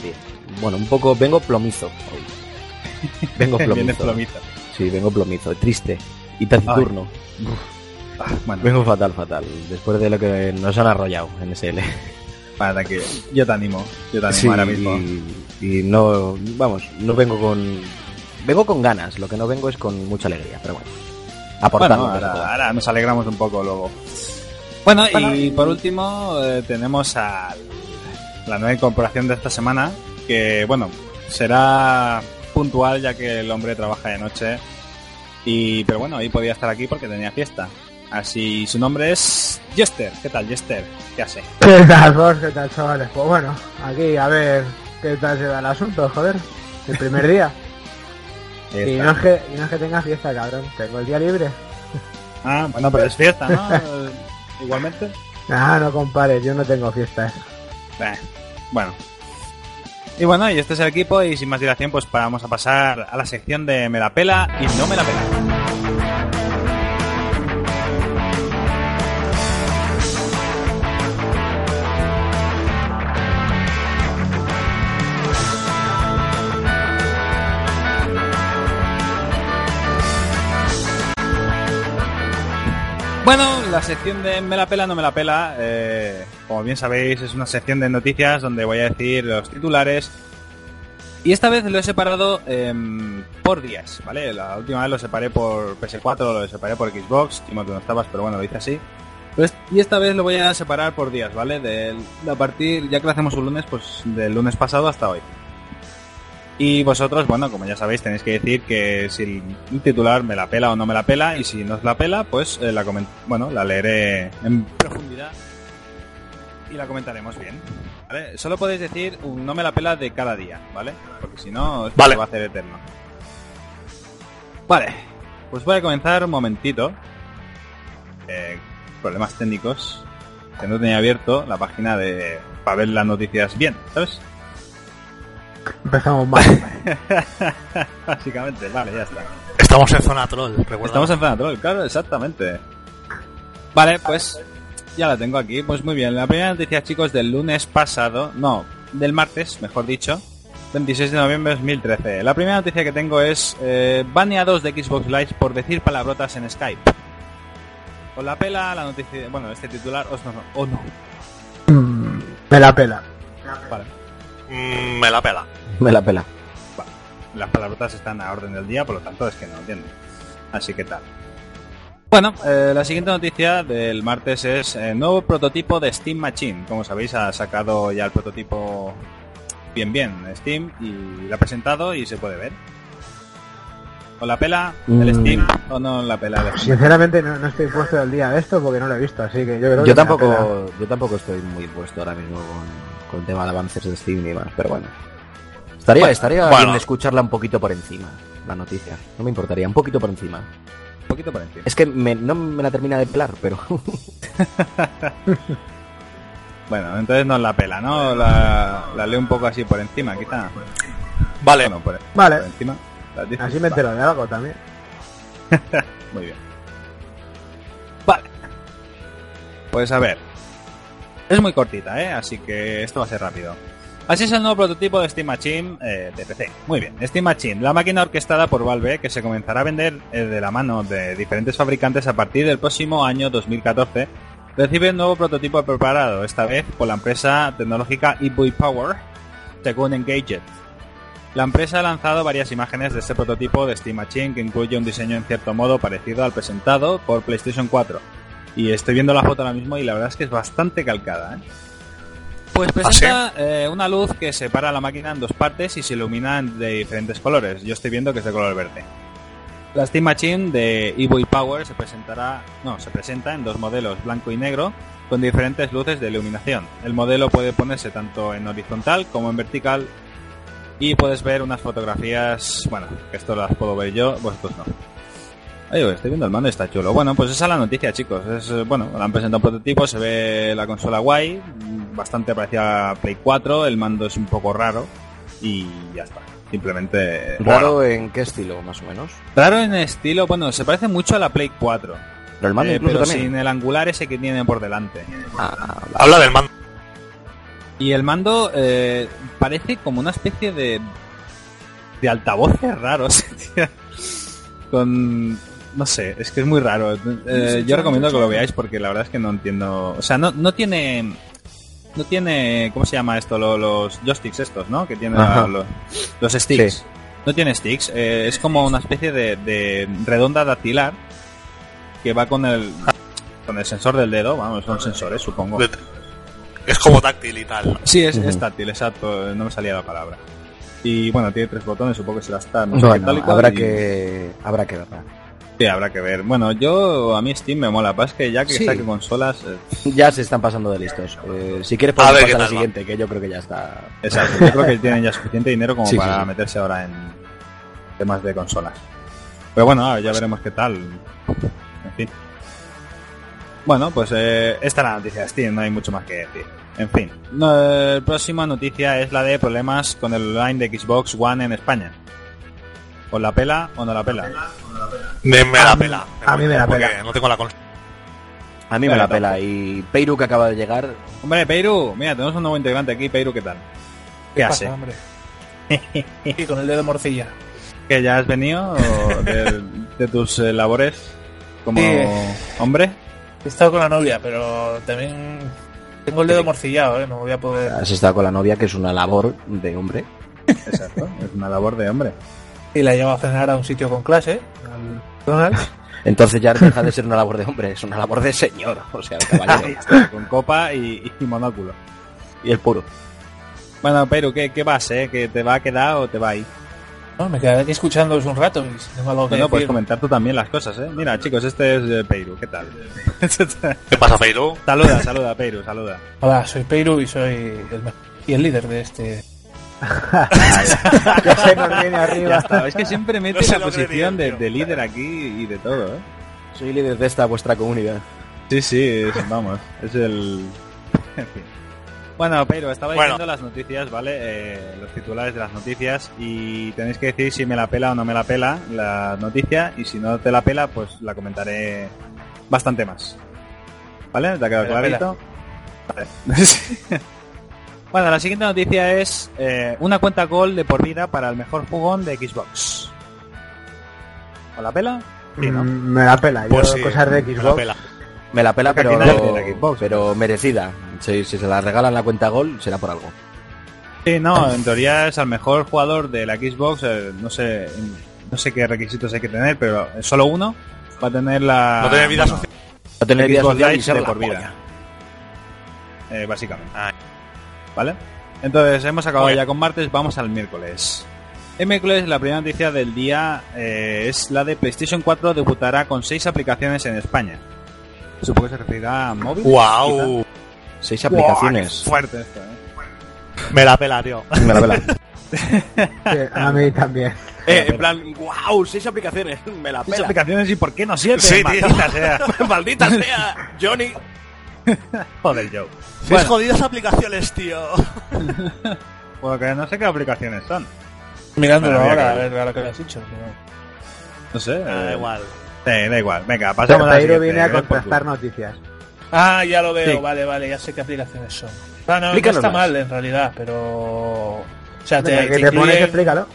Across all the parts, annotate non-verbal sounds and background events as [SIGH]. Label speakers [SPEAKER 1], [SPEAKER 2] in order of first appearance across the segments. [SPEAKER 1] Bien. Bueno, un poco vengo plomizo hoy. Vengo
[SPEAKER 2] [LAUGHS]
[SPEAKER 1] plomizo.
[SPEAKER 2] Vienes plomizo.
[SPEAKER 1] Sí, vengo plomizo, triste y taciturno.
[SPEAKER 2] Ah, bueno,
[SPEAKER 1] Vengo fatal, fatal, después de lo que nos han arrollado en SL.
[SPEAKER 2] para que yo te animo. Yo te animo
[SPEAKER 1] Sí,
[SPEAKER 2] ahora mismo.
[SPEAKER 1] Y, y no, vamos, no vengo con... Vengo con ganas, lo que no vengo es con mucha alegría, pero bueno. Aportando.
[SPEAKER 2] Bueno,
[SPEAKER 1] que se
[SPEAKER 2] ahora,
[SPEAKER 1] pueda.
[SPEAKER 2] ahora nos alegramos un poco luego. Bueno, y por último eh, tenemos a la nueva incorporación de esta semana, que bueno, será puntual ya que el hombre trabaja de noche, y pero bueno, hoy podía estar aquí porque tenía fiesta. Así, su nombre es Jester. ¿Qué tal, Jester? ¿Qué hace?
[SPEAKER 3] ¿Qué tal, vos? ¿Qué tal, chavales? Pues bueno, aquí a ver qué tal se da el asunto, joder. El
[SPEAKER 4] [LAUGHS]
[SPEAKER 3] primer día. y, no es que, y no es que tenga fiesta, cabrón. Tengo el día libre.
[SPEAKER 2] Ah, bueno, pero es fiesta, ¿no? Eh, Igualmente.
[SPEAKER 3] Ah, no compares, yo no tengo fiesta. eh.
[SPEAKER 2] Bah, Eh, Bueno. Y bueno, y este es el equipo y sin más dilación pues pa- vamos a pasar a la sección de me la pela y no me la pela. Bueno, la sección de Me la pela, no me la pela, eh, como bien sabéis, es una sección de noticias donde voy a decir los titulares. Y esta vez lo he separado em, por días, ¿vale? La última vez lo separé por PS4, lo separé por Xbox, Timo, tú no estabas, pero bueno, lo hice así. Pues- y esta vez lo voy a separar por días, ¿vale? Del- De, a partir, ya que lo hacemos un lunes, pues del lunes pasado hasta hoy. Y vosotros, bueno, como ya sabéis, tenéis que decir que si el titular me la pela o no me la pela, y si no os la pela, pues eh, la comen- bueno, la leeré en profundidad y la comentaremos bien. ¿Vale? Solo podéis decir un no me la pela de cada día, ¿vale? Porque si no, esto
[SPEAKER 4] Vale.
[SPEAKER 2] se va a hacer eterno. Vale, pues voy a comenzar un momentito. Eh, problemas técnicos. Que no tenía abierto la página de para ver las noticias bien, ¿sabes? [LAUGHS]
[SPEAKER 3] Empezamos mal.
[SPEAKER 4] [LAUGHS]
[SPEAKER 2] Básicamente, vale, ya está.
[SPEAKER 4] Estamos en zona troll, recuerda.
[SPEAKER 2] Estamos en Zona Troll, claro, exactamente. Vale, pues ya la tengo aquí. Pues muy bien, la primera noticia, chicos, del lunes pasado, no, del martes, mejor dicho, 26 de noviembre de 2013. La primera noticia que tengo es eh, baneados de Xbox Live por decir palabrotas en Skype. Os la pela la noticia, bueno, este titular, os no, no, o no.
[SPEAKER 3] Mm, Me la pela.
[SPEAKER 2] Vale,
[SPEAKER 4] Mm, me la pela.
[SPEAKER 1] Me la pela.
[SPEAKER 2] las palabrotas están a orden del día, por lo tanto es que no entiendo. Así que tal. Bueno, eh, la siguiente noticia del martes es eh, nuevo prototipo de Steam Machine. Como sabéis, ha sacado ya el prototipo bien bien Steam y lo ha presentado y se puede ver. ¿O la pela el
[SPEAKER 1] Mm.
[SPEAKER 2] Steam o no la pela el Steam?
[SPEAKER 3] Sinceramente no, no estoy puesto al día de esto porque no lo he visto, así que yo creo que...
[SPEAKER 1] Yo
[SPEAKER 3] me la pela.
[SPEAKER 1] tampoco, yo tampoco estoy muy puesto ahora mismo con, con el tema de avances de Steam y demás, pero bueno. Estaría, estaría
[SPEAKER 4] bueno.
[SPEAKER 1] bien escucharla un poquito por encima, la noticia. No me importaría, un poquito por encima.
[SPEAKER 2] poquito por encima.
[SPEAKER 1] Es que me- no me la termina de pelar, pero [LAUGHS]
[SPEAKER 2] Bueno, entonces nos la pela, ¿no? La, la leo un poco así por encima, quizá.
[SPEAKER 4] Vale,
[SPEAKER 2] Bueno, por,
[SPEAKER 3] Vale.
[SPEAKER 2] por encima. Las dices,
[SPEAKER 3] Así me
[SPEAKER 2] vale,
[SPEAKER 3] entero de algo también.
[SPEAKER 2] Muy bien. Vale. Pues a ver. Es muy cortita, ¿eh? Así que esto va a ser rápido. Así es el nuevo prototipo de Steam Machine eh, de PC. Muy bien, Steam Machine, la máquina orquestada por Valve que se comenzará a vender eh, de la mano de diferentes fabricantes a partir del próximo año 2014, recibe un nuevo prototipo preparado, esta vez por la empresa tecnológica eBoy Power, según Engadget. La empresa ha lanzado varias imágenes de este prototipo de Steam Machine que incluye un diseño en cierto modo parecido al presentado por PlayStation 4. Y estoy viendo la foto ahora mismo y la verdad es que es bastante calcada. ¿eh? Pues presenta eh, una luz que separa la máquina en dos partes y se ilumina de diferentes colores. Yo estoy viendo que es de color verde. La Steam Machine de eBoy Power se presentará, no, se presenta en dos modelos, blanco y negro, con diferentes luces de iluminación. El modelo puede ponerse tanto en horizontal como en vertical y puedes ver unas fotografías, bueno, que esto las puedo ver yo, vosotros no. Ay, oye, estoy viendo el mando y está chulo. Bueno, pues esa es la noticia, chicos. Es, eh, bueno, la han presentado un prototipo, se ve la consola guay, mm, bastante parecida a Play 4, el mando es un poco raro y ya está. Simplemente...
[SPEAKER 1] raro en qué estilo, más o menos.
[SPEAKER 2] Raro en estilo, bueno, se parece mucho a la Play 4,
[SPEAKER 1] Pero el mando
[SPEAKER 2] eh,
[SPEAKER 1] incluso
[SPEAKER 2] pero
[SPEAKER 1] también.
[SPEAKER 2] sin el angular ese que tiene por delante.
[SPEAKER 1] Ah, vale.
[SPEAKER 4] habla del mando.
[SPEAKER 2] Y el mando eh, parece como una especie de de altavoces raros, [LAUGHS] tío. Con no sé, es que es muy raro. Eh, yo recomiendo que lo veáis porque la verdad es que no entiendo, o sea, no no tiene no tiene ¿cómo se llama esto? Lo- los joysticks estos, ¿no? Que tiene
[SPEAKER 1] Ajá.
[SPEAKER 2] los, los sticks.
[SPEAKER 1] Sí.
[SPEAKER 2] No tiene sticks, eh, es como una especie de, de redonda dactilar que va con el con el sensor del dedo, vamos, son sensores, supongo.
[SPEAKER 4] de- Es como táctil y tal. ¿no?
[SPEAKER 2] Sí, es,
[SPEAKER 1] Ujú.
[SPEAKER 2] es táctil, exacto, no me salía la palabra. Y bueno, tiene tres botones, supongo que será estar. No sé qué
[SPEAKER 1] Bueno,
[SPEAKER 2] tal y cual,
[SPEAKER 1] habrá
[SPEAKER 2] y-
[SPEAKER 1] que habrá que verla.
[SPEAKER 2] sí, habrá que ver. Bueno, yo a mí Steam me mola, pasa es que ya que
[SPEAKER 1] Sí.
[SPEAKER 2] saque consolas, eh,
[SPEAKER 1] [LAUGHS] Ya se están pasando de listos. Eh, si quieres
[SPEAKER 4] A
[SPEAKER 1] podemos
[SPEAKER 4] ver qué
[SPEAKER 1] pasar al
[SPEAKER 4] tal va.
[SPEAKER 1] siguiente, que yo creo que ya está.
[SPEAKER 2] exacto, yo creo que tienen ya suficiente dinero como
[SPEAKER 1] Sí, sí,
[SPEAKER 2] para
[SPEAKER 1] sí.
[SPEAKER 2] meterse ahora en temas de consolas. Pero bueno, ah, ya veremos qué tal. En fin. Bueno, pues eh, esta es la noticia de Steam, no hay mucho más que decir. En fin, no, eh, próxima noticia es la de problemas con el online de Xbox One en España. ¿Os la pela o no la pela?
[SPEAKER 4] Me, me
[SPEAKER 3] A
[SPEAKER 4] la
[SPEAKER 3] mí-
[SPEAKER 4] pela.
[SPEAKER 3] a mí me la
[SPEAKER 4] porque
[SPEAKER 3] pela.
[SPEAKER 4] No tengo la consola.
[SPEAKER 1] A mí me
[SPEAKER 2] Claro,
[SPEAKER 1] la pela. Y Peiru que acaba de llegar,
[SPEAKER 2] Hombre, Peiru, mira, tenemos un nuevo integrante aquí. Peiru, ¿qué tal? ¿Qué, hace?
[SPEAKER 5] Pasa, hombre. y con el dedo morcilla.
[SPEAKER 2] ¿Que ya has venido o de, de tus eh, labores como
[SPEAKER 5] Eh.
[SPEAKER 2] hombre?
[SPEAKER 5] He estado con la novia, pero también tengo el dedo morcillado, ¿eh? No voy a poder...
[SPEAKER 1] has estado con la novia, que es una labor de hombre.
[SPEAKER 2] Exacto, es una labor de hombre.
[SPEAKER 5] Y la llevo a cenar a un sitio con clase, al McDonald's.
[SPEAKER 1] Entonces ya deja de ser una labor de hombre, es una labor de señor. O sea, el
[SPEAKER 2] Ah.
[SPEAKER 1] caballero.
[SPEAKER 2] Con copa y, y monóculo.
[SPEAKER 1] y el puro.
[SPEAKER 2] Bueno, Peiru, ¿qué, qué vas, eh? ¿Que te va a quedar o te va a ir?
[SPEAKER 5] No, me quedaré aquí escuchándoos un rato y si tengo algo que
[SPEAKER 2] Bueno, pues puedes
[SPEAKER 5] decir...
[SPEAKER 2] comentar tú también las cosas, eh. Mira, chicos, este es eh, Peiru, ¿qué tal?
[SPEAKER 4] ¿Qué pasa, Feiru?
[SPEAKER 2] [LAUGHS] saluda, saluda, Peiru, saluda.
[SPEAKER 5] Hola, soy Peiru y soy el, me- y el líder de este...
[SPEAKER 3] Ya se nos
[SPEAKER 2] [LAUGHS]
[SPEAKER 3] viene
[SPEAKER 2] Ya
[SPEAKER 3] arriba.
[SPEAKER 2] está, es que siempre mete
[SPEAKER 4] se
[SPEAKER 2] la
[SPEAKER 4] lo cree ni
[SPEAKER 2] posición
[SPEAKER 4] él,
[SPEAKER 2] de,
[SPEAKER 4] tío.
[SPEAKER 2] de líder aquí y de todo, eh.
[SPEAKER 1] Soy líder de esta vuestra comunidad.
[SPEAKER 2] Sí, sí, es- vamos, es el... [LAUGHS] en fin. Bueno, pero estaba
[SPEAKER 4] Bueno.
[SPEAKER 2] diciendo las noticias, ¿vale? Eh, los titulares de las noticias y tenéis que decir si me la pela o no me la pela la noticia y si no te la pela, pues la comentaré bastante más. ¿Vale? ¿Te ha quedado
[SPEAKER 5] Me la pela.
[SPEAKER 2] clarito? Vale. [LAUGHS] Sí. bueno, la siguiente noticia es eh, una cuenta gol de por vida para el mejor jugón de Xbox. ¿O la pela? Sí, ¿no?
[SPEAKER 3] Mm, Me la pela. Yo
[SPEAKER 4] Pues sí,
[SPEAKER 3] cosas de
[SPEAKER 4] me la
[SPEAKER 3] Xbox.
[SPEAKER 4] pela.
[SPEAKER 1] Me la pela,
[SPEAKER 2] Porque
[SPEAKER 1] pero,
[SPEAKER 2] al final de la Xbox.
[SPEAKER 1] pero merecida. Si, si se la regalan la cuenta gol, será por algo.
[SPEAKER 2] Sí, no, en teoría es al mejor jugador de la Xbox, eh, no sé no sé qué requisitos hay que tener, pero solo uno va a tener
[SPEAKER 3] Ah,
[SPEAKER 2] la...
[SPEAKER 4] No tiene vida
[SPEAKER 2] bueno,
[SPEAKER 4] social.
[SPEAKER 1] No tener vida
[SPEAKER 2] Xbox
[SPEAKER 1] social y
[SPEAKER 2] Live
[SPEAKER 1] ser
[SPEAKER 2] de
[SPEAKER 1] la
[SPEAKER 2] por vida.
[SPEAKER 1] polla.
[SPEAKER 2] eh, básicamente.
[SPEAKER 4] Ah.
[SPEAKER 2] ¿Vale? Entonces, hemos acabado
[SPEAKER 4] Muy bien.
[SPEAKER 2] ya con martes, vamos al miércoles. El miércoles, la primera noticia del día eh, es la de PlayStation 4 debutará con seis aplicaciones en España. Supongo que se referirá a móvil.
[SPEAKER 4] ¡Wow!
[SPEAKER 1] Seis aplicaciones.
[SPEAKER 2] Fuerte esto, ¿eh?
[SPEAKER 4] Me la pela, tío.
[SPEAKER 1] Me la pela.
[SPEAKER 3] Sí, a
[SPEAKER 4] [LAUGHS]
[SPEAKER 3] mí también.
[SPEAKER 6] Eh, en plan, wow, seis aplicaciones, [LAUGHS] me la
[SPEAKER 2] Muchas
[SPEAKER 6] pela.
[SPEAKER 2] aplicaciones y por qué no
[SPEAKER 4] [LAUGHS]
[SPEAKER 2] siete,
[SPEAKER 4] Sí, tío.
[SPEAKER 2] maldita
[SPEAKER 5] [LAUGHS]
[SPEAKER 2] sea.
[SPEAKER 4] [LAUGHS]
[SPEAKER 6] Maldita sea, Johnny.
[SPEAKER 2] Joder, Joe.
[SPEAKER 4] Sí,
[SPEAKER 2] Bueno.
[SPEAKER 4] Es jodidas aplicaciones, tío.
[SPEAKER 2] Porque no sé qué aplicaciones son.
[SPEAKER 5] Mirándolo
[SPEAKER 2] Bueno,
[SPEAKER 5] ahora, a
[SPEAKER 2] mira
[SPEAKER 5] ver ahora que lo has dicho. pero-
[SPEAKER 2] No sé.
[SPEAKER 6] Ah,
[SPEAKER 4] Da
[SPEAKER 2] eh,
[SPEAKER 4] igual.
[SPEAKER 2] Sí, da igual. Venga,
[SPEAKER 3] Pero
[SPEAKER 2] pasamos a la
[SPEAKER 3] Pedro
[SPEAKER 2] siguiente.
[SPEAKER 3] viene
[SPEAKER 4] ¿eh?
[SPEAKER 3] a
[SPEAKER 2] que ves por
[SPEAKER 3] contrastar
[SPEAKER 2] culo.
[SPEAKER 3] noticias.
[SPEAKER 5] Ah, ya lo veo,
[SPEAKER 2] Sí.
[SPEAKER 5] vale, vale, ya sé qué aplicaciones son. Ah, no, no
[SPEAKER 1] Explícanos
[SPEAKER 5] está
[SPEAKER 1] más.
[SPEAKER 5] mal en realidad, pero. O sea, te,
[SPEAKER 3] Venga,
[SPEAKER 5] te
[SPEAKER 3] que te pones,
[SPEAKER 5] incluyen-
[SPEAKER 3] explícalo.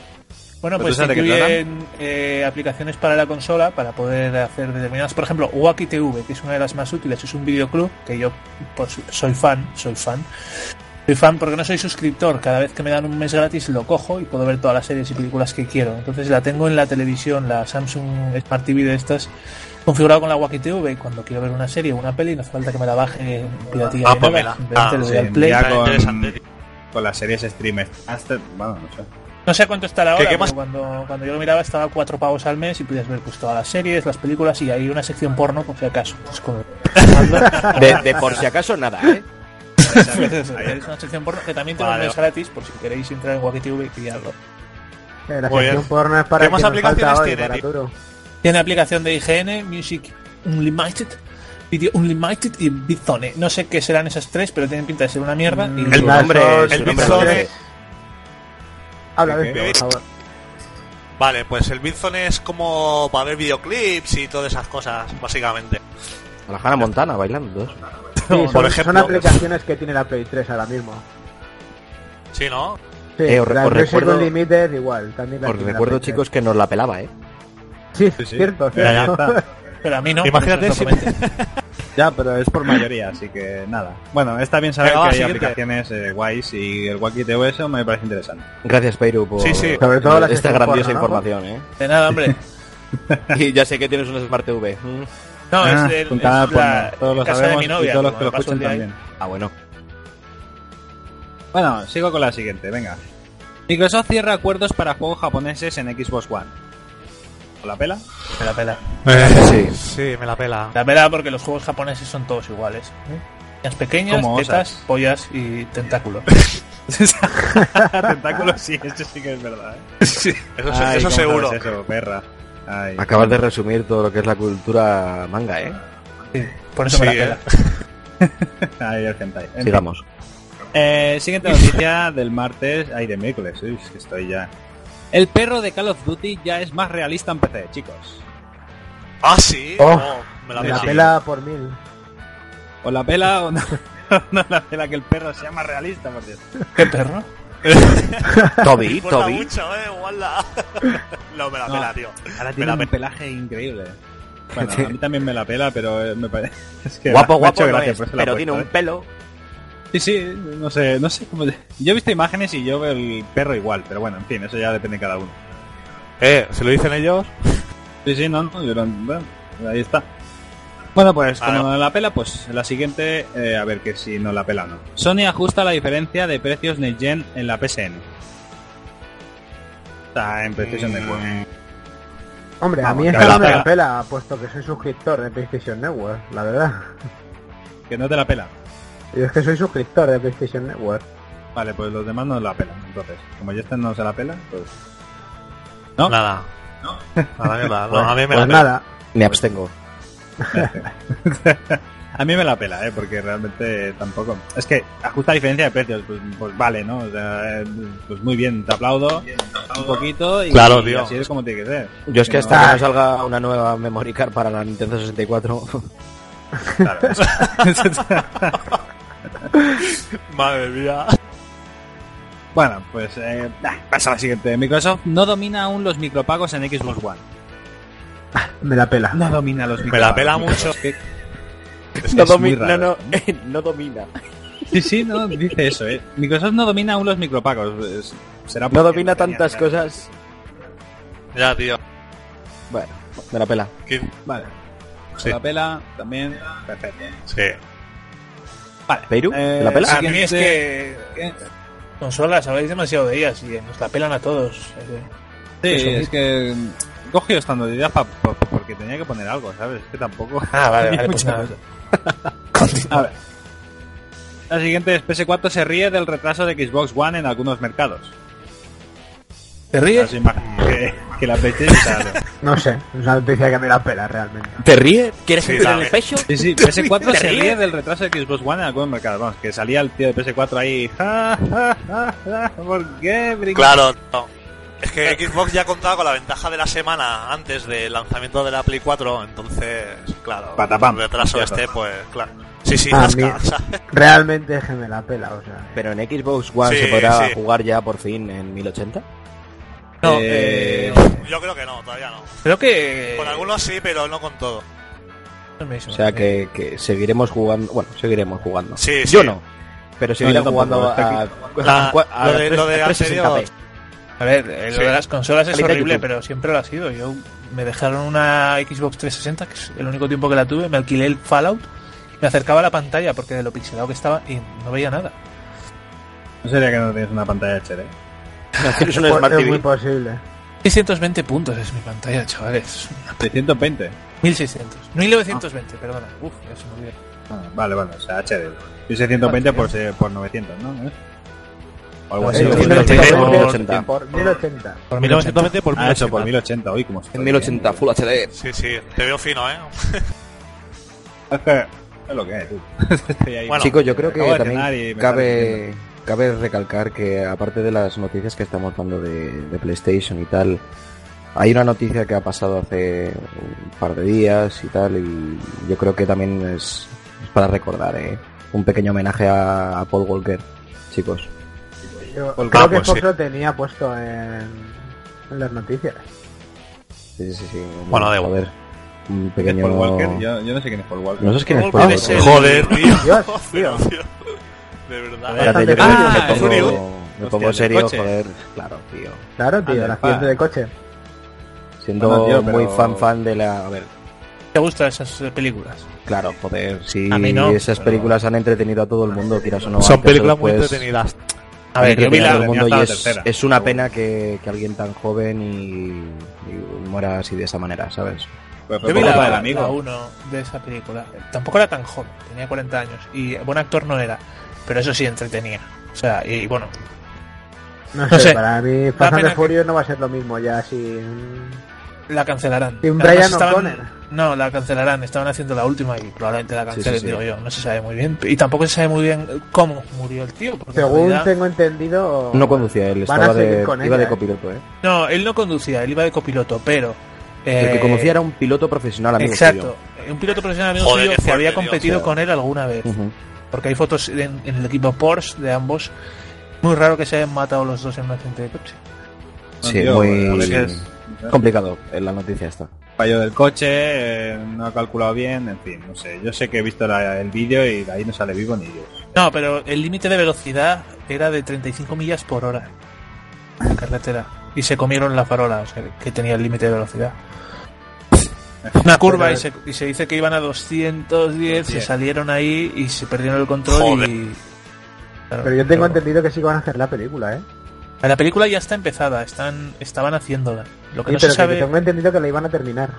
[SPEAKER 5] Bueno,
[SPEAKER 2] Pero
[SPEAKER 5] pues
[SPEAKER 2] tú
[SPEAKER 5] te
[SPEAKER 2] sabes de qué
[SPEAKER 5] incluyen eh, aplicaciones para la consola para poder hacer determinadas. Por ejemplo, Wacky TV, que es una de las más útiles, es un videoclub que yo pues, soy fan, soy fan. Soy fan porque no soy suscriptor. Cada vez que me dan un mes gratis lo cojo y puedo ver todas las series y películas que quiero. Entonces la tengo en la televisión, la Samsung Smart TV de estas, configurado con la Wacky TV. Y cuando quiero ver una serie o una peli, no hace falta que me la baje en piratía.
[SPEAKER 4] Ah,
[SPEAKER 5] ni nada,
[SPEAKER 4] pónmela.
[SPEAKER 5] simplemente
[SPEAKER 4] Ah,
[SPEAKER 5] le doy
[SPEAKER 2] sí,
[SPEAKER 5] al play.
[SPEAKER 2] ya
[SPEAKER 4] Está
[SPEAKER 2] con-
[SPEAKER 4] interesante, tío.
[SPEAKER 2] Con las series streamers. Hasta, bueno, no sé.
[SPEAKER 5] No sé cuánto está la
[SPEAKER 4] ¿Qué-
[SPEAKER 5] hora,
[SPEAKER 4] qué más?
[SPEAKER 5] pero cuando, cuando yo lo miraba estaba a cuatro pavos al mes y podías ver pues todas las series, las películas y hay una sección porno por si acaso.
[SPEAKER 2] [LAUGHS]
[SPEAKER 5] Pues, como-
[SPEAKER 6] De, de por si acaso nada, ¿eh?
[SPEAKER 5] es una sección porno que también tengo
[SPEAKER 4] Vale.
[SPEAKER 5] un mes gratis por si queréis entrar en Wacky TV y pillarlo.
[SPEAKER 3] Eh, La
[SPEAKER 4] Muy bien.
[SPEAKER 3] sección porno es para
[SPEAKER 4] ¿Qué
[SPEAKER 3] el que
[SPEAKER 4] más
[SPEAKER 3] nos
[SPEAKER 4] aplicaciones
[SPEAKER 3] falta hoy,
[SPEAKER 4] tiene,
[SPEAKER 3] para
[SPEAKER 4] tío?
[SPEAKER 3] Arturo.
[SPEAKER 5] Tiene aplicación de IGN, Music Unlimited, Video Unlimited y Bizone. No sé qué serán esas tres, pero tienen pinta de ser una mierda. Y
[SPEAKER 2] Mm,
[SPEAKER 6] El
[SPEAKER 3] Las
[SPEAKER 6] nombre
[SPEAKER 3] dos-
[SPEAKER 6] es-
[SPEAKER 4] el
[SPEAKER 6] su nombre
[SPEAKER 4] Bizone-
[SPEAKER 6] lo dice.
[SPEAKER 3] Habla,
[SPEAKER 2] ¿Qué?
[SPEAKER 3] Víctor, por favor.
[SPEAKER 4] Vale, pues el Bizone es como para ver videoclips y todas esas cosas, básicamente.
[SPEAKER 1] A la Hannah Montana bailando.
[SPEAKER 3] Sí,
[SPEAKER 4] Por
[SPEAKER 3] son,
[SPEAKER 4] ejemplo-
[SPEAKER 3] son aplicaciones que tiene la Play 3 ahora mismo.
[SPEAKER 4] Sí, ¿no?
[SPEAKER 3] Sí,
[SPEAKER 1] Eh, os-
[SPEAKER 3] la
[SPEAKER 1] os
[SPEAKER 3] Music
[SPEAKER 1] recuerdo-
[SPEAKER 3] Unlimited igual. También la
[SPEAKER 1] Os
[SPEAKER 3] tiene la
[SPEAKER 1] recuerdo,
[SPEAKER 3] Play 3.
[SPEAKER 1] chicos, que nos la pelaba, ¿eh?
[SPEAKER 3] Sí,
[SPEAKER 2] Sí, sí.
[SPEAKER 3] cierto,
[SPEAKER 2] Ya, ya
[SPEAKER 4] Eh,
[SPEAKER 3] cierto.
[SPEAKER 2] está.
[SPEAKER 5] pero a mí no.
[SPEAKER 4] Imagínate
[SPEAKER 5] no se lo
[SPEAKER 4] si-
[SPEAKER 5] comento.
[SPEAKER 2] Ya, pero es por mayoría, así que nada. Bueno, está bien saber
[SPEAKER 4] Venga, va,
[SPEAKER 2] que hay
[SPEAKER 4] siguiente.
[SPEAKER 2] aplicaciones eh, guays y el Wacky TV eso me parece interesante.
[SPEAKER 1] Gracias, Peiru, por
[SPEAKER 4] Sí, sí.
[SPEAKER 3] Sobre todo la
[SPEAKER 1] esta
[SPEAKER 3] sección
[SPEAKER 1] grandiosa
[SPEAKER 3] porno, ¿no?
[SPEAKER 1] información, ¿eh?
[SPEAKER 5] De nada,
[SPEAKER 2] [LAUGHS]
[SPEAKER 5] hombre.
[SPEAKER 1] Y ya sé que tienes un Smart TV. Mm.
[SPEAKER 5] No,
[SPEAKER 2] Ah,
[SPEAKER 5] es, del- es
[SPEAKER 2] juntada por
[SPEAKER 5] la
[SPEAKER 2] nada. todos lo
[SPEAKER 5] casa
[SPEAKER 2] sabemos
[SPEAKER 5] de mi novia.
[SPEAKER 2] y todos los
[SPEAKER 5] como
[SPEAKER 2] que lo
[SPEAKER 5] me paso
[SPEAKER 2] escuchan
[SPEAKER 5] el día ahí.
[SPEAKER 2] también.
[SPEAKER 1] Ah, bueno.
[SPEAKER 2] Bueno, sigo con la siguiente, venga. Microsoft cierra acuerdos para juegos japoneses en Xbox One. ¿O la pela?
[SPEAKER 5] Me la pela.
[SPEAKER 4] sí. me la pela.
[SPEAKER 5] La verdad, porque los juegos japoneses son todos iguales. ¿eh? Las pequeñas,
[SPEAKER 2] Como
[SPEAKER 5] tetas,
[SPEAKER 2] osas.
[SPEAKER 5] pollas y tentáculos.
[SPEAKER 2] Tentáculos sí, eso sí que es verdad. ¿eh?
[SPEAKER 4] Eso,
[SPEAKER 2] Ay,
[SPEAKER 4] eso
[SPEAKER 2] ¿cómo
[SPEAKER 4] seguro.
[SPEAKER 2] sabes eso, perra? Ay.
[SPEAKER 1] Acabas de resumir todo lo que es la cultura manga, ¿eh?
[SPEAKER 5] Por eso me la
[SPEAKER 4] Sí, eh.
[SPEAKER 2] [LAUGHS]
[SPEAKER 5] pela.
[SPEAKER 2] Ay, el hentai. En fin.
[SPEAKER 1] Sigamos.
[SPEAKER 2] Eh, siguiente noticia del martes. Ay, de miércoles. Uy, es que estoy ya. El perro de Call of Duty ya es más realista en PC, chicos.
[SPEAKER 4] Ah, sí.
[SPEAKER 3] Oh,
[SPEAKER 4] No, me la
[SPEAKER 3] Me
[SPEAKER 4] pela.
[SPEAKER 3] la pela por mil.
[SPEAKER 2] O la pela o no, [LAUGHS] no la pela que el perro sea más realista, por Dios.
[SPEAKER 5] ¿Qué perro?
[SPEAKER 4] Me
[SPEAKER 1] Toby,
[SPEAKER 4] importa
[SPEAKER 1] Toby.
[SPEAKER 4] mucho, eh, guarda. no, me la
[SPEAKER 2] No.
[SPEAKER 4] pela, tío.
[SPEAKER 2] Ahora
[SPEAKER 4] Me la
[SPEAKER 2] [LAUGHS] tiene un
[SPEAKER 4] pela.
[SPEAKER 2] pelaje increíble.
[SPEAKER 1] [LAUGHS]
[SPEAKER 2] Bueno, a mí también me la pela, pero eh, me parece. [LAUGHS] Es que
[SPEAKER 1] Guapo,
[SPEAKER 2] me ha hecho
[SPEAKER 1] guapo, no
[SPEAKER 2] gracia,
[SPEAKER 1] es,
[SPEAKER 2] por ¿eh? eso la he
[SPEAKER 1] pero tiene un
[SPEAKER 2] puesto,
[SPEAKER 1] pelo.
[SPEAKER 2] ¿eh? Sí, sí, no sé, no sé cómo. Yo he visto imágenes y yo veo el perro igual, pero bueno, en fin, eso ya depende de cada uno.
[SPEAKER 4] Eh, ¿se lo dicen ellos?
[SPEAKER 2] Sí, sí, no, no, yo no- bueno, ahí está. Bueno, pues
[SPEAKER 4] Ah, no.
[SPEAKER 2] como no la pela, pues la siguiente, eh, a ver que si no la pela o no. Sony ajusta la diferencia de precios Next Gen en la PSN. Está en PlayStation Network.
[SPEAKER 3] Hombre, a
[SPEAKER 2] Vamos,
[SPEAKER 3] mí
[SPEAKER 2] que
[SPEAKER 3] esta
[SPEAKER 2] me la
[SPEAKER 3] no me
[SPEAKER 2] pela.
[SPEAKER 3] la pela, puesto que soy suscriptor de PlayStation Network, la verdad. [LAUGHS]
[SPEAKER 2] Que no te la pela.
[SPEAKER 3] Yo es que soy suscriptor de PlayStation Network.
[SPEAKER 2] Vale, pues los demás no la pelan. Entonces, como ya este no se la pela, pues... ¿No?
[SPEAKER 4] Nada.
[SPEAKER 2] No.
[SPEAKER 4] A la mierda. No, a mí me
[SPEAKER 3] Pues
[SPEAKER 4] la pela.
[SPEAKER 3] nada,
[SPEAKER 1] Me abstengo.
[SPEAKER 2] [LAUGHS] A mí me la pela, ¿eh? Porque realmente tampoco... Es que ajusta la diferencia de precios, pues, pues vale, ¿no? O sea, eh, pues muy bien, te aplaudo un poquito y,
[SPEAKER 4] Claro,
[SPEAKER 2] y
[SPEAKER 4] tío.
[SPEAKER 2] así es como tiene que ser.
[SPEAKER 1] Yo es que
[SPEAKER 2] no-
[SPEAKER 1] hasta que no salga una nueva memory card para la Nintendo 64,
[SPEAKER 2] Claro, eso. ¿eh?
[SPEAKER 4] Madre mía.
[SPEAKER 2] [LAUGHS] Bueno, pues eh, ah, pasa a la siguiente. Microsoft no domina aún los micropagos en Xbox One.
[SPEAKER 3] Ah, me la pela.
[SPEAKER 2] No domina los
[SPEAKER 4] Me
[SPEAKER 2] micropagos.
[SPEAKER 4] la pela mucho.
[SPEAKER 1] no,
[SPEAKER 2] es muy
[SPEAKER 1] domina,
[SPEAKER 2] raro.
[SPEAKER 1] no, no, no domina.
[SPEAKER 2] Sí, sí, no, dice eso, ¿eh? Microsoft no domina aún los micropagos. Es- Será
[SPEAKER 1] No
[SPEAKER 2] porque
[SPEAKER 1] domina
[SPEAKER 2] tenía
[SPEAKER 1] tantas
[SPEAKER 2] nada.
[SPEAKER 1] cosas.
[SPEAKER 4] Ya, tío.
[SPEAKER 1] Bueno, me la pela.
[SPEAKER 4] ¿Quién?
[SPEAKER 2] Vale.
[SPEAKER 4] Sí.
[SPEAKER 2] Me la pela también. Perfecto.
[SPEAKER 4] Sí.
[SPEAKER 2] Vale.
[SPEAKER 1] ¿Perú?
[SPEAKER 2] Eh,
[SPEAKER 1] ¿Me la pela?
[SPEAKER 5] Ah, A mí es
[SPEAKER 2] siguiente-
[SPEAKER 5] que. Consolas, habláis demasiado de ellas y eh, nos la pelan a todos. eh.
[SPEAKER 2] Sí,
[SPEAKER 5] eso,
[SPEAKER 2] es que... mm, Coge estandarizadas pa- pa- porque tenía que poner algo, ¿sabes? Es que tampoco...
[SPEAKER 5] Ah,
[SPEAKER 2] [LAUGHS]
[SPEAKER 5] vale,
[SPEAKER 2] vale, pues nada. A ver. La siguiente es PS4 se ríe del retraso de Xbox One en algunos mercados.
[SPEAKER 5] ¿Te ríes?
[SPEAKER 2] Así más que, que la peste. claro.
[SPEAKER 3] No sé, es una noticia que me la pela realmente.
[SPEAKER 6] ¿Te ríes? ¿Quieres
[SPEAKER 4] Sí,
[SPEAKER 6] que te den
[SPEAKER 4] dame.
[SPEAKER 6] el pecho?
[SPEAKER 2] Sí, sí, PS4
[SPEAKER 6] ¿Te
[SPEAKER 2] se
[SPEAKER 6] ríes?
[SPEAKER 2] ríe del retraso de Xbox One en algunos mercados. Vamos, que salía el tío de PS4 ahí. Ja, ja, ja, ja, ¿Por qué? Brinca-
[SPEAKER 4] Claro, no. Es que Xbox ya contaba con la ventaja de la semana antes del lanzamiento de la Play 4, entonces, claro,
[SPEAKER 2] Patapam.
[SPEAKER 4] el retraso
[SPEAKER 2] Ya
[SPEAKER 4] este, pues, claro. Sí, sí,
[SPEAKER 3] Ah,
[SPEAKER 4] zasca, [LAUGHS]
[SPEAKER 3] mira.
[SPEAKER 4] ¿sabes?
[SPEAKER 3] Realmente es que me la pela, o sea.
[SPEAKER 1] Pero en Xbox One
[SPEAKER 4] Sí,
[SPEAKER 1] se podrá
[SPEAKER 4] sí.
[SPEAKER 1] jugar ya por fin en 1080.
[SPEAKER 5] No,
[SPEAKER 2] Eh,
[SPEAKER 5] eh,
[SPEAKER 4] Yo creo que no, todavía no.
[SPEAKER 5] creo que.
[SPEAKER 4] Con algunos sí, pero no con todo.
[SPEAKER 5] no me hizo
[SPEAKER 1] O sea
[SPEAKER 5] nada.
[SPEAKER 1] que, que seguiremos jugando. Bueno, seguiremos jugando.
[SPEAKER 4] Sí, sí.
[SPEAKER 1] Yo no. Pero seguiré
[SPEAKER 2] yo tampoco,
[SPEAKER 1] jugando
[SPEAKER 2] hasta
[SPEAKER 1] a,
[SPEAKER 2] aquí.
[SPEAKER 1] a-
[SPEAKER 4] La-
[SPEAKER 1] a- a
[SPEAKER 4] lo de- lo de
[SPEAKER 1] 360p.
[SPEAKER 4] anterior.
[SPEAKER 5] A ver, eh, lo
[SPEAKER 4] Sí.
[SPEAKER 5] de las consolas es
[SPEAKER 1] Calidad
[SPEAKER 5] horrible,
[SPEAKER 1] YouTube.
[SPEAKER 5] pero siempre lo ha sido. Yo me dejaron una Xbox 360, que es el único tiempo que la tuve, me alquilé el Fallout, me acercaba a la pantalla porque de lo pixelado que estaba y no veía nada.
[SPEAKER 2] No sería que no tienes una pantalla HD.
[SPEAKER 6] Tienes un
[SPEAKER 3] Pues
[SPEAKER 6] Smart
[SPEAKER 3] es muy
[SPEAKER 6] TV.
[SPEAKER 3] posible.
[SPEAKER 5] 620 puntos es mi pantalla, chavales.
[SPEAKER 2] 620.
[SPEAKER 5] 1600. 1920, perdona. Uf, ya se me olvidó.
[SPEAKER 2] Ah, vale, vale, o sea, HD. Y 620 por, se- por 900, ¿no? ¿Eh? O algo así.
[SPEAKER 1] Sí,
[SPEAKER 3] Eh,
[SPEAKER 1] sí,
[SPEAKER 2] por
[SPEAKER 1] sí,
[SPEAKER 3] 1080,
[SPEAKER 1] sí,
[SPEAKER 3] por-
[SPEAKER 1] 1080.
[SPEAKER 3] por 1080.
[SPEAKER 5] Por 1920.
[SPEAKER 6] 1920 por
[SPEAKER 2] [LAUGHS] Ah, eso, por
[SPEAKER 6] 1080.
[SPEAKER 2] 1080, uy, como
[SPEAKER 1] En 1080, Full HD.
[SPEAKER 4] Sí, sí, te veo fino, ¿eh?
[SPEAKER 2] Es que es lo que es, tú. [LAUGHS] Estoy ahí.
[SPEAKER 4] Bueno,
[SPEAKER 1] Chicos, yo creo que
[SPEAKER 2] acabo de cenar y
[SPEAKER 1] también
[SPEAKER 2] eh, me están
[SPEAKER 1] cabe,
[SPEAKER 2] diciendo.
[SPEAKER 1] cabe recalcar que aparte de las noticias que estamos dando de, de PlayStation y tal, hay una noticia que ha pasado hace un par de días y tal, y yo creo que también es, es para recordar ¿eh? un pequeño homenaje a, a Paul Walker, chicos.
[SPEAKER 3] Yo
[SPEAKER 4] Pues
[SPEAKER 3] creo
[SPEAKER 4] va,
[SPEAKER 3] que
[SPEAKER 4] pues
[SPEAKER 3] Fox
[SPEAKER 4] sí.
[SPEAKER 3] lo tenía puesto en, en las noticias.
[SPEAKER 1] Sí, sí, sí.
[SPEAKER 4] Bueno, da igual.
[SPEAKER 1] ver.
[SPEAKER 2] ¿Quién
[SPEAKER 1] Un
[SPEAKER 2] es
[SPEAKER 1] pequeño...
[SPEAKER 2] Paul Walker? Yo, yo no sé quién es Paul Walker.
[SPEAKER 1] No sé quién es Paul
[SPEAKER 5] Paul Walker
[SPEAKER 1] Walker.
[SPEAKER 5] es el-
[SPEAKER 4] Joder, tío.
[SPEAKER 3] Dios, tío.
[SPEAKER 4] [LAUGHS] De verdad.
[SPEAKER 1] Espérate, yo
[SPEAKER 3] Ah,
[SPEAKER 1] me
[SPEAKER 2] es
[SPEAKER 1] pongo-
[SPEAKER 2] Uribe.
[SPEAKER 1] me
[SPEAKER 2] Hostia, el
[SPEAKER 1] pongo
[SPEAKER 2] del
[SPEAKER 1] serio,
[SPEAKER 2] coche.
[SPEAKER 1] joder. Claro, tío.
[SPEAKER 3] Claro, tío,
[SPEAKER 2] Anda,
[SPEAKER 3] el accidente
[SPEAKER 2] pa.
[SPEAKER 3] de coche.
[SPEAKER 1] Siendo
[SPEAKER 2] Bueno, tío,
[SPEAKER 1] muy
[SPEAKER 2] pero-
[SPEAKER 1] fan fan de la... A ver,
[SPEAKER 5] ¿Te gustan esas eh, películas?
[SPEAKER 1] claro, joder, si
[SPEAKER 5] A mí no,
[SPEAKER 1] esas
[SPEAKER 5] pero-
[SPEAKER 1] películas han entretenido a todo el mundo, quieras o no.
[SPEAKER 4] Son
[SPEAKER 1] antes o
[SPEAKER 4] películas muy
[SPEAKER 1] después,
[SPEAKER 4] entretenidas.
[SPEAKER 5] A
[SPEAKER 1] han
[SPEAKER 5] ver, yo vi
[SPEAKER 1] entretenido a
[SPEAKER 5] la.
[SPEAKER 1] todo el mundo
[SPEAKER 2] hasta
[SPEAKER 1] y
[SPEAKER 2] la
[SPEAKER 1] es,
[SPEAKER 2] tercera.
[SPEAKER 1] es una pena que, que alguien tan joven y, y muera así de esa manera, ¿sabes?
[SPEAKER 2] Pues fue
[SPEAKER 5] Yo vi
[SPEAKER 2] por
[SPEAKER 5] la,
[SPEAKER 2] culpa del
[SPEAKER 5] la
[SPEAKER 2] amigo.
[SPEAKER 5] uno de esa película. Tampoco era tan joven, tenía 40 años. Y buen actor no era, pero eso sí entretenía. O sea, y bueno,
[SPEAKER 3] No sé,
[SPEAKER 5] No sé.
[SPEAKER 3] para mí Fast and
[SPEAKER 5] pena
[SPEAKER 3] the
[SPEAKER 5] que-
[SPEAKER 3] Furious no va a ser lo mismo ya sin...
[SPEAKER 5] la cancelarán.
[SPEAKER 3] Y un
[SPEAKER 5] Además,
[SPEAKER 3] Brian
[SPEAKER 5] estaban-
[SPEAKER 3] O'Connor.
[SPEAKER 5] No, la cancelarán. Estaban haciendo la última y probablemente la cancelen,
[SPEAKER 1] sí.
[SPEAKER 5] digo yo. No se sabe muy bien. Y tampoco se sabe muy bien cómo murió el tío. porque en
[SPEAKER 3] Según
[SPEAKER 5] realidad-
[SPEAKER 3] tengo entendido...
[SPEAKER 1] No conducía él,
[SPEAKER 3] Van a
[SPEAKER 1] estaba
[SPEAKER 3] seguir
[SPEAKER 1] de,
[SPEAKER 3] con
[SPEAKER 1] iba
[SPEAKER 3] ella,
[SPEAKER 1] de
[SPEAKER 3] ¿eh?
[SPEAKER 1] copiloto, ¿eh?
[SPEAKER 5] No, él no conducía, él iba de copiloto, pero.
[SPEAKER 1] El que
[SPEAKER 5] eh,
[SPEAKER 1] conducía era un piloto profesional, amigo
[SPEAKER 5] Exacto. Un piloto profesional amigo
[SPEAKER 4] Joder,
[SPEAKER 5] suyo
[SPEAKER 4] qué
[SPEAKER 5] que
[SPEAKER 4] fuerte,
[SPEAKER 5] había
[SPEAKER 4] tío,
[SPEAKER 5] competido
[SPEAKER 4] o sea.
[SPEAKER 5] con él alguna vez.
[SPEAKER 1] tuyo. Ujú.
[SPEAKER 5] Porque hay fotos en, en el equipo Porsche de ambos. Muy raro que se hayan matado los dos en un accidente de coche.
[SPEAKER 1] Sí,
[SPEAKER 2] Tío, a
[SPEAKER 1] muy
[SPEAKER 2] veces-
[SPEAKER 1] complicado en la noticia esta.
[SPEAKER 2] fallo del coche, eh, no ha calculado bien, en fin, no sé. Yo sé que he visto la- el vídeo y de ahí no sale vivo ni Dios.
[SPEAKER 5] No, pero el límite de velocidad era de 35 millas por hora en la carretera. Y se comieron la farola, o sea, que tenía el límite de velocidad. Una curva y se, y se dice que iban a 210, se
[SPEAKER 2] 210.
[SPEAKER 5] salieron ahí y se perdieron el control
[SPEAKER 4] Joder.
[SPEAKER 5] y... Claro,
[SPEAKER 3] Pero yo tengo entendido que sí que van a hacer la película, ¿eh?
[SPEAKER 5] La película ya está empezada, están, estaban haciéndola. Lo que
[SPEAKER 3] Sí,
[SPEAKER 5] no se
[SPEAKER 3] pero que
[SPEAKER 5] sabe...
[SPEAKER 3] tengo entendido que la iban a terminar.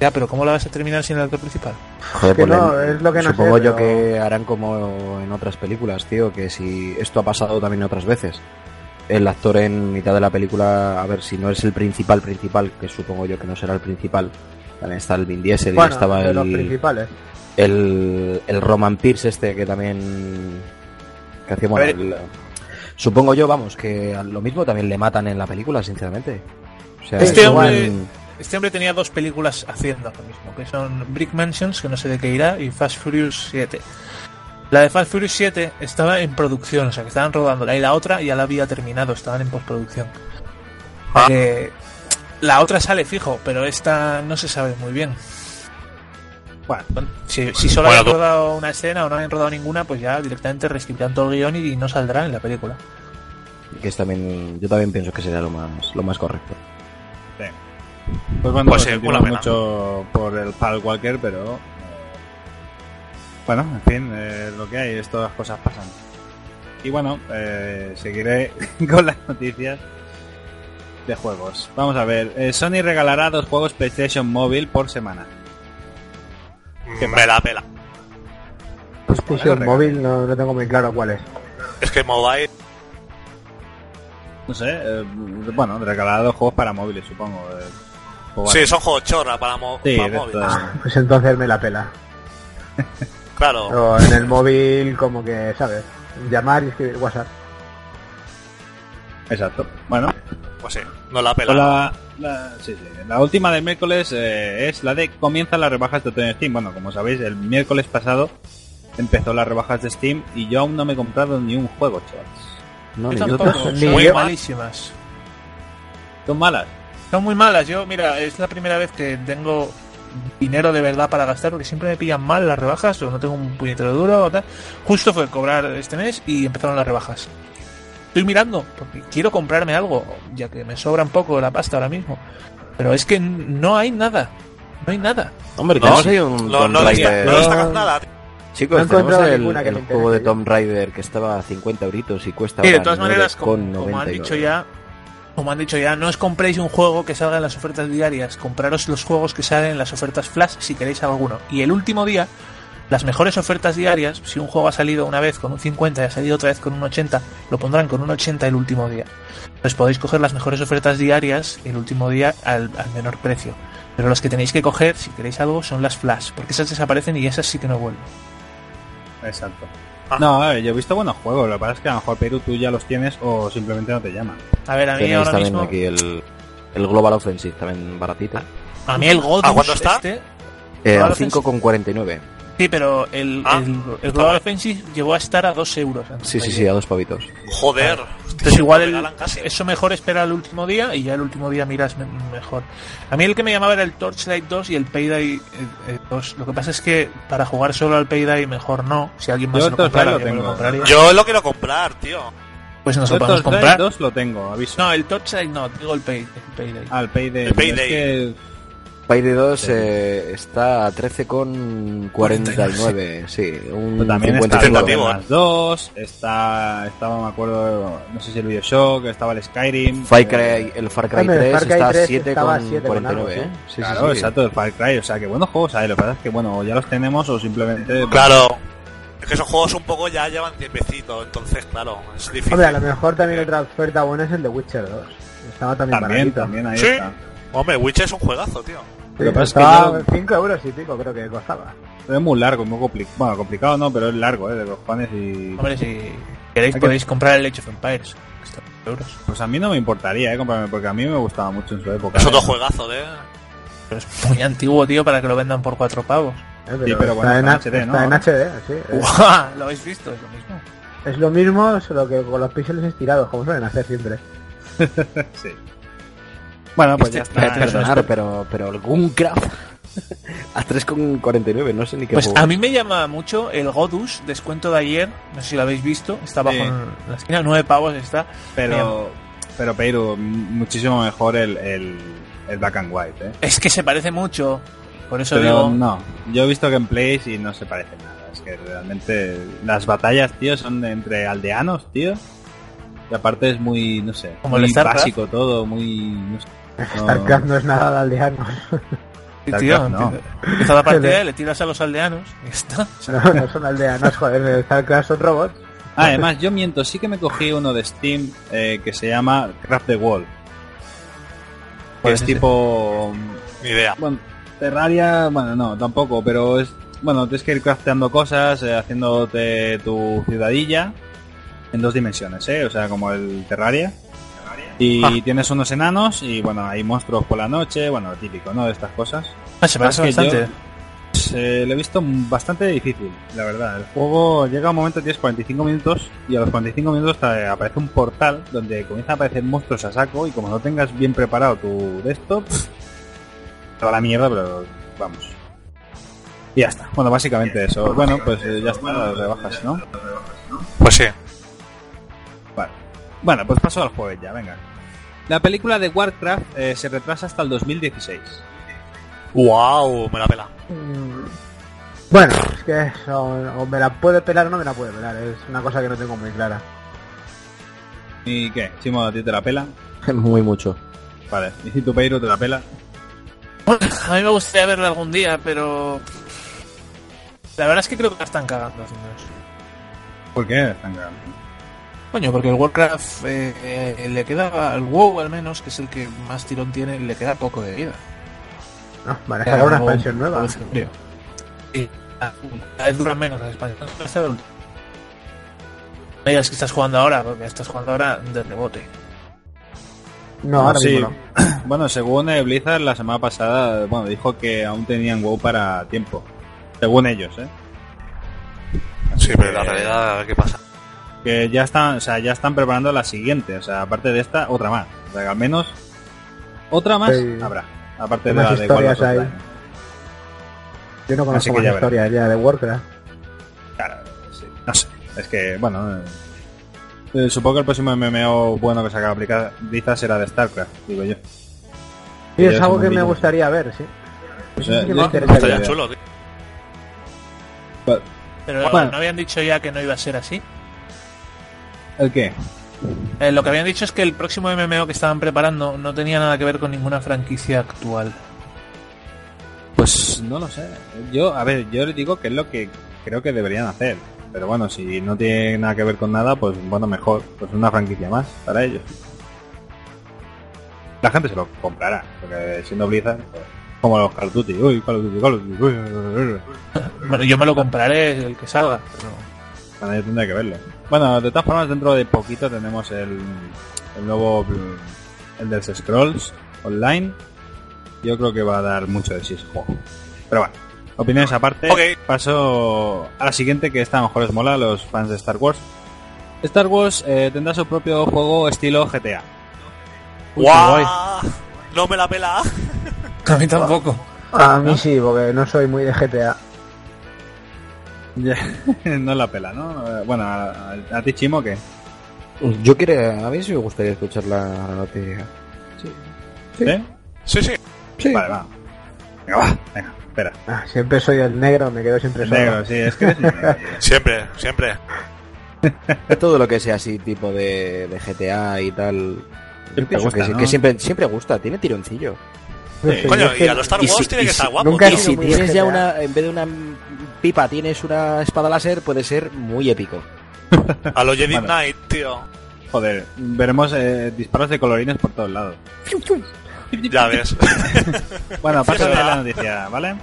[SPEAKER 5] Ya, pero ¿cómo la vas a terminar sin el actor principal?
[SPEAKER 1] Joder,
[SPEAKER 3] Que
[SPEAKER 1] pues
[SPEAKER 3] no,
[SPEAKER 1] le-
[SPEAKER 3] es lo que no
[SPEAKER 1] Supongo
[SPEAKER 3] sé,
[SPEAKER 1] yo
[SPEAKER 3] pero-
[SPEAKER 1] que harán como en otras películas, tío, que si esto ha pasado también otras veces. El actor en mitad de la película, a ver si no es el principal principal, que supongo yo que no será el principal. También está el Vin Diesel, y
[SPEAKER 3] Bueno,
[SPEAKER 1] estaba
[SPEAKER 3] de los
[SPEAKER 1] el,
[SPEAKER 3] principales.
[SPEAKER 1] el, el Roman Pierce este que también... Que hacía, bueno,
[SPEAKER 5] ver.
[SPEAKER 1] el- supongo yo, vamos, que a lo mismo también le matan en la película, sinceramente. O sea,
[SPEAKER 5] Este
[SPEAKER 1] es
[SPEAKER 5] hombre-
[SPEAKER 1] un-
[SPEAKER 5] Este hombre tenía dos películas haciendo ahora mismo, que son Brick Mansions, que no sé de qué irá, y Fast Furious 7. La de Fast Furious 7 estaba en producción, o sea, que estaban rodándola, y la otra ya la había terminado, estaban en postproducción.
[SPEAKER 4] Ah.
[SPEAKER 5] Eh, la otra sale fijo, pero esta no se sabe muy bien. Bueno, si, si solo
[SPEAKER 4] Bueno,
[SPEAKER 5] han
[SPEAKER 4] tú-
[SPEAKER 5] rodado una escena o no han rodado ninguna, pues ya directamente reescribirán todo el guión y no saldrá en la película.
[SPEAKER 1] que es también, yo también pienso que será lo más, lo más correcto.
[SPEAKER 2] Pues bueno,
[SPEAKER 4] Pues
[SPEAKER 2] pues
[SPEAKER 4] sí, una pena.
[SPEAKER 2] mucho por el Paul Walker, pero... eh, Bueno, en fin, eh, lo que hay, estas cosas pasan. Y bueno, eh, seguiré [LAUGHS] con las noticias de juegos. Vamos a ver, eh, Sony regalará dos juegos PlayStation Móvil por semana.
[SPEAKER 4] Me la pela.
[SPEAKER 5] Pues
[SPEAKER 3] Pues PlayStation móvil no, no tengo muy claro cuál es.
[SPEAKER 4] Es que mobile
[SPEAKER 2] No sé, eh, bueno, regalar los juegos para móviles, supongo. eh. Pues
[SPEAKER 4] Sí,
[SPEAKER 2] vale.
[SPEAKER 4] son juegos chorra para, mo-
[SPEAKER 2] Sí,
[SPEAKER 4] para
[SPEAKER 2] de
[SPEAKER 4] móvil.
[SPEAKER 2] estos.
[SPEAKER 3] Pues entonces me la pela.
[SPEAKER 4] Claro.
[SPEAKER 3] O en el móvil, como que, ¿sabes? Llamar y escribir WhatsApp.
[SPEAKER 2] Exacto. Bueno,
[SPEAKER 4] Pues sí, no la pela.
[SPEAKER 2] pues la, la- sí, sí. La última del miércoles eh, es la de comienzan las rebajas de otoño de Steam. Bueno, como sabéis, el miércoles pasado empezó las rebajas de Steam y yo aún no me he comprado ni un juego, chavales.
[SPEAKER 1] No,
[SPEAKER 5] Yo
[SPEAKER 1] ni yo
[SPEAKER 5] tampoco,
[SPEAKER 1] tampoco.
[SPEAKER 5] son
[SPEAKER 4] Muy mal.
[SPEAKER 5] malísimas.
[SPEAKER 2] Son malas.
[SPEAKER 5] Son muy malas. Yo, mira, es la primera vez que tengo dinero de verdad para gastar porque siempre me pillan mal las rebajas o no tengo un puñetero duro o tal. Justo fue cobrar este mes y empezaron las rebajas. Estoy mirando porque quiero comprarme algo, ya que me sobra un poco la pasta ahora mismo. Pero es que n- no hay nada. No hay nada.
[SPEAKER 1] Hombre,
[SPEAKER 4] No,
[SPEAKER 1] tenemos ahí un
[SPEAKER 4] No, no,
[SPEAKER 1] Tomb
[SPEAKER 4] destaca-
[SPEAKER 1] Raider.
[SPEAKER 4] no destacas nada. tío.
[SPEAKER 1] Chicos,
[SPEAKER 3] No he
[SPEAKER 1] tenemos
[SPEAKER 3] encontrado
[SPEAKER 1] el,
[SPEAKER 3] ninguna que
[SPEAKER 1] el
[SPEAKER 3] me interese,
[SPEAKER 1] juego de
[SPEAKER 3] ¿eh?
[SPEAKER 1] Tomb Raider que estaba a 50 euritos y cuesta
[SPEAKER 5] Sí, de
[SPEAKER 1] ahora
[SPEAKER 5] todas maneras, como,
[SPEAKER 1] 9,99.
[SPEAKER 5] como han dicho ya, como han dicho ya, no os compréis un juego que salga en las ofertas diarias, compraros los juegos que salen en las ofertas flash si queréis alguno. Y el último día, las mejores ofertas diarias, si un juego ha salido una vez con un 50 y ha salido otra vez con un 80, lo pondrán con un 80 el último día. Entonces podéis coger las mejores ofertas diarias el último día al, al menor precio. Pero las que tenéis que coger, si queréis algo, son las flash, porque esas desaparecen y esas sí que no vuelven.
[SPEAKER 2] Exacto.
[SPEAKER 4] Ah.
[SPEAKER 2] No, a ver, yo he visto buenos juegos. Lo que pasa es que a lo mejor Perú tú ya los tienes o simplemente no te llaman.
[SPEAKER 5] A ver, a mí
[SPEAKER 1] Tenéis
[SPEAKER 5] ahora
[SPEAKER 1] también
[SPEAKER 5] mismo...
[SPEAKER 1] aquí el, el Global Offensive, también baratito.
[SPEAKER 5] A mí el este, God
[SPEAKER 4] ¿A cuánto está?
[SPEAKER 1] Eh,
[SPEAKER 5] Global
[SPEAKER 1] a
[SPEAKER 5] Offensive.
[SPEAKER 1] 5,49.
[SPEAKER 5] Sí, pero el,
[SPEAKER 4] Ah,
[SPEAKER 5] el- el
[SPEAKER 4] está
[SPEAKER 5] Global
[SPEAKER 4] mal.
[SPEAKER 5] Offensive llegó a estar a 2 euros. antes
[SPEAKER 1] Sí,
[SPEAKER 5] de
[SPEAKER 1] sí, sí,
[SPEAKER 5] ayer.
[SPEAKER 1] a dos pavitos.
[SPEAKER 4] Joder.
[SPEAKER 5] Entonces Pues igual
[SPEAKER 4] me
[SPEAKER 5] el-
[SPEAKER 4] regalan casi.
[SPEAKER 5] eso mejor espera al último día y ya el último día miras me- mejor. A mí el que me llamaba era el Torchlight 2 y el Payday eh, eh, 2. Lo que pasa es que para jugar solo al Payday mejor no. Si alguien más
[SPEAKER 2] Yo
[SPEAKER 5] se
[SPEAKER 2] el
[SPEAKER 5] lo
[SPEAKER 2] Torchlight
[SPEAKER 5] comprara,
[SPEAKER 2] lo
[SPEAKER 5] yo me lo
[SPEAKER 2] tengo.
[SPEAKER 5] compraría.
[SPEAKER 4] Yo lo quiero comprar, tío.
[SPEAKER 5] pues nos lo
[SPEAKER 2] Yo
[SPEAKER 5] podemos
[SPEAKER 2] Torchlight
[SPEAKER 5] comprar.
[SPEAKER 2] 2 lo tengo, aviso.
[SPEAKER 5] No, el Torchlight no, digo el, Pay- el Payday.
[SPEAKER 2] Al Payday.
[SPEAKER 4] El Payday.
[SPEAKER 2] Es
[SPEAKER 1] Payday 2 eh, está a 13,49. Sí,
[SPEAKER 2] que,
[SPEAKER 5] Pues
[SPEAKER 1] un
[SPEAKER 2] también está el
[SPEAKER 1] 55.
[SPEAKER 5] ¿eh?
[SPEAKER 4] tentativo,
[SPEAKER 2] Las 2, está, estaba, me acuerdo, no sé si el Bioshock, estaba el Skyrim.
[SPEAKER 1] Far
[SPEAKER 2] eh,
[SPEAKER 1] Cry- el Far Cry
[SPEAKER 3] Hombre,
[SPEAKER 1] 3
[SPEAKER 3] el Far Cry
[SPEAKER 1] está a
[SPEAKER 3] 3 estaba a
[SPEAKER 1] 7,49.
[SPEAKER 3] 7,49,
[SPEAKER 1] ¿eh? Sí, sí,
[SPEAKER 2] Claro,
[SPEAKER 1] sí.
[SPEAKER 2] exacto, el Far Cry, o sea, que buenos juegos hay, lo que pasa es que, bueno, o ya los tenemos o simplemente... pues,
[SPEAKER 4] Claro. Es que esos juegos un poco ya llevan tiempecito, entonces, claro, es difícil.
[SPEAKER 3] Hombre, a lo mejor también otra oferta buena es el de Witcher 2. Estaba también,
[SPEAKER 2] También,
[SPEAKER 3] baratito.
[SPEAKER 2] también ahí
[SPEAKER 4] Sí.
[SPEAKER 2] está.
[SPEAKER 4] Hombre, Witch es un juegazo, tío.
[SPEAKER 2] Lo que pasa es que
[SPEAKER 3] Estaba
[SPEAKER 2] yo-
[SPEAKER 3] 5 euros y pico, creo que costaba. ¿eh?
[SPEAKER 2] Pero es muy largo, muy complicado. Bueno, complicado no, pero es largo, ¿eh? De los panes y...
[SPEAKER 5] Hombre, si queréis
[SPEAKER 2] Hay que-
[SPEAKER 5] podéis comprar el Age of Empires. que está a 10 euros.
[SPEAKER 2] Pues a mí no me importaría, ¿eh? Comprarme, porque a mí me gustaba mucho en su época.
[SPEAKER 4] Es
[SPEAKER 2] ¿eh?
[SPEAKER 4] otro juegazo, ¿eh?
[SPEAKER 5] Pero es muy antiguo, tío, para que lo vendan por 4 pavos.
[SPEAKER 3] Eh, pero,
[SPEAKER 2] pero bueno,
[SPEAKER 3] está, en,
[SPEAKER 2] está en HD, ¿no?
[SPEAKER 3] está en HD, sí. eh.
[SPEAKER 5] Guau, ¿Lo habéis visto? Es lo mismo.
[SPEAKER 3] Es lo mismo, solo que con los píxeles estirados, como suelen hacer siempre.
[SPEAKER 2] Sí. Bueno, pues
[SPEAKER 5] Este-
[SPEAKER 2] ya
[SPEAKER 1] Eh,
[SPEAKER 2] está.
[SPEAKER 5] Ah, es
[SPEAKER 1] perdonar, pero, pero algún craft [LAUGHS] a 3,49, no sé ni qué
[SPEAKER 5] Pues
[SPEAKER 1] juego.
[SPEAKER 5] a mí me llama mucho el Godus, descuento de ayer, no sé si lo habéis visto, está abajo
[SPEAKER 2] Sí.
[SPEAKER 5] en la esquina, 9 pavos está.
[SPEAKER 2] Pero, pero Peiru, muchísimo mejor el, el, el Black and White, ¿eh?
[SPEAKER 5] Es que se parece mucho, por eso
[SPEAKER 2] Pero
[SPEAKER 5] digo...
[SPEAKER 2] no, yo he visto gameplays y no se parecen nada. Es que realmente las batallas, tío, son de entre aldeanos, tío. Y aparte es muy, no sé,
[SPEAKER 5] Como el
[SPEAKER 2] muy
[SPEAKER 5] StarCraft.
[SPEAKER 2] básico todo, muy... No sé, no-
[SPEAKER 3] StarCraft no es nada de aldeanos. [LAUGHS]
[SPEAKER 5] tío,
[SPEAKER 2] StarCraft no.
[SPEAKER 5] Empieza
[SPEAKER 2] [LAUGHS]
[SPEAKER 5] la partida, le tiras a los aldeanos y ya está.
[SPEAKER 3] No, no son aldeanos, joder. en StarCraft son robots.
[SPEAKER 2] Ah, Además, yo miento, sí que me cogí uno de Steam eh, que se llama Craft the Wall. Que
[SPEAKER 5] ¿Cuál
[SPEAKER 2] es
[SPEAKER 5] es ese?
[SPEAKER 2] tipo...
[SPEAKER 4] Ni idea.
[SPEAKER 2] Bueno, Terraria, bueno, no, tampoco, pero es... Bueno, tienes que ir crafteando cosas, eh, haciéndote tu ciudadilla en dos dimensiones, ¿eh? O sea, como el Terraria. Y tienes unos enanos y, bueno, hay monstruos por la noche, bueno, lo típico, ¿no? De estas cosas.
[SPEAKER 5] Ah, se parece
[SPEAKER 2] Es que
[SPEAKER 5] bastante.
[SPEAKER 2] Eh, lo he visto bastante difícil, la verdad. El juego llega un momento, tienes 45 minutos y a los 45 minutos te aparece un portal donde comienzan a aparecer monstruos a saco y como no tengas bien preparado tu desktop, [LAUGHS] toda la mierda, pero vamos. Y ya está. Bueno, básicamente eso. Bueno, pues eh, ya está, las rebajas, ¿no?
[SPEAKER 4] Pues sí.
[SPEAKER 2] Vale. Bueno, pues paso al jueves ya, venga. La película de Warcraft eh, se retrasa hasta el 2016.
[SPEAKER 4] Wow, me la pela.
[SPEAKER 3] Mm, Bueno, es que son, o me la puede pelar o no me la puede pelar. Es una cosa que no tengo muy clara.
[SPEAKER 2] ¿Y qué? Chimo, a ti te la pela.
[SPEAKER 1] Muy mucho.
[SPEAKER 2] Vale. ¿Y si tu peiro te la pela?
[SPEAKER 5] [LAUGHS] A mí me gustaría verla algún día, pero... La verdad es que creo que la están cagando haciendo eso.
[SPEAKER 2] ¿Por qué? Tan grande.
[SPEAKER 5] Coño, porque el Warcraft eh, eh, le queda al WoW al menos, que es el que más tirón tiene, le queda poco de vida.
[SPEAKER 3] No, van a sacar una expansión nueva.
[SPEAKER 5] Sí. Cada vez duran menos las expansiones. Hasta el último. No digas que estás jugando ahora, porque estás jugando ahora de rebote.
[SPEAKER 3] No, ahora
[SPEAKER 2] sí.
[SPEAKER 3] mismo no.
[SPEAKER 2] [CLEARS THROAT] Bueno, según eh, Blizzard la semana pasada, bueno, dijo que aún tenían WoW para tiempo. Según ellos, ¿eh?
[SPEAKER 4] Sí, pero la
[SPEAKER 2] Eh,
[SPEAKER 4] realidad, a ver qué pasa.
[SPEAKER 2] Que ya están, o sea, ya están preparando la siguiente, o sea, aparte de esta, otra más. O sea, que al menos otra más
[SPEAKER 3] Sí.
[SPEAKER 2] habrá. Aparte
[SPEAKER 3] Hay
[SPEAKER 2] de
[SPEAKER 3] más
[SPEAKER 2] la de
[SPEAKER 3] historias
[SPEAKER 2] World of
[SPEAKER 3] ahí.
[SPEAKER 2] Warcraft.
[SPEAKER 3] Yo no
[SPEAKER 2] Así
[SPEAKER 3] conozco
[SPEAKER 2] que
[SPEAKER 3] más
[SPEAKER 2] ya
[SPEAKER 3] la historia del día de Warcraft.
[SPEAKER 2] Claro, sí. No sé. Es que, bueno. eh, eh, supongo que el próximo MMO bueno que se acaba de aplicar Blizzard será de StarCraft, digo yo.
[SPEAKER 3] Y
[SPEAKER 2] Ya
[SPEAKER 3] es
[SPEAKER 2] es
[SPEAKER 3] algo
[SPEAKER 2] un
[SPEAKER 3] que me
[SPEAKER 2] mundillo.
[SPEAKER 3] gustaría ver, sí.
[SPEAKER 2] Pues,
[SPEAKER 3] Eso sí
[SPEAKER 2] eh,
[SPEAKER 3] que me
[SPEAKER 2] yo-
[SPEAKER 3] interesa.
[SPEAKER 4] Está ya chulo, tío.
[SPEAKER 5] Pero
[SPEAKER 2] Bueno.
[SPEAKER 5] no habían dicho ya que no iba a ser así.
[SPEAKER 2] ¿El qué?
[SPEAKER 5] Eh, lo que habían dicho es que el próximo MMO que estaban preparando no tenía nada que ver con ninguna franquicia actual.
[SPEAKER 2] Pues no lo sé. Yo, a ver, yo les digo que es lo que creo que deberían hacer. Pero bueno, si no tiene nada que ver con nada, pues bueno, mejor. Pues una franquicia más para ellos. La gente se lo comprará, porque siendo Blizzard, pues, como los Call of Duty. Uy, Call of Duty, Call of Duty. uy, uy, uy, uy.
[SPEAKER 5] Bueno, yo me lo compraré el que salga. pero-
[SPEAKER 2] Bueno, yo tendré que verlo. Bueno, de todas formas, dentro de poquito tenemos el, el nuevo, el del Scrolls Online. Yo creo que va a dar mucho de sí ese juego. Pero bueno, opiniones aparte.
[SPEAKER 4] Ok.
[SPEAKER 2] Paso a la siguiente, que esta a lo mejor les mola a los fans de Star Wars. Star Wars eh, tendrá su propio juego estilo GTA. Uy, qué guay.
[SPEAKER 4] ¡Guau! No me la pela.
[SPEAKER 5] A mí tampoco.
[SPEAKER 3] A mí sí, porque no soy muy de GTA.
[SPEAKER 2] Ya, [LAUGHS] no la pela, ¿no? Eh, Bueno, a, a- a ti, Chimo, que
[SPEAKER 1] Yo quiero, a mí sí me gustaría escuchar la la noticia. Sí.
[SPEAKER 4] Sí, sí.
[SPEAKER 1] Sí.
[SPEAKER 2] Vale, va. Venga, va. Venga, espera.
[SPEAKER 3] Ah, siempre soy el negro, me quedo siempre solo.
[SPEAKER 2] Negro, sí, es que eres
[SPEAKER 4] [LAUGHS]
[SPEAKER 2] negro.
[SPEAKER 4] Siempre, siempre.
[SPEAKER 1] Todo lo que sea así, tipo de, de GTA y tal. Yo pienso
[SPEAKER 2] gusta,
[SPEAKER 1] que, sí,
[SPEAKER 2] ¿no?
[SPEAKER 1] que siempre, siempre gusta, tiene tironcillo.
[SPEAKER 3] No
[SPEAKER 2] Sí.
[SPEAKER 3] sé, yo
[SPEAKER 4] Coño,
[SPEAKER 3] es
[SPEAKER 4] y
[SPEAKER 3] que
[SPEAKER 4] a los Star
[SPEAKER 1] y
[SPEAKER 4] Wars
[SPEAKER 1] si-
[SPEAKER 4] tiene
[SPEAKER 1] y
[SPEAKER 4] que
[SPEAKER 1] si
[SPEAKER 4] estar guapo,
[SPEAKER 3] nunca
[SPEAKER 1] y
[SPEAKER 4] tío.
[SPEAKER 3] he sido
[SPEAKER 1] si
[SPEAKER 3] muy
[SPEAKER 1] tienes
[SPEAKER 3] de
[SPEAKER 1] ya
[SPEAKER 3] GTA.
[SPEAKER 1] una, en vez de una mm, pipa, tienes una espada láser, puede ser muy épico.
[SPEAKER 4] A los Jedi
[SPEAKER 2] Bueno.
[SPEAKER 4] Knight, tío.
[SPEAKER 2] Joder, veremos eh, disparos de colorines por todos lados.
[SPEAKER 4] Ya [LAUGHS] ves.
[SPEAKER 2] Bueno, paso de
[SPEAKER 4] Fiesta.
[SPEAKER 2] la noticia, ¿vale?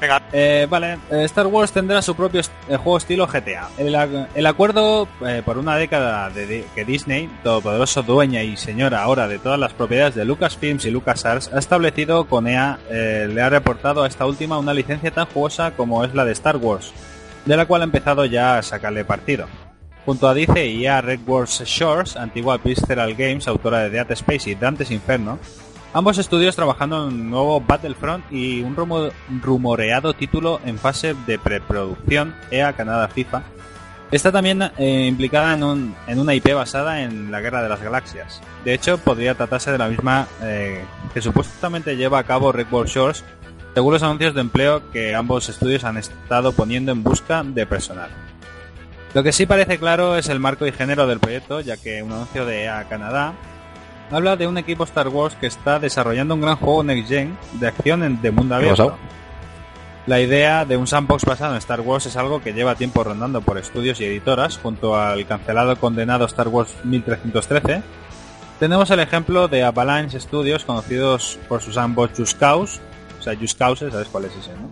[SPEAKER 4] Venga.
[SPEAKER 2] Eh, vale, eh, Star Wars tendrá su propio est- eh, juego estilo GTA. El, ac- el acuerdo eh, por una década de, de- que Disney, todopoderoso dueña y señora ahora de todas las propiedades de Lucasfilms y LucasArts, ha establecido con EA, eh, le ha reportado a esta última una licencia tan jugosa como es la de Star Wars, de la cual ha empezado ya a sacarle partido. Junto a Dice y a Red Wars Shores, antigua Visceral Games, autora de Dead Space y Dante's Inferno, Ambos estudios trabajando en un nuevo Battlefront y un rumo- rumoreado título en fase de preproducción EA Canadá FIFA. Está también eh, implicada en, un- en una IP basada en la Guerra de las Galaxias. De hecho, podría tratarse de la misma eh, que supuestamente lleva a cabo Red Bull Shores, según los anuncios de empleo que ambos estudios han estado poniendo en busca de personal. Lo que sí parece claro es el marco y género del proyecto, ya que un anuncio de EA Canadá habla de un equipo Star Wars que está desarrollando un gran juego Next Gen de acción en- de mundo
[SPEAKER 1] ¿Qué ha
[SPEAKER 2] abierto.
[SPEAKER 1] pasado?
[SPEAKER 2] La idea de un sandbox basado en Star Wars es algo que lleva tiempo rondando por estudios y editoras, junto al cancelado condenado Star Wars 1313. Tenemos el ejemplo de Avalanche Studios, conocidos por sus sandbox Just Cause, o sea, Just Cause, ¿sabes cuál es ese, no?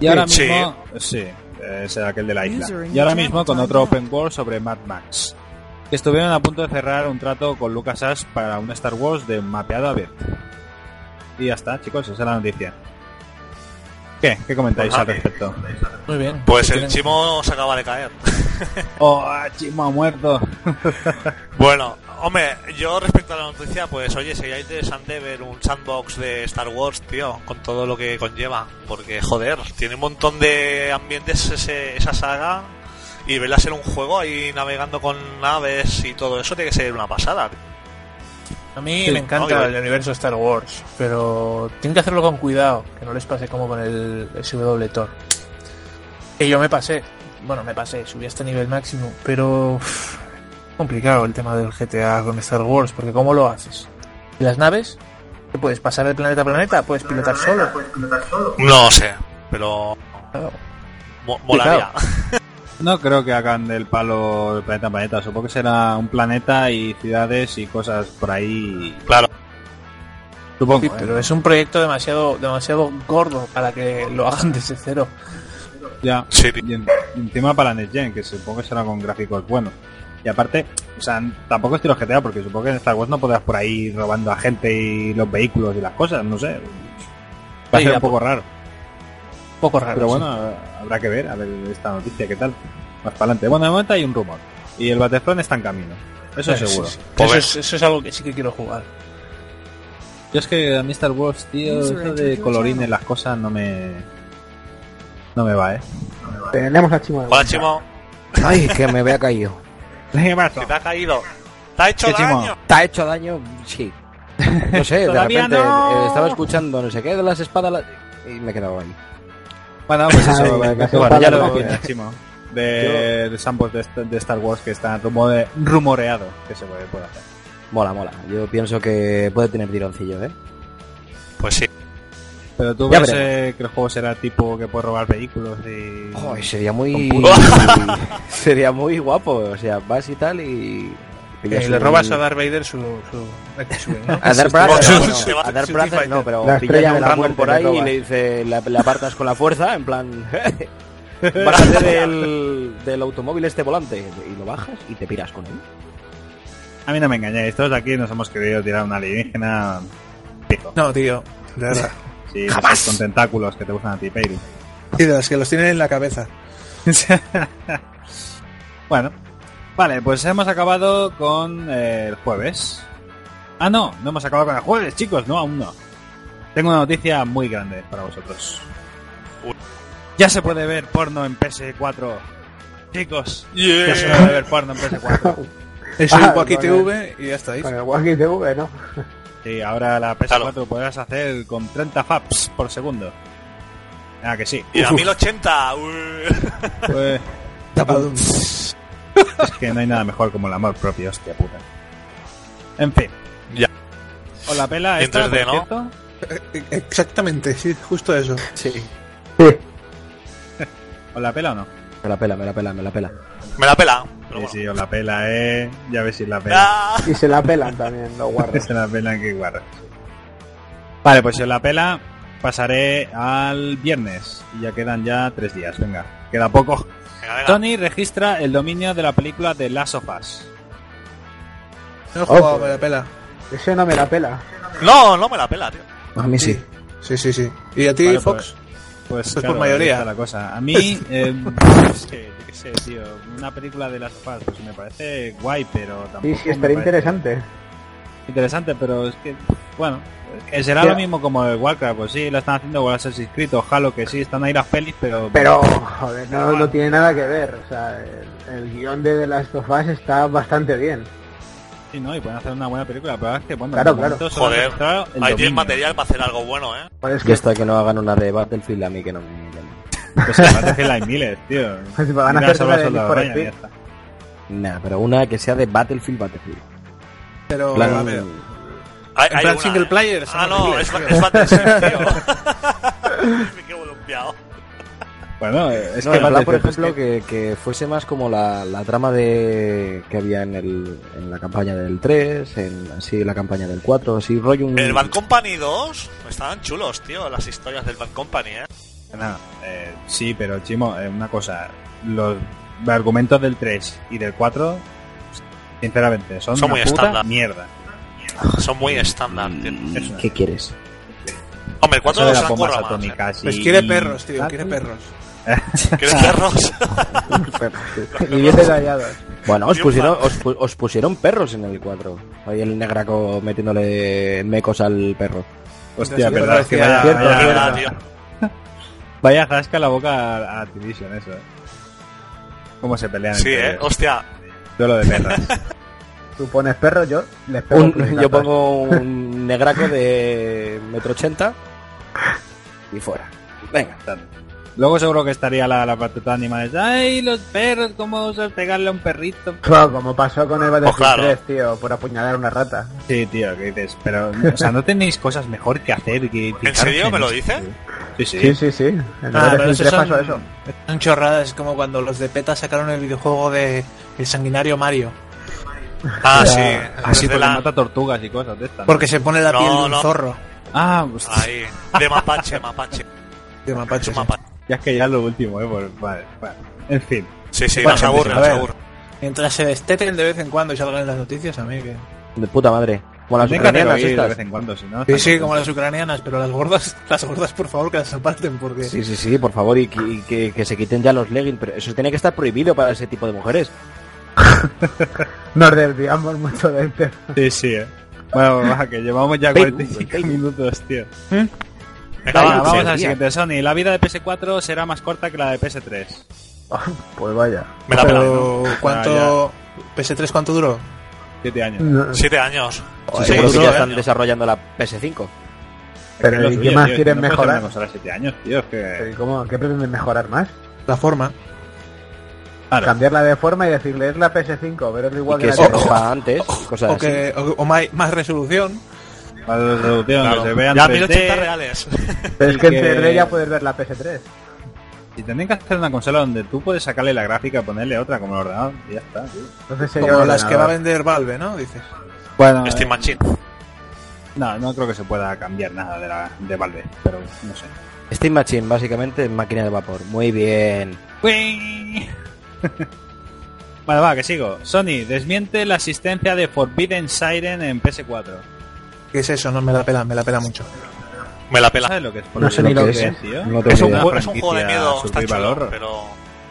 [SPEAKER 2] Y ahora
[SPEAKER 4] Sí.
[SPEAKER 2] mismo, sí, eh, es aquel de la isla. Y ahora mismo con otro open world sobre Mad Max. Que estuvieron a punto de cerrar un trato con LucasArts para un Star Wars de mapeado abierto. Y ya está, chicos, esa es la noticia. ¿Qué? ¿Qué comentáis
[SPEAKER 4] Ajá.
[SPEAKER 5] Pues
[SPEAKER 2] al respecto?
[SPEAKER 5] Muy bien.
[SPEAKER 4] Pues el
[SPEAKER 5] Tienen-
[SPEAKER 4] chimo se acaba de caer.
[SPEAKER 2] ¡Oh, ah, Chimo ha muerto! [LAUGHS]
[SPEAKER 4] Bueno, hombre, yo respecto a la noticia, pues oye, sería interesante ver un sandbox de Star Wars, tío, con todo lo que conlleva. Porque, joder, tiene un montón de ambientes ese- esa saga. Y verla ser un juego ahí navegando con naves y todo eso tiene que ser una pasada. tío.
[SPEAKER 5] A mí
[SPEAKER 2] Sí,
[SPEAKER 5] me encanta
[SPEAKER 4] obvio.
[SPEAKER 5] el universo Star Wars, pero tienen que hacerlo con cuidado, que no les pase como con el SW Thor. Que yo me pasé, bueno, me pasé, subí hasta nivel máximo, pero uff, complicado el tema del GTA con Star Wars, porque ¿cómo lo haces? ¿Y las naves? ¿Qué puedes pasar de planeta a planeta? ¿Puedes pilotar solo?
[SPEAKER 4] No sé, pero mo- molaría.
[SPEAKER 2] No creo que hagan del palo de planeta a planeta, supongo que será un planeta y ciudades y cosas por ahí.
[SPEAKER 4] [LAUGHS] Claro.
[SPEAKER 2] Supongo.
[SPEAKER 5] Sí,
[SPEAKER 2] ¿eh?
[SPEAKER 5] pero es un proyecto demasiado, demasiado gordo para que lo hagan [LAUGHS] desde cero.
[SPEAKER 2] Ya.
[SPEAKER 4] Sí, tío.
[SPEAKER 2] Y, en- y encima para Next Gen, que supongo que será con gráficos buenos. Y aparte, o sea, tampoco estilo GTA, porque supongo que en Star Wars no podrás por ahí robando a gente y los vehículos y las cosas, no sé. Va a
[SPEAKER 5] Sí,
[SPEAKER 2] ser
[SPEAKER 5] ya,
[SPEAKER 2] un poco raro.
[SPEAKER 5] Poco raro.
[SPEAKER 2] Pero
[SPEAKER 5] sí.
[SPEAKER 2] bueno, habrá que ver, a ver esta noticia, qué tal. Más para adelante. Bueno, de momento hay un rumor. Y el Battlefront está en camino. Eso
[SPEAKER 5] Sí,
[SPEAKER 2] seguro.
[SPEAKER 5] sí, sí.
[SPEAKER 4] Pues
[SPEAKER 5] Eso,
[SPEAKER 4] ves.
[SPEAKER 5] es, eso es algo que sí que quiero jugar.
[SPEAKER 2] Yo es que a mí Star Wars, tío,
[SPEAKER 7] User
[SPEAKER 2] eso
[SPEAKER 7] entered
[SPEAKER 2] de
[SPEAKER 7] your
[SPEAKER 2] colorines,
[SPEAKER 7] channel.
[SPEAKER 2] las cosas, no me... No me va, ¿eh?
[SPEAKER 3] Tenemos a Chimo. de
[SPEAKER 4] Hola,
[SPEAKER 3] vuelta.
[SPEAKER 4] Chimo.
[SPEAKER 1] Ay, que me había caído.
[SPEAKER 2] [LAUGHS] ¿Qué pasa?
[SPEAKER 4] Que te ha caído. Te ha hecho
[SPEAKER 2] Sí, Chimo.
[SPEAKER 4] daño.
[SPEAKER 1] ¿Te ha hecho daño? Sí. No sé, de
[SPEAKER 2] Todavía
[SPEAKER 1] repente
[SPEAKER 2] no.
[SPEAKER 1] eh, estaba escuchando no sé qué de las espadas la- y me he quedado ahí.
[SPEAKER 2] Bueno, [LAUGHS] pues eso,
[SPEAKER 3] Ay,
[SPEAKER 2] que-
[SPEAKER 3] que
[SPEAKER 2] bueno, ya lo
[SPEAKER 1] para la
[SPEAKER 2] decía,
[SPEAKER 1] máquina.
[SPEAKER 2] Chimo. De, de samples de, esta- de Star Wars que está rumore- rumoreado que se puede, puede hacer.
[SPEAKER 1] Mola, mola. Yo pienso que puede tener tironcillo, ¿eh?
[SPEAKER 4] Pues sí.
[SPEAKER 2] Pero tú
[SPEAKER 1] Ya
[SPEAKER 2] ves
[SPEAKER 1] veremos.
[SPEAKER 2] eh, que el juego será tipo que puede robar vehículos y...
[SPEAKER 1] Joder, sería muy... [LAUGHS]
[SPEAKER 4] Con
[SPEAKER 1] sería muy guapo. O sea, vas y tal y... pillas
[SPEAKER 5] Eh, le
[SPEAKER 1] un-
[SPEAKER 5] robas a Darth Vader su... su, su- ¿no?
[SPEAKER 1] A
[SPEAKER 5] [LAUGHS]
[SPEAKER 1] dar
[SPEAKER 4] Su-
[SPEAKER 1] brazos,
[SPEAKER 4] su-
[SPEAKER 1] no, a dar brazos no, pero
[SPEAKER 3] La
[SPEAKER 1] pillas
[SPEAKER 3] estrella
[SPEAKER 1] a
[SPEAKER 3] de
[SPEAKER 1] un
[SPEAKER 3] la
[SPEAKER 1] random
[SPEAKER 3] muerte
[SPEAKER 1] por
[SPEAKER 3] que
[SPEAKER 1] ahí y
[SPEAKER 3] roba.
[SPEAKER 1] le dice, le, le apartas con la fuerza, en plan, bájate del, del automóvil este volante y lo bajas y te piras con él.
[SPEAKER 2] A mí no me engañéis, todos aquí nos hemos querido tirar una alienígena... Pico.
[SPEAKER 8] [LAUGHS] No, tío. De [LAUGHS] verdad.
[SPEAKER 2] Sí, no sé, con tentáculos que te gustan a ti, Peiru.
[SPEAKER 8] Y de las que los tienen en la cabeza.
[SPEAKER 2] Bueno, vale, pues hemos acabado con eh, el jueves. Ah, no, no hemos acabado con el jueves, chicos, no, aún no. Tengo una noticia muy grande para vosotros.
[SPEAKER 4] Uy.
[SPEAKER 2] Ya se puede ver porno en PS4. Chicos, ya se
[SPEAKER 4] Yeah.
[SPEAKER 2] puede ver porno en PS4.
[SPEAKER 8] [LAUGHS] Es un
[SPEAKER 3] Ah,
[SPEAKER 8] Wacky
[SPEAKER 3] vale.
[SPEAKER 8] TV y ya está ahí.
[SPEAKER 3] Con el Wacky TV, ¿no?
[SPEAKER 2] Sí, ahora la PS4 podrás hacer con 30 faps por segundo. Ah, que sí.
[SPEAKER 4] Y a
[SPEAKER 8] Uf.
[SPEAKER 4] 1080. uh.
[SPEAKER 2] Pues,
[SPEAKER 8] Tapadum.
[SPEAKER 2] [LAUGHS] es que no hay nada mejor como el amor propio, hostia puta. En fin.
[SPEAKER 4] Ya.
[SPEAKER 2] O la pela
[SPEAKER 4] En
[SPEAKER 2] esta,
[SPEAKER 4] 3D,
[SPEAKER 2] por
[SPEAKER 4] ¿no?
[SPEAKER 2] cierto.
[SPEAKER 8] Exactamente, sí, justo eso.
[SPEAKER 1] Sí.
[SPEAKER 2] ¿Os la pela o no?
[SPEAKER 1] Me la pela, me la pela, me la pela.
[SPEAKER 4] Me la pela.
[SPEAKER 2] Sí,
[SPEAKER 4] Pero bueno.
[SPEAKER 2] sí, os la pela, eh. Ya ves si la pela.
[SPEAKER 4] Ah.
[SPEAKER 3] Y se la pelan también los
[SPEAKER 1] [LAUGHS]
[SPEAKER 3] guardas.
[SPEAKER 2] Se la pela que guarra. Vale, pues si os la pela, pasaré al viernes. Y ya quedan ya tres días, venga. Queda poco.
[SPEAKER 4] Venga, venga.
[SPEAKER 2] Tony registra el dominio de la película de Last of Us.
[SPEAKER 8] No he jugado,
[SPEAKER 3] Ojo.
[SPEAKER 8] me la pela.
[SPEAKER 3] Ese no me la pela.
[SPEAKER 4] No, no me la pela, tío.
[SPEAKER 1] A mí sí.
[SPEAKER 8] Sí, sí, sí. ¿Y a ti,
[SPEAKER 2] Vale,
[SPEAKER 8] Fox?
[SPEAKER 2] Pues,
[SPEAKER 8] Pues por mayoría.
[SPEAKER 2] ahí está la cosa.
[SPEAKER 8] [LAUGHS]
[SPEAKER 2] A mí, eh, no sé, yo qué sé, tío. Una película de Last of Us, pues me parece guay, pero tampoco.
[SPEAKER 3] Sí, sí,
[SPEAKER 2] me
[SPEAKER 3] estaría
[SPEAKER 2] parece-
[SPEAKER 3] interesante.
[SPEAKER 2] interesante, pero es que, bueno, que será
[SPEAKER 3] Mira.
[SPEAKER 2] lo mismo como el Warcraft, pues sí, la están haciendo con Assassin's Creed, o Halo, que sí, están ahí las pelis, pero...
[SPEAKER 3] Pero, joder, no, no tiene nada que ver. O sea, el, el guión de The Last of Us está bastante bien.
[SPEAKER 2] Sí, ¿no? Y pueden hacer una buena película, pero es que, bueno,
[SPEAKER 3] Claro,
[SPEAKER 2] de momento
[SPEAKER 3] claro.
[SPEAKER 2] solo han
[SPEAKER 4] Joder,
[SPEAKER 2] mostrado el
[SPEAKER 4] Ahí tienes
[SPEAKER 2] dominio.
[SPEAKER 4] material para hacer algo bueno, ¿eh?
[SPEAKER 1] [LAUGHS]
[SPEAKER 3] Pues es
[SPEAKER 1] Ya
[SPEAKER 3] que
[SPEAKER 1] está, que no hagan una de Battlefield a mí que no me
[SPEAKER 2] Pues en Battlefield hay miles, tío.
[SPEAKER 3] Pues [LAUGHS] van a
[SPEAKER 2] Mira,
[SPEAKER 3] hacer
[SPEAKER 2] solo
[SPEAKER 3] una de
[SPEAKER 2] Soldado
[SPEAKER 3] Need for
[SPEAKER 2] Ryan,
[SPEAKER 3] Speed.
[SPEAKER 2] ya está.
[SPEAKER 1] Nah, pero una que sea de Battlefield, Battlefield.
[SPEAKER 8] Pero,
[SPEAKER 1] Plan-
[SPEAKER 8] a ver.
[SPEAKER 4] Hay,
[SPEAKER 8] En plan
[SPEAKER 4] una,
[SPEAKER 8] single
[SPEAKER 4] ¿eh?
[SPEAKER 8] player,
[SPEAKER 4] Ah,
[SPEAKER 8] son
[SPEAKER 4] no,
[SPEAKER 8] horribles,
[SPEAKER 4] es,
[SPEAKER 8] tío.
[SPEAKER 4] es
[SPEAKER 2] [LAUGHS]
[SPEAKER 4] Battlefield, tío. [LAUGHS] Me quedo columpiado.
[SPEAKER 2] Bueno, eh, es
[SPEAKER 1] No,
[SPEAKER 2] que
[SPEAKER 1] en plan, por
[SPEAKER 2] Battlefield es
[SPEAKER 1] ejemplo, que, que fuese más como la, la trama de que había en, el, en la campaña del 3, en así la campaña del 4, así rollo un...
[SPEAKER 4] El Bad Company 2 estaban chulos, tío, las historias del Bad Company, ¿eh?
[SPEAKER 2] Nada, eh, sí, pero Chimo, eh, una cosa. Los argumentos del 3 y del 4, sinceramente, son,
[SPEAKER 4] Son
[SPEAKER 2] una
[SPEAKER 4] muy
[SPEAKER 2] puta
[SPEAKER 4] estándar.
[SPEAKER 2] mierda.
[SPEAKER 4] Son muy estándar, tío.
[SPEAKER 2] Eso.
[SPEAKER 1] ¿Qué quieres?
[SPEAKER 4] Hombre, el 4
[SPEAKER 2] Mm. Eso de
[SPEAKER 4] se
[SPEAKER 2] las
[SPEAKER 4] han
[SPEAKER 2] bombas
[SPEAKER 4] currado más. ¿eh?
[SPEAKER 2] atómicas
[SPEAKER 8] Pues
[SPEAKER 2] y-
[SPEAKER 8] quiere perros, tío,
[SPEAKER 2] Ah,
[SPEAKER 8] quiere
[SPEAKER 2] sí.
[SPEAKER 8] perros.
[SPEAKER 4] [LAUGHS] ¿Quieres perros?
[SPEAKER 3] Y bien detallados.
[SPEAKER 1] Bueno, os
[SPEAKER 4] Ni un
[SPEAKER 1] pusieron, os, pu- os pusieron perros en el 4. Ahí el negraco metiéndole mecos al perro.
[SPEAKER 2] Hostia,
[SPEAKER 8] Sí,
[SPEAKER 2] verdad, es [LAUGHS] que vaya,
[SPEAKER 3] cierto,
[SPEAKER 2] vaya-
[SPEAKER 4] Es verdad, tío.
[SPEAKER 2] vaya zasca la boca a, a Activision, eso. eh. Cómo se pelean.
[SPEAKER 4] Sí,
[SPEAKER 2] entre
[SPEAKER 4] ¿eh?
[SPEAKER 2] ellos.
[SPEAKER 4] Hostia.
[SPEAKER 2] Duelo de perras.
[SPEAKER 3] Tú pones perro, yo les pego.
[SPEAKER 1] Un-
[SPEAKER 3] con el
[SPEAKER 1] yo
[SPEAKER 3] gato.
[SPEAKER 1] pongo un negraco de metro ochenta y fuera. Venga.
[SPEAKER 2] Luego seguro que estaría la, la patuta de animales. ¡Ay, los perros! ¿Cómo osas pegarle a un perrito?
[SPEAKER 3] Claro, como pasó con el Battlefield
[SPEAKER 4] Pues claro.
[SPEAKER 3] 3, tío, por apuñalar a una rata.
[SPEAKER 2] Sí, tío, ¿qué dices? Pero, o sea, ¿no tenéis cosas mejor que hacer que
[SPEAKER 4] ¿En serio me lo dices?
[SPEAKER 2] dices? Sí, sí.
[SPEAKER 3] Sí, sí, sí. En
[SPEAKER 5] Ah,
[SPEAKER 3] el
[SPEAKER 5] pero
[SPEAKER 3] Battlefield
[SPEAKER 5] esos
[SPEAKER 3] 3
[SPEAKER 5] son-
[SPEAKER 3] pasó eso.
[SPEAKER 5] Son chorradas, es como cuando los de PETA sacaron el videojuego de El sanguinario Mario.
[SPEAKER 4] Ah, sí.
[SPEAKER 2] Así
[SPEAKER 4] Desde
[SPEAKER 2] porque
[SPEAKER 4] la-
[SPEAKER 2] mata tortugas y cosas de estas. ¿no?
[SPEAKER 5] Porque se pone la
[SPEAKER 4] No,
[SPEAKER 5] piel de un
[SPEAKER 4] no.
[SPEAKER 5] zorro. Ah, pues,
[SPEAKER 4] Ahí. De mapache,
[SPEAKER 2] [LAUGHS]
[SPEAKER 4] mapache.
[SPEAKER 5] de
[SPEAKER 4] Es
[SPEAKER 5] mapache.
[SPEAKER 4] un
[SPEAKER 5] sí.
[SPEAKER 4] mapache.
[SPEAKER 2] Ya es que ya es lo último, ¿eh? Pues, vale, vale. En fin.
[SPEAKER 4] Sí, sí,
[SPEAKER 5] Bueno,
[SPEAKER 4] nos aburre,
[SPEAKER 5] a
[SPEAKER 4] nos
[SPEAKER 5] ver.
[SPEAKER 4] aburre.
[SPEAKER 5] Mientras se desteten de vez en cuando y salgan en las noticias, a mí que...
[SPEAKER 1] De puta madre. Como las
[SPEAKER 2] Tengo que
[SPEAKER 1] ucranianas
[SPEAKER 2] reír de
[SPEAKER 1] estas.
[SPEAKER 2] vez en cuando, si no.
[SPEAKER 5] Sí, sí, como las ucranianas, pero las gordas, [LAUGHS] las gordas por favor que las aparten porque...
[SPEAKER 1] Sí, sí, sí, por favor, y, que- y que, que se quiten ya los leggings, pero eso tiene que estar prohibido para ese tipo de mujeres.
[SPEAKER 3] Nos desviamos mucho del tema. [LAUGHS]
[SPEAKER 2] Sí, sí. eh. Bueno, baja, que llevamos ya
[SPEAKER 1] Facebook,
[SPEAKER 2] 45
[SPEAKER 1] Facebook.
[SPEAKER 2] minutos, tío.
[SPEAKER 4] Venga,
[SPEAKER 2] Venga,
[SPEAKER 4] va,
[SPEAKER 2] vamos
[SPEAKER 4] sí.
[SPEAKER 2] al
[SPEAKER 1] sí.
[SPEAKER 2] siguiente, Sony. La vida de PS4 será más corta que la de PS3.
[SPEAKER 3] Pues vaya.
[SPEAKER 4] Me la pela. Ah,
[SPEAKER 5] Pero ¿cuánto... PS3 cuánto duró?
[SPEAKER 2] 7 años.
[SPEAKER 3] No,
[SPEAKER 4] Siete años.
[SPEAKER 1] Seguro
[SPEAKER 4] Sí,
[SPEAKER 1] que
[SPEAKER 4] sí,
[SPEAKER 1] ya
[SPEAKER 4] sí.
[SPEAKER 1] están desarrollando la PS5.
[SPEAKER 2] Es lo
[SPEAKER 3] pero ¿y qué
[SPEAKER 2] suyo,
[SPEAKER 3] más
[SPEAKER 2] tío,
[SPEAKER 3] quieren
[SPEAKER 2] no puede ser
[SPEAKER 3] mejorar?
[SPEAKER 2] una cosa de siete años, tío. es que...
[SPEAKER 3] ¿Y ¿Cómo? ¿Qué pretenden mejorar más?
[SPEAKER 5] La forma.
[SPEAKER 2] Claro.
[SPEAKER 3] Cambiarla de forma y decirle es la PS5, pero es
[SPEAKER 1] Y
[SPEAKER 3] igual que,
[SPEAKER 1] que
[SPEAKER 3] la
[SPEAKER 1] se
[SPEAKER 3] PS5.
[SPEAKER 1] rompa antes, y cosas
[SPEAKER 5] O,
[SPEAKER 1] así.
[SPEAKER 5] que, o, o mai- más resolución.
[SPEAKER 2] Para la resolución,
[SPEAKER 4] Claro.
[SPEAKER 2] que se vean
[SPEAKER 4] Ya
[SPEAKER 2] 3D.
[SPEAKER 4] 1080 reales.
[SPEAKER 3] Pero es
[SPEAKER 2] y
[SPEAKER 3] que en
[SPEAKER 2] que-
[SPEAKER 3] 3D ya puedes ver la PS3.
[SPEAKER 2] Y tendrían que hacer una consola donde tú puedes sacarle la gráfica, ponerle otra como el ordenador y ya está, tío.
[SPEAKER 3] Entonces sería
[SPEAKER 5] Como
[SPEAKER 3] un
[SPEAKER 5] las que va a
[SPEAKER 3] ordenador.
[SPEAKER 5] vender Valve, ¿no? Dices.
[SPEAKER 2] Bueno, eh,
[SPEAKER 4] Steam Machine.
[SPEAKER 2] no, no creo que se pueda cambiar nada de, la, de Valve, pero no sé.
[SPEAKER 1] Steam Machine, básicamente, máquina de vapor. Muy bien.
[SPEAKER 2] Vale, va, que sigo. Sony desmiente la asistencia de Forbidden Siren en PS4.
[SPEAKER 5] ¿Qué es eso? No me la pela, me la pela mucho.
[SPEAKER 4] Me la pela.
[SPEAKER 2] ¿Sabes lo que es
[SPEAKER 1] No sé ni lo que es.
[SPEAKER 2] tío?
[SPEAKER 1] No tengo
[SPEAKER 4] Es un,
[SPEAKER 1] idea.
[SPEAKER 4] juego- es un juego de miedo, está
[SPEAKER 2] Survival
[SPEAKER 4] chulo,
[SPEAKER 2] horror.
[SPEAKER 4] pero...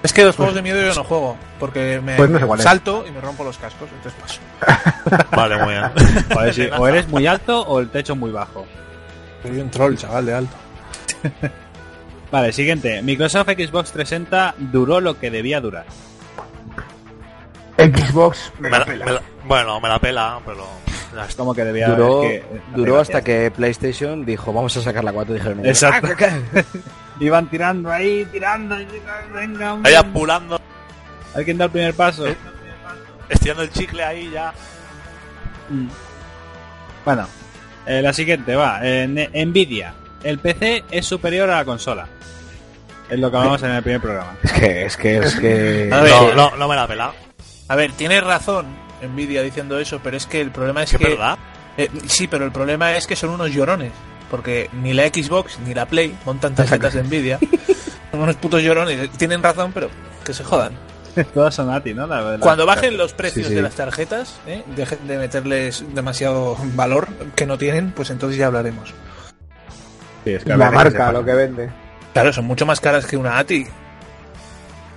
[SPEAKER 5] Es que los juegos de miedo yo no juego, porque me
[SPEAKER 3] Pues no sé cuál es.
[SPEAKER 5] salto y me rompo los cascos, entonces paso.
[SPEAKER 4] [LAUGHS] Vale, muy bien.
[SPEAKER 2] [LAUGHS] Joder,
[SPEAKER 4] [LAUGHS]
[SPEAKER 2] sí, o eres muy alto o el techo muy bajo.
[SPEAKER 5] Soy un troll, chaval, de alto.
[SPEAKER 2] Vale, siguiente. Microsoft Xbox 360 duró lo que debía durar.
[SPEAKER 3] Xbox
[SPEAKER 4] Me la- me la- bueno, me la pela, pero... ya está.
[SPEAKER 2] Como que debía
[SPEAKER 1] Duró,
[SPEAKER 2] es que- eh,
[SPEAKER 1] duró hasta que PlayStation dijo, vamos a sacar la 4 dijeron. ellos.
[SPEAKER 2] Exacto. [LAUGHS] Iban tirando ahí, tirando, y tirando, venga, hombre.
[SPEAKER 4] Ahí apulando,
[SPEAKER 2] Alguien da el primer paso.
[SPEAKER 4] estirando el chicle ahí ya.
[SPEAKER 2] Bueno, eh, la siguiente va. Eh, ne- Nvidia. El PC es superior a la consola. Es lo que hablamos en el primer programa. [LAUGHS]
[SPEAKER 1] Es que, es que, es
[SPEAKER 4] [LAUGHS]
[SPEAKER 1] que...
[SPEAKER 5] A ver,
[SPEAKER 4] No, no, no me la pela.
[SPEAKER 5] a ver, tienes razón Nvidia diciendo eso, pero es que el problema es
[SPEAKER 4] Es
[SPEAKER 5] que...
[SPEAKER 4] verdad.
[SPEAKER 5] eh, sí, pero el problema es que son unos llorones, porque ni la Xbox ni la Play montan tarjetas de Nvidia. son unos putos llorones, tienen razón, pero que se jodan.
[SPEAKER 2] Todas son ATI, ¿no? La- la-
[SPEAKER 5] Cuando bajen los precios
[SPEAKER 1] sí.
[SPEAKER 5] de las tarjetas, ¿eh? dejen de meterles demasiado valor que no tienen, pues entonces ya hablaremos.
[SPEAKER 2] Sí, es que a
[SPEAKER 3] la
[SPEAKER 2] veces
[SPEAKER 3] marca,
[SPEAKER 2] se
[SPEAKER 3] lo que vende.
[SPEAKER 5] Claro, son mucho más caras que una ATI.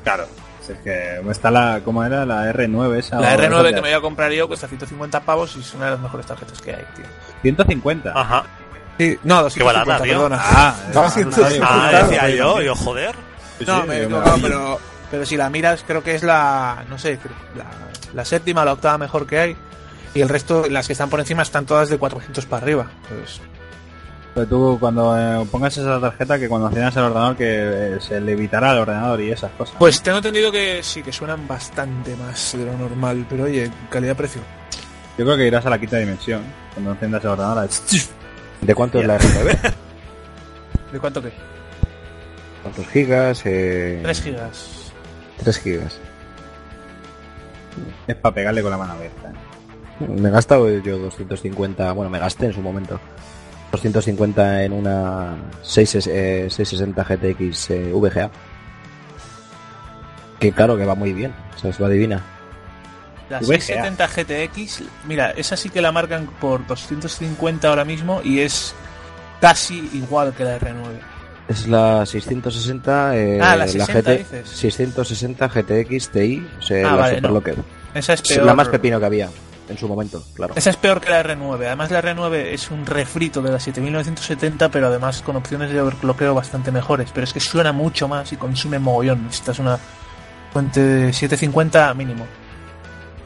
[SPEAKER 2] Claro. Es que está la... ¿Cómo era? La R9 esa.
[SPEAKER 5] La
[SPEAKER 2] o-
[SPEAKER 5] R9 que me
[SPEAKER 2] esa
[SPEAKER 5] voy a comprar yo cuesta 150 pavos y es una de las mejores tarjetas que hay, tío.
[SPEAKER 2] de- 150.
[SPEAKER 5] Ah,
[SPEAKER 4] Ajá.
[SPEAKER 5] Sí, no,
[SPEAKER 4] Qué barata,
[SPEAKER 5] 250,
[SPEAKER 4] tío.
[SPEAKER 5] perdona.
[SPEAKER 2] Ah,
[SPEAKER 5] No,
[SPEAKER 2] sí,
[SPEAKER 5] no,
[SPEAKER 2] sí,
[SPEAKER 4] Ah,
[SPEAKER 2] claro.
[SPEAKER 4] decía yo, yo joder.
[SPEAKER 2] Sí,
[SPEAKER 5] No,
[SPEAKER 2] sí,
[SPEAKER 5] me he
[SPEAKER 2] yo me
[SPEAKER 5] equivocado,
[SPEAKER 2] la-
[SPEAKER 5] pero, pero si la miras, creo que es la, no sé, la, la séptima, la octava mejor que hay. Y el resto, las que están por encima, están todas de 400 para arriba. Entonces,
[SPEAKER 2] Pero Pues tú cuando eh, pongas esa tarjeta que cuando accionas el ordenador que eh, se levitará al ordenador y esas cosas.
[SPEAKER 5] Pues tengo entendido que sí, que suenan bastante más de lo normal, pero oye, calidad-precio.
[SPEAKER 2] Yo creo que irás a la quinta dimensión cuando enciendas el ordenador. a-
[SPEAKER 1] ¿De cuánto es la R9?
[SPEAKER 5] ¿De cuánto qué?
[SPEAKER 1] ¿Cuántos gigas? Eh,
[SPEAKER 5] 3 gigas.
[SPEAKER 1] 3 gigas.
[SPEAKER 2] Es para pegarle con la mano abierta. ¿eh?
[SPEAKER 1] Me he gastado yo 250, bueno, me gasté en su momento. 250 en una 6, eh, 660 GTX eh, VGA. Que claro, que va muy bien. O sea, es va divina.
[SPEAKER 5] La
[SPEAKER 2] VGA.
[SPEAKER 5] 670 GTX, mira, esa sí que la marcan por 250 ahora mismo y es casi igual que la R9.
[SPEAKER 1] Es la 660... eh,
[SPEAKER 5] Ah, la 60 dices.
[SPEAKER 1] 660 GTX TI, o sea,
[SPEAKER 5] Ah,
[SPEAKER 1] la
[SPEAKER 5] vale,
[SPEAKER 1] super
[SPEAKER 5] no.
[SPEAKER 1] locker.
[SPEAKER 5] Esa es
[SPEAKER 1] Sí,
[SPEAKER 5] peor.
[SPEAKER 1] La más pepino que había en su momento, claro.
[SPEAKER 5] Esa es peor que la R9. Además, la R9 es un refrito de la 7970, pero además con opciones de overclockeo bastante mejores. Pero es que suena mucho más y consume mogollón. Necesitas una fuente de 750 mínimo.
[SPEAKER 2] [LAUGHS]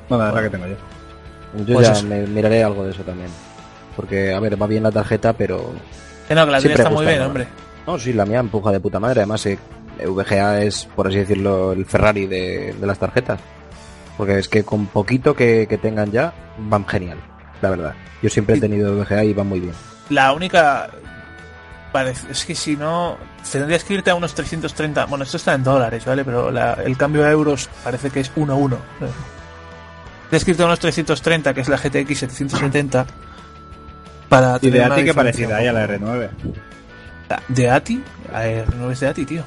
[SPEAKER 2] Bueno, es la que tengo yo.
[SPEAKER 1] Yo
[SPEAKER 5] pues
[SPEAKER 1] ya
[SPEAKER 5] eso.
[SPEAKER 1] me miraré algo de eso también. Porque, a ver, va bien la tarjeta, pero
[SPEAKER 5] Que no, que la tuya
[SPEAKER 1] Siempre
[SPEAKER 5] está muy
[SPEAKER 1] gusta,
[SPEAKER 5] bien,
[SPEAKER 1] ¿no?
[SPEAKER 5] hombre.
[SPEAKER 1] No, sí, la mía empuja de puta madre. Además, eh, VGA es, por así decirlo, el Ferrari de, de las tarjetas. Porque es que con poquito que, que tengan ya, van genial, la verdad. Yo siempre he tenido VGA y van muy bien.
[SPEAKER 5] La única parece- es que si no, tendrías que irte a unos 330. Bueno, esto está en dólares, ¿vale? Pero la- el cambio a euros parece que es 1-1. Tendrías que irte a unos 330, que es la GTX 770. Para
[SPEAKER 2] Y
[SPEAKER 5] tener
[SPEAKER 2] de
[SPEAKER 5] una
[SPEAKER 2] ATI que
[SPEAKER 5] diferencia
[SPEAKER 2] parecida
[SPEAKER 5] un
[SPEAKER 2] ahí a la
[SPEAKER 5] poco.
[SPEAKER 2] R9.
[SPEAKER 5] ¿De ATI? La R9 es de ATI, tío.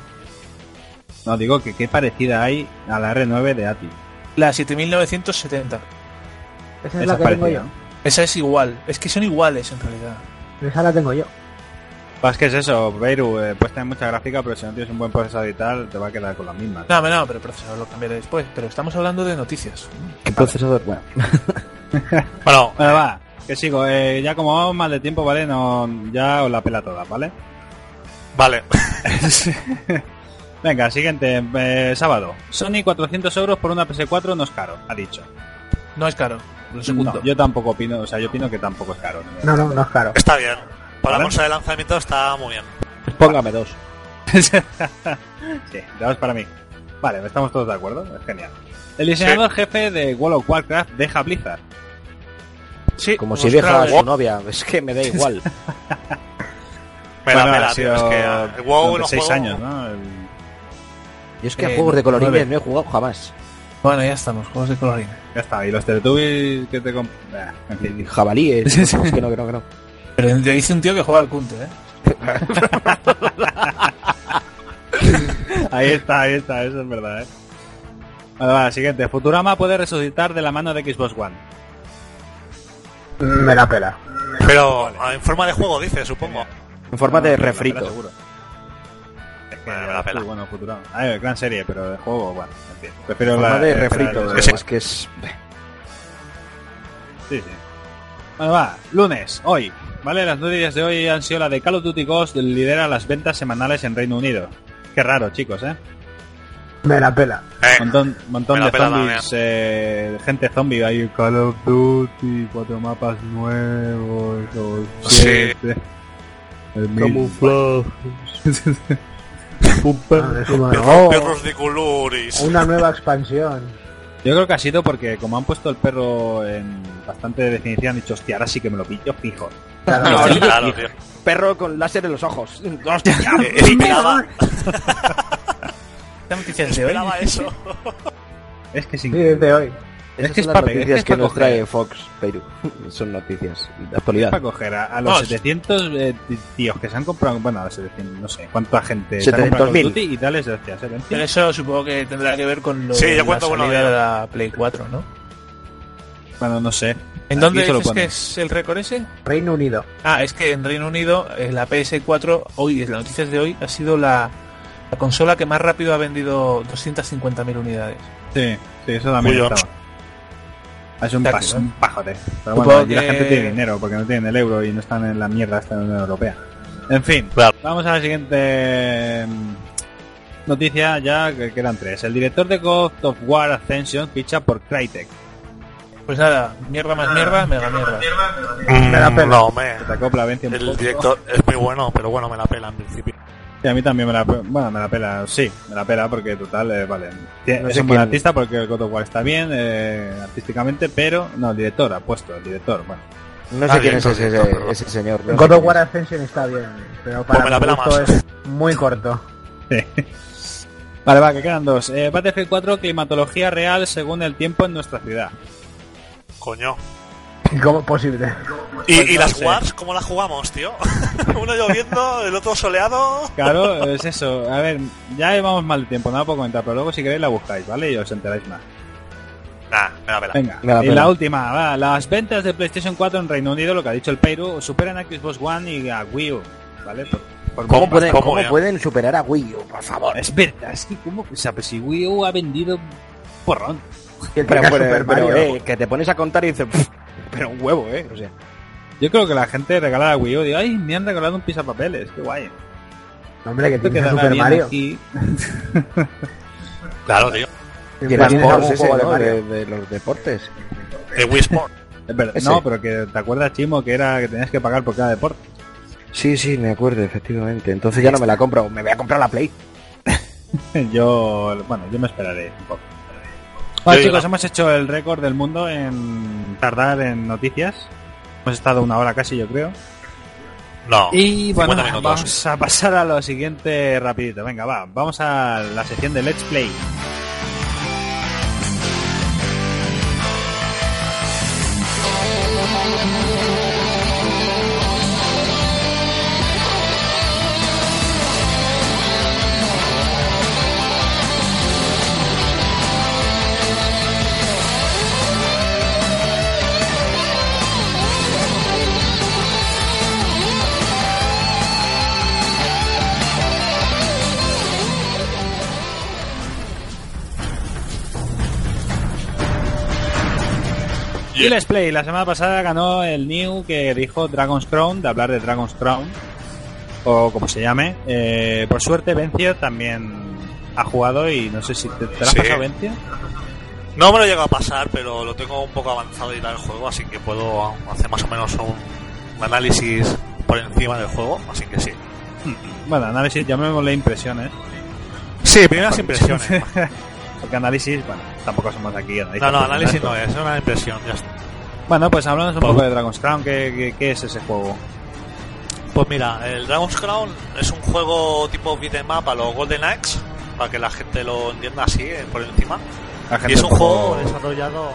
[SPEAKER 2] No, digo que qué parecida hay a la R9 de ATI.
[SPEAKER 5] La 7970.
[SPEAKER 3] Esa es
[SPEAKER 2] Esa es
[SPEAKER 3] la que tengo
[SPEAKER 2] parecida.
[SPEAKER 3] yo.
[SPEAKER 5] Esa es igual. Es que son iguales en realidad.
[SPEAKER 3] Esa la tengo yo.
[SPEAKER 2] Pues que es eso, Beiru, eh, puedes tener mucha gráfica, pero si no tienes un buen procesador y tal, te va a quedar con las mismas.
[SPEAKER 5] No, no, pero el procesador lo cambiaré después. Pero estamos hablando de noticias.
[SPEAKER 1] ¿Qué procesador? Bueno,
[SPEAKER 4] Bueno,
[SPEAKER 2] Bueno, va, que sigo. Eh, ya como vamos mal de tiempo, ¿vale? No, ya os la pela toda,
[SPEAKER 1] [LAUGHS]
[SPEAKER 2] ¿vale?
[SPEAKER 4] vale. [LAUGHS]
[SPEAKER 2] Venga, siguiente. eh, sábado. Sony 400 euros por una PS4 no es caro, ha dicho.
[SPEAKER 5] No es caro. Lo segundo.
[SPEAKER 2] No, yo tampoco opino, o sea, yo opino que tampoco es caro.
[SPEAKER 3] No, no, no es caro.
[SPEAKER 4] Está bien. Para
[SPEAKER 2] Vale.
[SPEAKER 4] la bolsa de lanzamiento está muy bien.
[SPEAKER 2] Póngame [LAUGHS] dos. sí, dos para mí. Vale, estamos todos de acuerdo, es genial. El diseñador jefe de World of Warcraft deja Blizzard.
[SPEAKER 5] Sí, pues
[SPEAKER 1] como si
[SPEAKER 5] ostras,
[SPEAKER 1] deja a su
[SPEAKER 5] guau.
[SPEAKER 1] novia, es que me da igual.
[SPEAKER 4] Me la
[SPEAKER 2] Bueno,
[SPEAKER 4] pela,
[SPEAKER 2] ha
[SPEAKER 4] tío. Es
[SPEAKER 2] sido
[SPEAKER 4] que ah, el WoW
[SPEAKER 2] durante
[SPEAKER 4] no
[SPEAKER 2] seis
[SPEAKER 4] juego-
[SPEAKER 2] años, ¿no? El-
[SPEAKER 1] Yo es que a
[SPEAKER 5] Eh,
[SPEAKER 1] juegos de colorines
[SPEAKER 5] nueve.
[SPEAKER 1] no he jugado jamás.
[SPEAKER 5] Bueno, ya estamos. Juegos de colorín.
[SPEAKER 2] Ya está, y los Teletubbies que te... comp- Ah, en fin.
[SPEAKER 1] Jabalíes, es que no, que no, que no.
[SPEAKER 5] Pero te dice un tío que juega al Counter, ¿eh?
[SPEAKER 2] [LAUGHS] Ahí está, ahí está, eso es verdad, ¿eh? Vale, vale, siguiente. Futurama puede resucitar de la mano de Xbox One.
[SPEAKER 3] Me la pela.
[SPEAKER 4] Pero ah, en forma de juego, dice, supongo.
[SPEAKER 1] En forma de
[SPEAKER 2] No, no, me la pela
[SPEAKER 1] refrito.
[SPEAKER 2] seguro. Es que
[SPEAKER 4] Bueno, me la pela.
[SPEAKER 2] sí, Bueno, Futurama. Ah, eh, gran serie, pero de juego, bueno, en fin. Prefiero
[SPEAKER 1] En forma
[SPEAKER 2] la...
[SPEAKER 1] de
[SPEAKER 2] prefiero
[SPEAKER 1] refrito,
[SPEAKER 2] la-
[SPEAKER 1] eh. es, que es...
[SPEAKER 2] Sí, sí. Bueno, va, lunes, hoy. Vale, las noticias de hoy han sido la de Call of Duty Ghost lidera las ventas semanales en Reino Unido. Qué raro, chicos,
[SPEAKER 4] [LAUGHS]
[SPEAKER 2] ¿eh?
[SPEAKER 3] Me la pela.
[SPEAKER 4] Eh,
[SPEAKER 2] Montón, montón
[SPEAKER 4] Me la
[SPEAKER 2] de
[SPEAKER 4] pela
[SPEAKER 2] zombies, eh, gente zombie, hay Call of Duty, cuatro mapas nuevos, o
[SPEAKER 4] Sí.
[SPEAKER 2] siete. El mismo.
[SPEAKER 3] Madre, como-
[SPEAKER 4] perros, perros de colores.
[SPEAKER 3] Ah, Una nueva expansión.
[SPEAKER 2] Yo creo que ha sido porque como han puesto el perro en bastante definición, han dicho, hostia, ahora sí que me lo pillo
[SPEAKER 4] [LAUGHS]
[SPEAKER 2] fijo.
[SPEAKER 3] Claro,
[SPEAKER 4] No,
[SPEAKER 1] sí, sí.
[SPEAKER 4] claro, tío.
[SPEAKER 1] Perro con láser en los ojos. [LAUGHS]
[SPEAKER 2] [LAUGHS]
[SPEAKER 1] Hostia.
[SPEAKER 4] Eh, Esperaba,
[SPEAKER 5] Esta noticia es de hoy.
[SPEAKER 4] esperaba eso.
[SPEAKER 2] Es que sin...
[SPEAKER 3] sí, desde hoy.
[SPEAKER 1] Esas
[SPEAKER 2] que es
[SPEAKER 1] son las
[SPEAKER 2] pa' pe- es
[SPEAKER 1] noticias
[SPEAKER 2] que
[SPEAKER 1] que,
[SPEAKER 2] es pa'
[SPEAKER 1] nos
[SPEAKER 2] coger.
[SPEAKER 1] trae Fox Perú. [LAUGHS] Son noticias de actualidad.
[SPEAKER 2] para coger a, a los
[SPEAKER 5] Vamos.
[SPEAKER 2] 700 eh, t- tíos que se han comprado, bueno, a los 700, no sé cuánta gente se ha
[SPEAKER 1] 700.000.
[SPEAKER 2] comprado Call of Duty y dales gracias. ¿eh?
[SPEAKER 5] Pero eso supongo que tendrá que ver con lo
[SPEAKER 4] Sí,
[SPEAKER 5] de
[SPEAKER 4] yo
[SPEAKER 5] la
[SPEAKER 4] cuento con lo
[SPEAKER 5] salida
[SPEAKER 4] de-
[SPEAKER 5] de la Play 4, ¿no?
[SPEAKER 2] Bueno, no sé.
[SPEAKER 5] ¿En dónde
[SPEAKER 2] Aquí se lo
[SPEAKER 5] dices que
[SPEAKER 2] ponen.
[SPEAKER 5] es el récord ese?
[SPEAKER 3] Reino Unido.
[SPEAKER 5] Ah, es que en Reino Unido eh, la PS4, hoy, en las noticias de hoy, ha sido la, la consola que más rápido ha vendido 250.000 unidades.
[SPEAKER 2] Sí, sí, eso también
[SPEAKER 4] Cuidado.
[SPEAKER 2] estaba. Es un,
[SPEAKER 5] Está
[SPEAKER 2] pas-
[SPEAKER 5] claro.
[SPEAKER 2] un pajote. Pero
[SPEAKER 5] Supongo
[SPEAKER 2] bueno, aquí la
[SPEAKER 5] que-
[SPEAKER 2] gente tiene dinero porque no tienen el euro y no están en la mierda esta de la Unión Europea. En fin,
[SPEAKER 4] Claro.
[SPEAKER 2] vamos a la siguiente mm, noticia, ya que quedan tres. El director de God of War Ascension ficha por Crytek.
[SPEAKER 5] Pues nada, mierda más mierda, mega mierda.
[SPEAKER 3] Me la pela.
[SPEAKER 4] No, me.
[SPEAKER 2] Se te acopla, vence un
[SPEAKER 4] El
[SPEAKER 2] poco.
[SPEAKER 4] director es muy bueno, pero bueno, me la pela en principio.
[SPEAKER 2] Sí, a mí también me la, pe- bueno, me la pela, sí, me la pela porque total, eh, vale. Tie-
[SPEAKER 1] No
[SPEAKER 2] es
[SPEAKER 1] sé
[SPEAKER 2] un buen
[SPEAKER 1] quién-
[SPEAKER 2] artista porque el God of War está bien eh, artísticamente, pero no, el director, ha puesto, el director, bueno. [LAUGHS]
[SPEAKER 1] No sé
[SPEAKER 4] Ah,
[SPEAKER 1] quién
[SPEAKER 4] bien,
[SPEAKER 1] es ese,
[SPEAKER 4] correcto, pero-
[SPEAKER 1] ese señor. no sé
[SPEAKER 3] God
[SPEAKER 1] quién
[SPEAKER 3] of War
[SPEAKER 1] es.
[SPEAKER 3] Ascension está bien, pero
[SPEAKER 4] Pues me
[SPEAKER 3] para
[SPEAKER 4] la
[SPEAKER 3] mi
[SPEAKER 4] pela
[SPEAKER 3] gusto
[SPEAKER 4] más.
[SPEAKER 3] es muy corto.
[SPEAKER 2] Vale, va, que quedan dos. Eh, Battlefield 4, climatología real según el tiempo en nuestra ciudad.
[SPEAKER 4] Coño.
[SPEAKER 3] ¿Y ¿Cómo es posible?
[SPEAKER 4] ¿Y, y las Wars cómo las jugamos, tío? [LAUGHS] Uno lloviendo, el otro soleado.
[SPEAKER 1] [LAUGHS]
[SPEAKER 2] Claro, es eso. A ver, ya llevamos mal de tiempo, nada puedo comentar, pero luego si queréis la buscáis, ¿vale? Y os enteráis más.
[SPEAKER 4] Nah, me la pela.
[SPEAKER 2] Venga,
[SPEAKER 1] Me la
[SPEAKER 2] y
[SPEAKER 1] pela.
[SPEAKER 2] la última, va. Las ventas de PlayStation 4 en Reino Unido, lo que ha dicho el Perú, superan a Xbox One y a Wii U, ¿vale? Por- por
[SPEAKER 1] ¿Cómo,
[SPEAKER 4] Bombas,
[SPEAKER 1] pueden,
[SPEAKER 4] ¿cómo,
[SPEAKER 1] cómo
[SPEAKER 4] ya?
[SPEAKER 1] pueden superar a Wii U, por favor?
[SPEAKER 2] Es verdad, es que como, o sea, pues si Wii U ha vendido porrón.
[SPEAKER 3] Que
[SPEAKER 1] Pero,
[SPEAKER 3] tenga
[SPEAKER 1] pero-
[SPEAKER 3] Super
[SPEAKER 1] pero,
[SPEAKER 3] Mario.
[SPEAKER 1] eh, que te pones a contar y dices, "Pff, pero un huevo, ¿eh? O sea,
[SPEAKER 2] Yo creo que la gente regala a Wii U, digo, ay, me han regalado un pisapapeles, qué guay.
[SPEAKER 3] Hombre, que
[SPEAKER 2] Esto
[SPEAKER 3] tienes a
[SPEAKER 2] quedará
[SPEAKER 3] Super
[SPEAKER 2] bien
[SPEAKER 3] Mario.
[SPEAKER 2] aquí.
[SPEAKER 4] Claro, tío.
[SPEAKER 1] y el
[SPEAKER 3] pues Tienes algún
[SPEAKER 1] Sports ese,
[SPEAKER 3] juego de
[SPEAKER 1] ¿no?
[SPEAKER 3] Mario.
[SPEAKER 1] de, de los deportes.
[SPEAKER 4] El Wii Sport.
[SPEAKER 2] Es verdad,
[SPEAKER 1] Ese.
[SPEAKER 2] No, pero que te acuerdas, Chimo, que era que tenías que pagar por cada deporte. [LAUGHS]
[SPEAKER 1] Sí, sí, me acuerdo, efectivamente. Entonces ya no me la compro, me voy a comprar la Play.
[SPEAKER 2] Yo, bueno, yo me esperaré un poco. Bueno,
[SPEAKER 4] Yo
[SPEAKER 2] chicos,
[SPEAKER 4] igual.
[SPEAKER 2] hemos hecho el récord del mundo en tardar en noticias. Hemos estado una hora casi, yo creo.
[SPEAKER 4] No.
[SPEAKER 2] Y bueno,
[SPEAKER 4] 50 minutos.
[SPEAKER 2] vamos a pasar a lo siguiente rapidito. Venga, va. Vamos a la sección de Let's Play. Y Let's Play, la semana pasada ganó el New que dijo Dragon's Crown, de hablar de Dragon's Crown, o como se llame. Eh, por suerte, Vencio también ha jugado y no sé si te, te la has
[SPEAKER 4] Sí.
[SPEAKER 2] pasado, Vencio.
[SPEAKER 4] No me lo llega a pasar, pero lo tengo un poco avanzado y tal el juego, así que puedo hacer más o menos un, un análisis por encima del juego, así que sí.
[SPEAKER 2] Bueno, análisis, llamémosle impresiones.
[SPEAKER 4] Sí, primeras impresiones.
[SPEAKER 2] [LAUGHS] Porque análisis, bueno, tampoco somos aquí.
[SPEAKER 4] [LAUGHS] No, no, análisis no es, es una impresión, ya está.
[SPEAKER 2] Bueno, pues hablamos un
[SPEAKER 4] Pau.
[SPEAKER 2] poco de Dragon's Crown. ¿Qué, qué, qué es ese juego?
[SPEAKER 4] Pues mira, el Dragon's Crown es un juego tipo beat'em up a los Golden Axe, para que la gente lo entienda así, eh, por encima.
[SPEAKER 2] La gente
[SPEAKER 4] Y es un
[SPEAKER 2] poco-
[SPEAKER 4] juego desarrollado...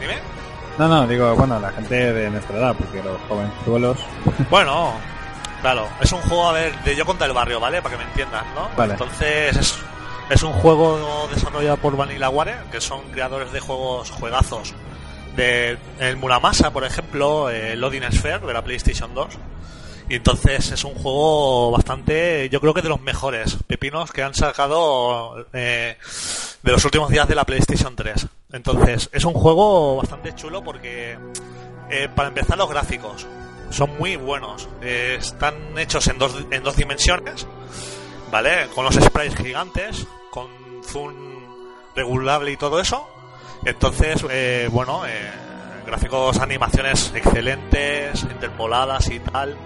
[SPEAKER 4] Dime.
[SPEAKER 2] No, no, digo, bueno, la gente de nuestra edad, porque los jovenzuelos.
[SPEAKER 4] Bueno, claro, es un juego, a ver, de yo contra el barrio, ¿vale? Para que me entiendas, ¿no?
[SPEAKER 2] Vale.
[SPEAKER 4] Entonces es, es un juego desarrollado por Vanillaware, que son creadores de juegos, juegazos. De el Muramasa, por ejemplo, el Odin Sphere de la PlayStation 2. Y entonces es un juego bastante, yo creo que de los mejores pepinos que han sacado eh, de los últimos días de la PlayStation 3. Entonces es un juego bastante chulo porque eh, para empezar, los gráficos son muy buenos. Eh, están hechos en dos, en dos dimensiones, ¿vale? Con los sprites gigantes, con zoom regulable y todo eso. Entonces, eh, bueno, eh, gráficos, animaciones excelentes, interpoladas y tal.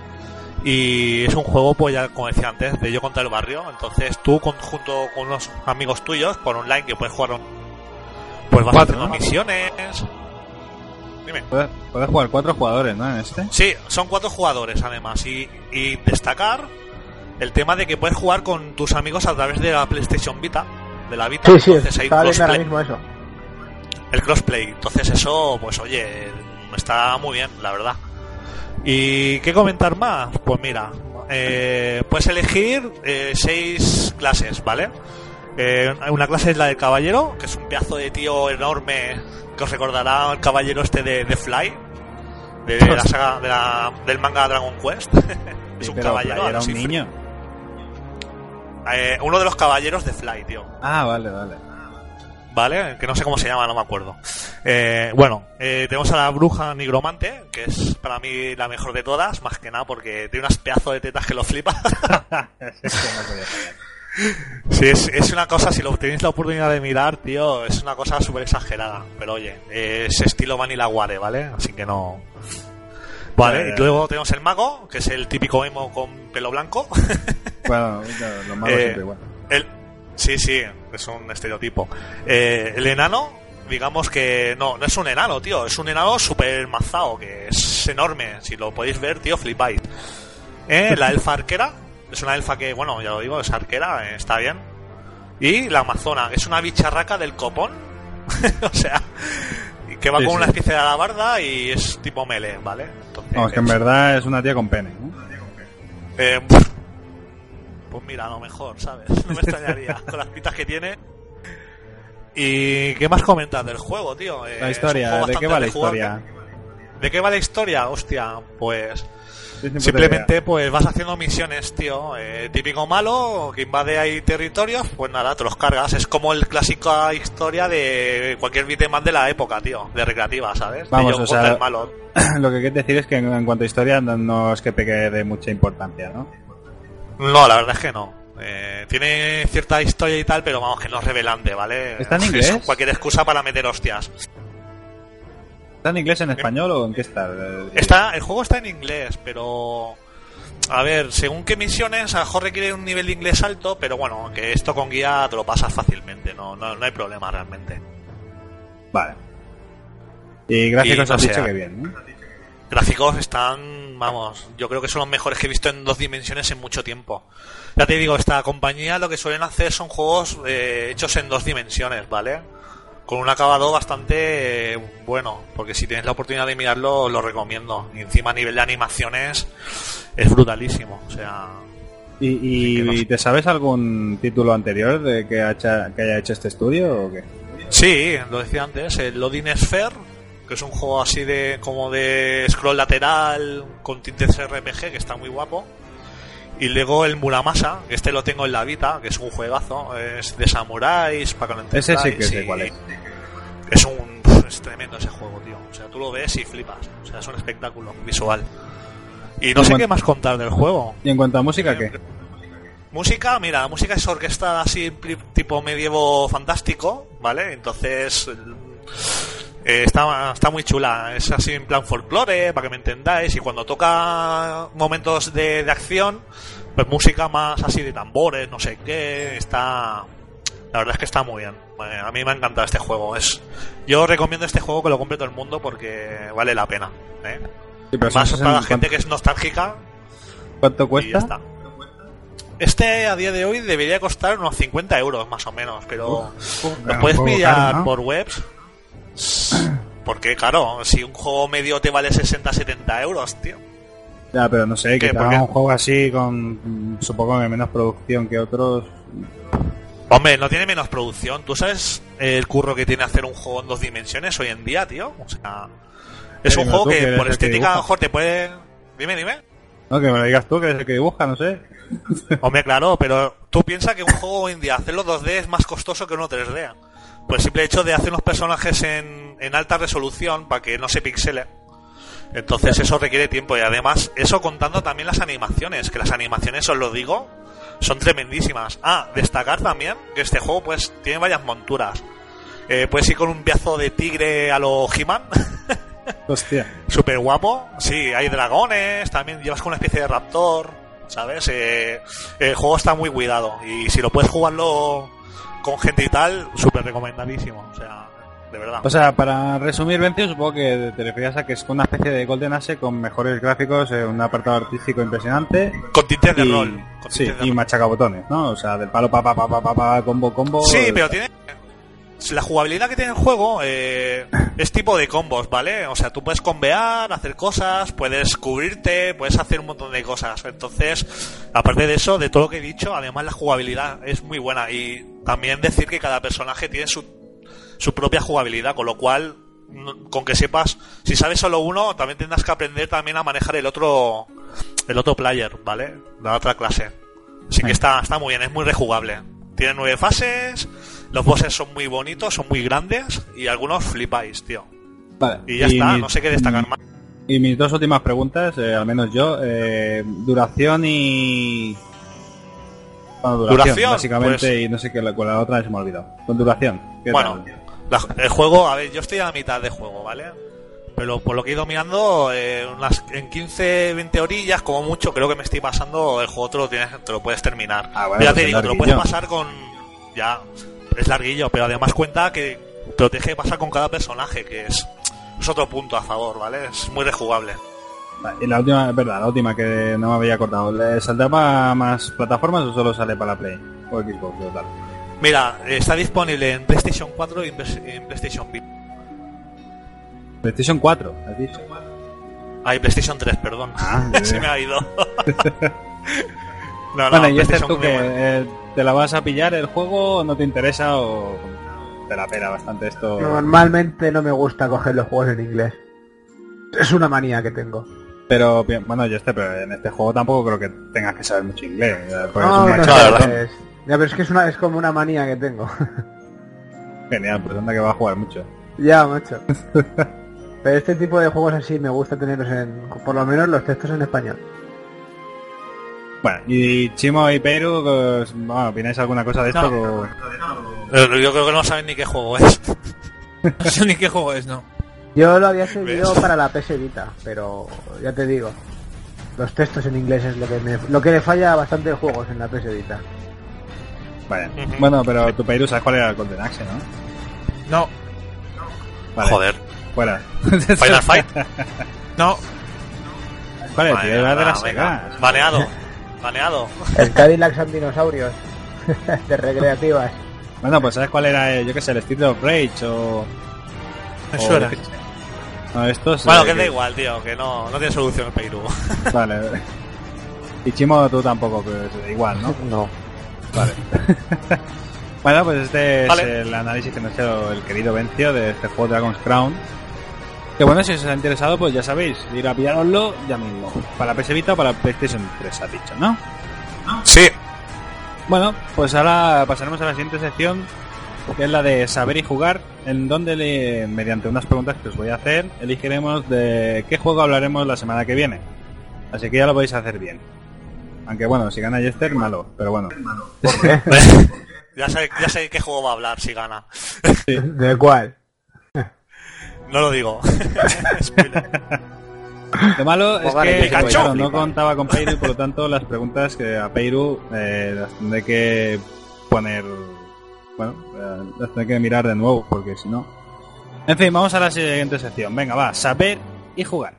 [SPEAKER 4] Y es un juego, pues ya como decía antes, de yo contra el barrio. Entonces tú, con- junto con unos amigos tuyos, por online, que puedes jugar, on- pues vas
[SPEAKER 2] Cuatro,
[SPEAKER 4] haciendo
[SPEAKER 2] ¿no?
[SPEAKER 4] misiones. Dime.
[SPEAKER 2] Puedes, puedes jugar cuatro jugadores, ¿no? En este.
[SPEAKER 4] Sí, son cuatro jugadores además. Y, y destacar el tema de que puedes jugar con tus amigos a través de la PlayStation Vita. De la Vita,
[SPEAKER 3] Sí, sí,
[SPEAKER 4] entonces hay
[SPEAKER 3] estaba viendo ahora
[SPEAKER 4] crossplay,
[SPEAKER 3] mismo eso.
[SPEAKER 4] el crossplay. Entonces eso, pues oye, está muy bien, la verdad. ¿Y qué comentar más? Pues mira, eh, puedes elegir eh, seis clases, ¿vale? Eh, una clase es la del caballero, que es un pedazo de tío enorme que os recordará al caballero este de, de Fly,
[SPEAKER 2] [LAUGHS]
[SPEAKER 4] de la saga de la- del manga Dragon Quest. [LAUGHS] es
[SPEAKER 2] Sí,
[SPEAKER 4] un
[SPEAKER 2] pero
[SPEAKER 4] caballero.
[SPEAKER 2] Fly era un
[SPEAKER 4] Lucifer.
[SPEAKER 2] niño.
[SPEAKER 4] Eh, uno de los caballeros de Fly, tío.
[SPEAKER 2] Ah, vale, vale.
[SPEAKER 4] ¿vale? Que no sé cómo se llama, no me acuerdo. Eh, bueno, eh, tenemos a la bruja nigromante, que es para mí la mejor de todas, más que nada porque tiene unas pedazos de tetas que lo flipa.
[SPEAKER 2] [LAUGHS] Es que no podía ser.
[SPEAKER 4] sí, es, es una cosa, si lo tenéis la oportunidad de mirar, tío, es una cosa súper exagerada. Pero oye, eh, es estilo Vanilla Ware, ¿vale? Así que no... Vale,
[SPEAKER 2] Eh.
[SPEAKER 4] y luego tenemos el mago, que es el típico emo con pelo blanco.
[SPEAKER 2] bueno, [LAUGHS] no, los malos
[SPEAKER 4] Eh,
[SPEAKER 2] siempre igual.
[SPEAKER 4] El, sí, sí, es un estereotipo. Eh, el enano, digamos que no, no es un enano, tío, es un enano super mazao, que es enorme. Si lo podéis ver, tío, flipáis. Eh, la elfa arquera, es una elfa que, bueno, ya lo digo, es arquera, eh, está bien. Y la amazona, que es una bicharraca del copón. [LAUGHS] o sea, que va
[SPEAKER 2] Sí,
[SPEAKER 4] con
[SPEAKER 2] sí.
[SPEAKER 4] una especie de alabarda y es tipo melee, ¿vale? Entonces,
[SPEAKER 2] Vamos, que en verdad es una tía con pene. ¿no?
[SPEAKER 4] eh, pff, pues mira, a lo mejor, ¿sabes? [LAUGHS] No me extrañaría con las pintas que tiene. ¿Y qué más comentas del juego, tío? Eh,
[SPEAKER 2] La
[SPEAKER 4] es un
[SPEAKER 2] historia,
[SPEAKER 4] juego
[SPEAKER 2] ¿de qué
[SPEAKER 4] bastante
[SPEAKER 2] va la
[SPEAKER 4] rejugable.
[SPEAKER 2] historia?
[SPEAKER 4] ¿De qué va la historia? Hostia, pues
[SPEAKER 2] Yo sin puta
[SPEAKER 4] simplemente pues vas haciendo misiones, tío. Eh, típico malo que invade ahí territorios, pues nada, te los cargas. Es como el clásica historia de cualquier beat'em up de la época, tío, de recreativa, ¿sabes? De
[SPEAKER 2] Vamos,
[SPEAKER 4] yo
[SPEAKER 2] o
[SPEAKER 4] contra
[SPEAKER 2] sea-
[SPEAKER 4] el malo.
[SPEAKER 2] idea. [COUGHS] Lo que quieres decir es que en en cuanto a historia no, no es que pegue de mucha importancia, ¿no?
[SPEAKER 4] No, la verdad es que no. Eh, tiene cierta historia y tal, pero vamos, que no es revelante, ¿vale?
[SPEAKER 2] ¿Está en
[SPEAKER 4] Es
[SPEAKER 2] inglés?
[SPEAKER 4] cualquier excusa para meter hostias.
[SPEAKER 2] ¿Está en inglés, en español o en qué está? Eh,
[SPEAKER 4] Eh. Está, el juego está en inglés, pero... A ver, según qué misiones, a lo mejor requiere un nivel de inglés alto, pero bueno, que esto con guía te lo pasas fácilmente, no, no, no hay problema realmente.
[SPEAKER 2] Vale. Y gráficos
[SPEAKER 4] Y, o
[SPEAKER 2] has dicho
[SPEAKER 4] sea,
[SPEAKER 2] que bien, ¿no?
[SPEAKER 4] Gráficos están vamos, yo creo que son los mejores que he visto en dos dimensiones en mucho tiempo. Ya te digo, esta compañía lo que suelen hacer son juegos eh, hechos en dos dimensiones, ¿vale? Con un acabado bastante eh, bueno, porque si tienes la oportunidad de mirarlo, lo recomiendo. Y encima a nivel de animaciones es brutalísimo, o sea...
[SPEAKER 2] ¿Y, y-
[SPEAKER 4] Sí, que no sé.
[SPEAKER 2] te sabes algún título anterior de que, ha hecha- que haya hecho este estudio o qué?
[SPEAKER 4] Sí, lo decía antes, el Odin Sphere, que es un juego así de como de scroll lateral con tintes RPG, que está muy guapo. Y luego el Muramasa, que este lo tengo en la Vita, que es un juegazo, es de samuráis, para que lo
[SPEAKER 2] Ese sí que
[SPEAKER 4] entendáis,
[SPEAKER 2] sé
[SPEAKER 4] y
[SPEAKER 2] cuál es.
[SPEAKER 4] Es un pf, es tremendo ese juego, tío. O sea, tú lo ves y flipas. O sea, es un espectáculo visual. Y no sé
[SPEAKER 2] Bueno.
[SPEAKER 4] qué más contar del juego.
[SPEAKER 2] ¿Y en cuanto a música qué?
[SPEAKER 4] Música, mira, la música es orquesta así pli- tipo medievo fantástico, ¿vale? Entonces eh, está, está muy chula, es así en plan folclore, para que me entendáis, y cuando toca momentos de, de acción, pues música más así de tambores, no sé qué, está... La verdad es que está muy bien. Eh, A mí me ha encantado este juego. Es, yo recomiendo este juego que lo compre todo el mundo porque vale la pena. ¿eh?
[SPEAKER 2] Sí, pero
[SPEAKER 4] Más
[SPEAKER 2] eso es Pues
[SPEAKER 4] para
[SPEAKER 2] en
[SPEAKER 4] la gente
[SPEAKER 2] cuánto-
[SPEAKER 4] que es nostálgica,
[SPEAKER 2] ¿Cuánto
[SPEAKER 4] y ya
[SPEAKER 2] cuesta?
[SPEAKER 4] está. Este a día de hoy debería costar unos 50 euros más o menos, pero lo
[SPEAKER 2] un
[SPEAKER 4] puedes
[SPEAKER 2] juego
[SPEAKER 4] pillar
[SPEAKER 2] caro, ¿no?
[SPEAKER 4] por webs. Porque, claro, si un juego medio te vale 60-70 euros, tío.
[SPEAKER 2] Ya, pero no sé,
[SPEAKER 4] ¿Qué?
[SPEAKER 2] que te
[SPEAKER 4] ¿Por
[SPEAKER 2] hagan un
[SPEAKER 4] qué?
[SPEAKER 2] juego así con mm, supongo que menos producción que otros.
[SPEAKER 4] Hombre, no tiene menos producción. ¿Tú sabes el curro que tiene hacer un juego en dos dimensiones hoy en día, tío? O sea, es
[SPEAKER 2] Sí,
[SPEAKER 4] un
[SPEAKER 2] pero
[SPEAKER 4] juego
[SPEAKER 2] tú que
[SPEAKER 4] que
[SPEAKER 2] eres
[SPEAKER 4] por
[SPEAKER 2] el que
[SPEAKER 4] estética a lo
[SPEAKER 2] dibuja.
[SPEAKER 4] mejor te puede... Dime, dime.
[SPEAKER 2] No, que me lo digas tú, que eres el que dibuja, no sé.
[SPEAKER 4] Hombre, claro, pero tú piensas que un juego hoy en día hacerlo 2D es más costoso que uno 3D. Por el simple hecho de hacer los personajes en, en alta resolución para que no se pixele. Entonces eso requiere tiempo y además eso contando también las animaciones, que las animaciones os lo digo, son tremendísimas. Ah, destacar también que este juego pues tiene varias monturas. Eh, puedes ir con un pedazo de tigre a lo He-Man.
[SPEAKER 2] Hostia.
[SPEAKER 4] Súper guapo. Sí, hay dragones, también llevas con una especie de raptor, ¿sabes? Eh, el juego está muy cuidado y si lo puedes jugarlo con gente y tal, súper recomendadísimo. O sea, de verdad.
[SPEAKER 2] O sea, para resumir, Vencio, supongo que te referías a que es una especie de Golden Age con mejores gráficos, eh, un apartado artístico impresionante.
[SPEAKER 4] con tintes de
[SPEAKER 2] y,
[SPEAKER 4] rol. Con
[SPEAKER 2] sí,
[SPEAKER 4] tintes de
[SPEAKER 2] y
[SPEAKER 4] rol.
[SPEAKER 2] machacabotones, ¿no? O sea, del palo pa pa pa pa pa, pa, combo combo.
[SPEAKER 4] Sí, pero tiene. La jugabilidad que tiene el juego eh, es tipo de combos, ¿vale? O sea, tú puedes combear, hacer cosas, puedes cubrirte, puedes hacer un montón de cosas. Entonces, aparte de eso, de todo lo que he dicho, además la jugabilidad es muy buena. Y también decir que cada personaje tiene su, su propia jugabilidad, con lo cual, no- con que sepas, si sabes solo uno, también tendrás que aprender también a manejar el otro, el otro player, ¿vale? La otra clase. Así que está, está muy bien, es muy rejugable. Tiene nueve fases, los bosses son muy bonitos, son muy grandes y algunos flipáis, tío.
[SPEAKER 2] Vale. mm,
[SPEAKER 4] Y ya está,
[SPEAKER 2] mi-
[SPEAKER 4] no sé qué destacar más.
[SPEAKER 2] Y mis dos últimas preguntas, eh, al menos yo, eh, duración y... Bueno,
[SPEAKER 4] Duración,
[SPEAKER 2] básicamente,
[SPEAKER 4] pues-
[SPEAKER 2] y no sé qué, la- con la otra se me ha olvidado. Con duración. ¿qué
[SPEAKER 4] Bueno,
[SPEAKER 2] tal?
[SPEAKER 4] la- el juego, a ver, yo estoy a la mitad de juego, ¿vale? Pero por lo que he ido mirando, eh, unas, en 15, 20 orillas, como mucho, creo que me estoy pasando. El juego te lo, tienes, te lo puedes terminar.
[SPEAKER 2] Ah, bueno,
[SPEAKER 4] ya
[SPEAKER 2] pues
[SPEAKER 4] te
[SPEAKER 2] es
[SPEAKER 4] digo, te lo puedes
[SPEAKER 2] larguillo.
[SPEAKER 4] pasar con. Ya, es larguillo, pero además cuenta que te lo tienes que pasar con cada personaje, que es, es otro punto a favor, ¿vale? Es muy rejugable.
[SPEAKER 2] Vale, Y la última, es verdad, la última que no me había acordado. ¿Le ¿Saldrá para más plataformas o solo sale para la Play? O Xbox o tal.
[SPEAKER 4] Mira, está disponible en PlayStation 4 y en Pres- en PlayStation Vita.
[SPEAKER 2] PlayStation 4, has dicho.
[SPEAKER 4] Ah, y PlayStation 3, perdón. [LAUGHS]
[SPEAKER 2] Ah,
[SPEAKER 4] Se me ha
[SPEAKER 2] [LAUGHS]
[SPEAKER 4] ido. no,
[SPEAKER 2] bueno, y este es
[SPEAKER 4] PlayStation
[SPEAKER 2] tú que
[SPEAKER 4] muy bueno.
[SPEAKER 2] eh, te la vas a pillar el juego, no te interesa o te la pela bastante esto.
[SPEAKER 3] Normalmente no me gusta coger los juegos en inglés. Es una manía que tengo.
[SPEAKER 2] Pero bien, bueno, yo este, pero en este juego tampoco creo que tengas que saber mucho inglés. eh, porque
[SPEAKER 3] No,
[SPEAKER 2] es un
[SPEAKER 3] no
[SPEAKER 2] machaca,
[SPEAKER 4] sé.
[SPEAKER 2] ¿no?
[SPEAKER 3] sabes. Ya, pero es que es, una, es como una manía que tengo. [LAUGHS]
[SPEAKER 2] Genial, pues anda que va a jugar mucho. [LAUGHS]
[SPEAKER 3] ya, macho. Pero este tipo de juegos así me gusta tenerlos en... Por lo menos los textos en español.
[SPEAKER 2] Bueno, y Chimo y Peru, pues, bueno, ¿opináis alguna cosa de esto? O-
[SPEAKER 4] Eh, Yo creo que no saben ni qué juego
[SPEAKER 2] [LAUGHS]
[SPEAKER 4] es.
[SPEAKER 8] No sé ni qué juego es, no.
[SPEAKER 3] Yo lo había seguido para la PS Vita, pero ya te digo. Los textos en inglés es lo que, me- lo que le falla a bastantes juegos en la PS Vita.
[SPEAKER 2] Vale.
[SPEAKER 4] Ujú.
[SPEAKER 2] Bueno, pero tu Peru sabes cuál era el Golden Axe, ¿no?
[SPEAKER 8] No,
[SPEAKER 2] Vale,
[SPEAKER 4] Joder.
[SPEAKER 2] Fuera. [LAUGHS]
[SPEAKER 4] Final Fight.
[SPEAKER 8] no.
[SPEAKER 2] Vale,
[SPEAKER 4] Madre
[SPEAKER 2] tío, era de
[SPEAKER 4] nada,
[SPEAKER 2] las
[SPEAKER 4] venga.
[SPEAKER 2] Segas.
[SPEAKER 4] Baneado.
[SPEAKER 2] [LAUGHS]
[SPEAKER 4] Baneado.
[SPEAKER 3] El Cadillac son dinosaurios. [LAUGHS] de recreativas.
[SPEAKER 2] Bueno, pues ¿sabes cuál era? eh, Yo qué sé, el Street of Rage o...
[SPEAKER 5] Eso
[SPEAKER 2] o yo
[SPEAKER 5] era.
[SPEAKER 2] qué sé. No, estos...
[SPEAKER 4] Bueno,
[SPEAKER 2] eh,
[SPEAKER 4] que da igual, tío, que no, no tiene solución el
[SPEAKER 2] [LAUGHS]
[SPEAKER 4] Perú.
[SPEAKER 2] Vale. Y Chimo tú tampoco, pero igual, ¿no?
[SPEAKER 1] No.
[SPEAKER 2] Bueno, pues este
[SPEAKER 4] Vale.
[SPEAKER 2] es el análisis que nos hizo el querido Vencio de este juego Dragon's Crown. Que bueno, si os ha interesado, pues ya sabéis, ir a pillaroslo ya mismo. Para PS Vita o para PlayStation 3, ha dicho, ¿no? [LAUGHS]
[SPEAKER 4] Sí.
[SPEAKER 2] Bueno, pues ahora pasaremos a la siguiente sección, que es la de saber y jugar, en donde le- mediante unas preguntas que os voy a hacer, elegiremos de qué juego hablaremos la semana que viene. Así que ya lo vais a hacer bien. Aunque bueno, si gana Jester, malo, pero bueno.
[SPEAKER 4] Ya sé, ya sé qué juego va a hablar si gana.
[SPEAKER 3] ¿De cuál?
[SPEAKER 4] No
[SPEAKER 2] [LAUGHS]
[SPEAKER 4] lo digo. [LAUGHS] Spoiler.
[SPEAKER 2] Lo malo es
[SPEAKER 1] Pues vale,
[SPEAKER 2] que
[SPEAKER 4] me cachó.
[SPEAKER 2] claro, no contaba con Peiru, por lo tanto las preguntas que a Peiru eh, las tendré que poner, bueno, eh, las tendré que mirar de nuevo, porque si no... En fin, vamos a la siguiente sección. Venga, va, saber y jugar.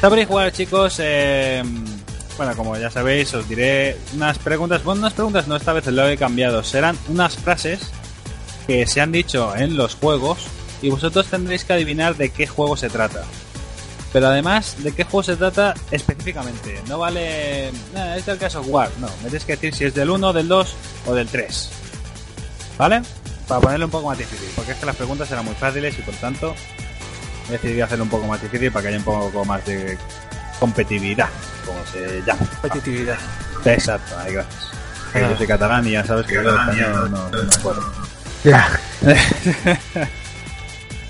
[SPEAKER 2] Saber y jugar, chicos. eh, bueno, como ya sabéis, os diré unas preguntas. Bueno, unas preguntas no, esta vez lo he cambiado. Serán unas frases que se han dicho en los juegos y vosotros tendréis que adivinar de qué juego se trata. Pero además, de qué juego se trata específicamente. No vale. "Ah, es del caso War. No, me tenéis que decir si es del 1, del 2 o del 3. ¿Vale? Para ponerlo un poco más difícil, porque es que las preguntas eran muy fáciles y por tanto he decidido hacerlo un poco más difícil para que haya un poco más de competitividad, como se llama.
[SPEAKER 5] Competitividad.
[SPEAKER 2] Exacto, ahí gracias. Que Yo soy catalán y ya sabes que yo de español no, no me acuerdo.
[SPEAKER 3] Ya.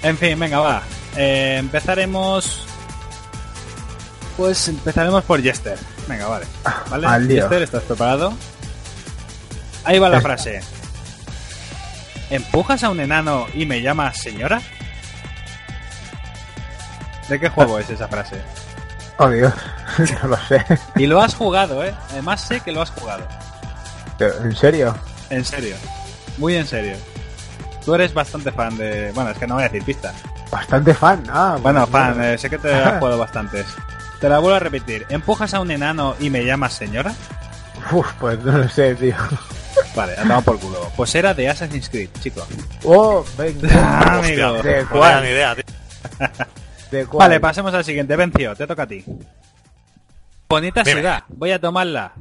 [SPEAKER 2] En fin, venga, va. Eh, empezaremos. Pues empezaremos por Jester. Venga, vale. ¿Vale?
[SPEAKER 3] al lío.
[SPEAKER 2] Jester, ¿estás preparado? Ahí va la frase. ¿Empujas a un enano y me llamas señora? ¿De qué juego es esa frase?
[SPEAKER 3] Oh Dios, [LAUGHS] no lo sé.
[SPEAKER 2] Y lo has jugado, ¿eh? Además sé que lo has jugado.
[SPEAKER 3] Pero, ¿En serio?
[SPEAKER 2] En serio. Muy en serio. Tú eres bastante fan de... Bueno, es que no voy a decir pista.
[SPEAKER 3] Bastante fan, ah.
[SPEAKER 2] Bueno, fan,
[SPEAKER 3] bueno.
[SPEAKER 2] eh, sé que te has jugado bastantes. Te la vuelvo a repetir. ¿Empujas a un enano y me llamas señora?
[SPEAKER 3] Uf, pues no lo sé, tío.
[SPEAKER 2] Vale, andamos por culo. Pues era de Assassin's Creed, chico.
[SPEAKER 3] Oh, venga.
[SPEAKER 2] Ah, amigo.
[SPEAKER 3] ¿De
[SPEAKER 4] No tenía ni
[SPEAKER 3] cuál?
[SPEAKER 4] idea, tío.
[SPEAKER 3] ¿De cuál?
[SPEAKER 2] Vale, pasemos al siguiente. Vencio, te toca a ti. Bonita
[SPEAKER 4] Dime.
[SPEAKER 2] ciudad, voy a tomarla.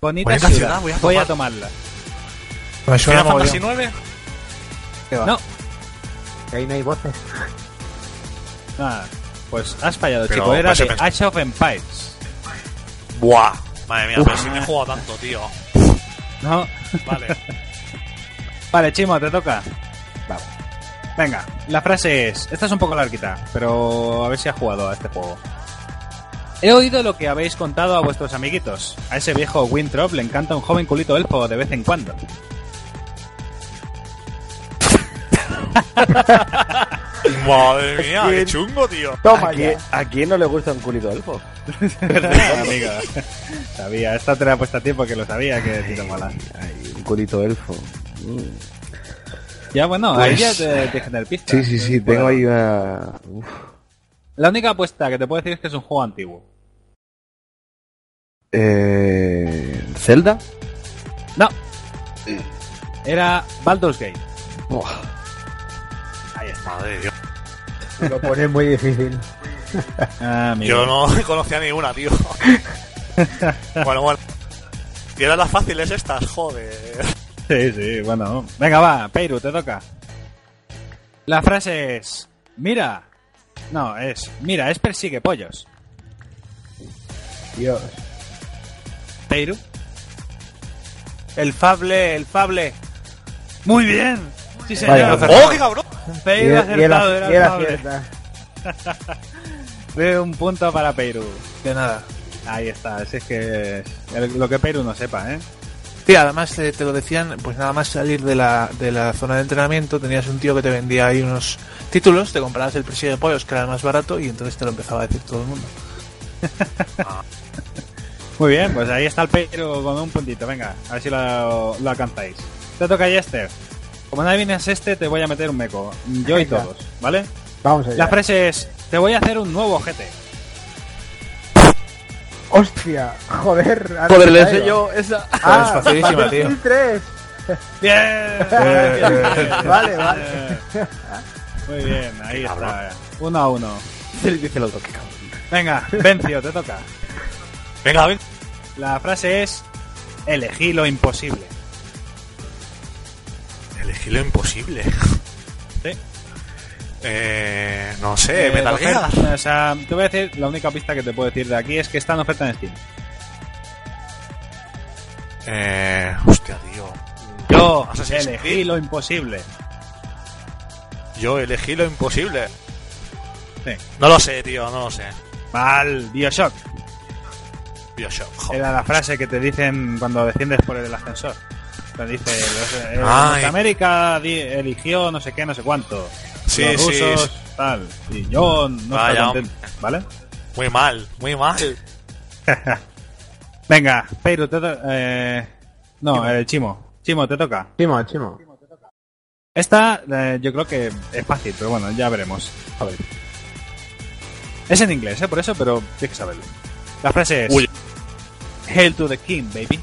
[SPEAKER 2] Bonita,
[SPEAKER 4] Bonita
[SPEAKER 2] ciudad,
[SPEAKER 4] ciudad,
[SPEAKER 2] voy,
[SPEAKER 4] voy
[SPEAKER 2] a
[SPEAKER 4] a
[SPEAKER 2] tomarla.
[SPEAKER 5] Me suena
[SPEAKER 4] ¿Final
[SPEAKER 5] mogollón.
[SPEAKER 4] Fantasy 9?
[SPEAKER 3] ¿Qué va?
[SPEAKER 2] No,
[SPEAKER 3] Que ahí no hay voces.
[SPEAKER 2] nada. Pues has fallado,
[SPEAKER 4] Pero,
[SPEAKER 2] chico. Era
[SPEAKER 4] pues,
[SPEAKER 2] de
[SPEAKER 4] he pens-
[SPEAKER 2] Age of Empires.
[SPEAKER 4] Buah. Madre mía,
[SPEAKER 2] Uf.
[SPEAKER 4] pero si me he jugado tanto, tío.
[SPEAKER 2] No. [LAUGHS]
[SPEAKER 4] [LAUGHS] Vale.
[SPEAKER 2] Vale, Chimo, te toca. Vamos. Venga, la frase es... Esta es un poco larguita, pero a ver si has jugado a este juego. He oído lo que habéis contado a vuestros amiguitos. A ese viejo Wintrop le encanta un joven culito elfo de vez en
[SPEAKER 1] [LAUGHS]
[SPEAKER 2] cuando. [LAUGHS]
[SPEAKER 4] Madre mía, qué chungo, tío.
[SPEAKER 3] Toma
[SPEAKER 1] ¿A, quién, a quién no le gusta un culito elfo?
[SPEAKER 2] Amiga, [LAUGHS] sabía, esta te la he puesto a tiempo que lo sabía que te mala.
[SPEAKER 1] Ay, un culito elfo. Mm.
[SPEAKER 2] Ya bueno, ahí ya te te dije en el pista.
[SPEAKER 1] Pues- Sí, sí, sí,
[SPEAKER 2] Bueno,
[SPEAKER 1] tengo ahí una... Uf.
[SPEAKER 2] La única apuesta que te puedo decir es que es un juego antiguo.
[SPEAKER 1] Eh... ¿Zelda?
[SPEAKER 2] No. Era Baldur's Gate.
[SPEAKER 1] Buah.
[SPEAKER 2] Ahí está.
[SPEAKER 4] Madre de Dios.
[SPEAKER 3] Lo pones muy difícil.
[SPEAKER 2] Ah,
[SPEAKER 4] Yo no [LAUGHS] conocía ni una, tío. bueno, bueno. Y eran las fáciles estas, joder.
[SPEAKER 2] Sí, sí, bueno. Venga, va, Peiru, te toca. La frase es... Mira. No, es... Mira, es persigue pollos.
[SPEAKER 3] Dios.
[SPEAKER 2] Peiru.
[SPEAKER 8] El Fable, el Fable.
[SPEAKER 2] Muy bien.
[SPEAKER 8] Sí,
[SPEAKER 3] Vaya.
[SPEAKER 8] señor.
[SPEAKER 4] ¡Oh, qué cabrón!
[SPEAKER 3] Y, y,
[SPEAKER 8] Peiru
[SPEAKER 3] él- y él
[SPEAKER 8] acertado,
[SPEAKER 3] ac- y él
[SPEAKER 8] era el Fable.
[SPEAKER 3] acierta.
[SPEAKER 2] Veo un punto para Peiru.
[SPEAKER 5] De nada.
[SPEAKER 2] Ahí está, si es que... el- lo que Peiru no sepa, ¿eh?
[SPEAKER 8] Sí, además eh, te lo decían, pues nada más salir de la, de la zona de entrenamiento, tenías un tío que te vendía ahí unos títulos, te comprabas el precio de pollos, que era el más barato, y entonces te lo empezaba a decir todo el mundo.
[SPEAKER 2] Muy bien, pues ahí está el pero con un puntito. Venga, a ver si lo, lo alcanzáis. Te toca Jester. Como no adivinas este, te voy a meter un meco. Yo y
[SPEAKER 3] Venga.
[SPEAKER 2] todos, ¿vale?
[SPEAKER 3] Vamos allá.
[SPEAKER 2] La frase es, te voy a hacer un nuevo ojete.
[SPEAKER 3] Hostia, joder. ahora
[SPEAKER 6] Joder,
[SPEAKER 3] me
[SPEAKER 6] le
[SPEAKER 3] caigo.
[SPEAKER 6] hice yo esa.
[SPEAKER 3] Ah,
[SPEAKER 8] Es facilísima, tío.
[SPEAKER 3] 2003.
[SPEAKER 2] ¡Bien!
[SPEAKER 3] Vale, vale.
[SPEAKER 2] Muy bien, ahí está. Uno a uno.
[SPEAKER 6] Dice el otro, qué cabrón.
[SPEAKER 2] Venga, Vencio, te toca.
[SPEAKER 4] Venga, ven.
[SPEAKER 2] La frase es, elegí lo imposible.
[SPEAKER 4] Elegí lo imposible.
[SPEAKER 2] Sí.
[SPEAKER 4] Eh, no sé,
[SPEAKER 2] Eh,
[SPEAKER 4] Metal
[SPEAKER 2] la oferta-
[SPEAKER 4] Gear.
[SPEAKER 2] O sea, te voy a decir, la única pista que te puedo decir de aquí es que está en oferta en Steam.
[SPEAKER 4] Eh, hostia, tío.
[SPEAKER 2] Yo
[SPEAKER 4] Assassin's
[SPEAKER 2] elegí
[SPEAKER 4] Creed.
[SPEAKER 2] lo imposible.
[SPEAKER 4] Yo elegí lo imposible.
[SPEAKER 2] Sí.
[SPEAKER 4] No lo sé, tío, no lo sé.
[SPEAKER 2] Mal, Bioshock.
[SPEAKER 4] Bioshock, joder.
[SPEAKER 2] Era la frase que te dicen cuando desciendes por el ascensor. Te dice, los- eh,
[SPEAKER 4] Ay.
[SPEAKER 2] América di- eligió no sé qué, no sé cuánto.
[SPEAKER 4] Sí,
[SPEAKER 2] los
[SPEAKER 4] sí,
[SPEAKER 2] rusos,
[SPEAKER 4] sí.
[SPEAKER 2] tal. Y yo no estoy
[SPEAKER 4] Vaya,
[SPEAKER 2] contento, ¿vale?
[SPEAKER 4] Muy mal, muy mal.
[SPEAKER 2] Venga, Peiro, te to- eh, No, el Chimo. Chimo, te toca.
[SPEAKER 3] Chimo, chimo.
[SPEAKER 2] Esta eh, yo creo que es fácil, pero bueno, ya veremos. A ver. Es en inglés, ¿eh? Por eso, pero tienes que saberlo. La frase es...
[SPEAKER 4] Uy.
[SPEAKER 2] Hail to the king, baby.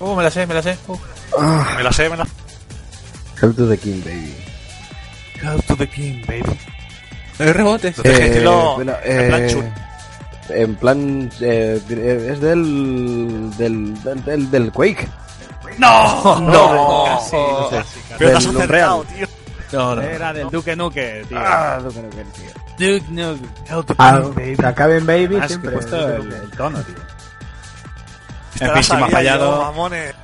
[SPEAKER 8] Uh, me la sé, me la sé. Uh.
[SPEAKER 4] Me la sé, me la
[SPEAKER 1] Hell to the King, baby.
[SPEAKER 8] El rebote.
[SPEAKER 4] Entonces,
[SPEAKER 1] Eh,
[SPEAKER 4] estilo-
[SPEAKER 1] bueno,
[SPEAKER 4] en plan
[SPEAKER 1] eh,
[SPEAKER 4] chul-
[SPEAKER 1] en plan, eh, eh, es del del, del, del del Quake.
[SPEAKER 2] [LAUGHS]
[SPEAKER 4] ¡No!
[SPEAKER 1] no,
[SPEAKER 4] Casi, no sé. Oh. ah, Pero
[SPEAKER 1] Del
[SPEAKER 4] te has acertado,
[SPEAKER 1] Unreal.
[SPEAKER 4] tío.
[SPEAKER 8] No, no.
[SPEAKER 2] Era del Duque Nuque, tío.
[SPEAKER 1] Ah, no creo que, tío.
[SPEAKER 8] Eh. Duke Nukem.
[SPEAKER 3] Ah, que acaben baby
[SPEAKER 2] Has
[SPEAKER 3] siempre.
[SPEAKER 2] puesto el, el tono, tío.
[SPEAKER 4] Te la
[SPEAKER 2] En fin, si me ha
[SPEAKER 4] sabía
[SPEAKER 2] fallado.
[SPEAKER 4] yo, mamones.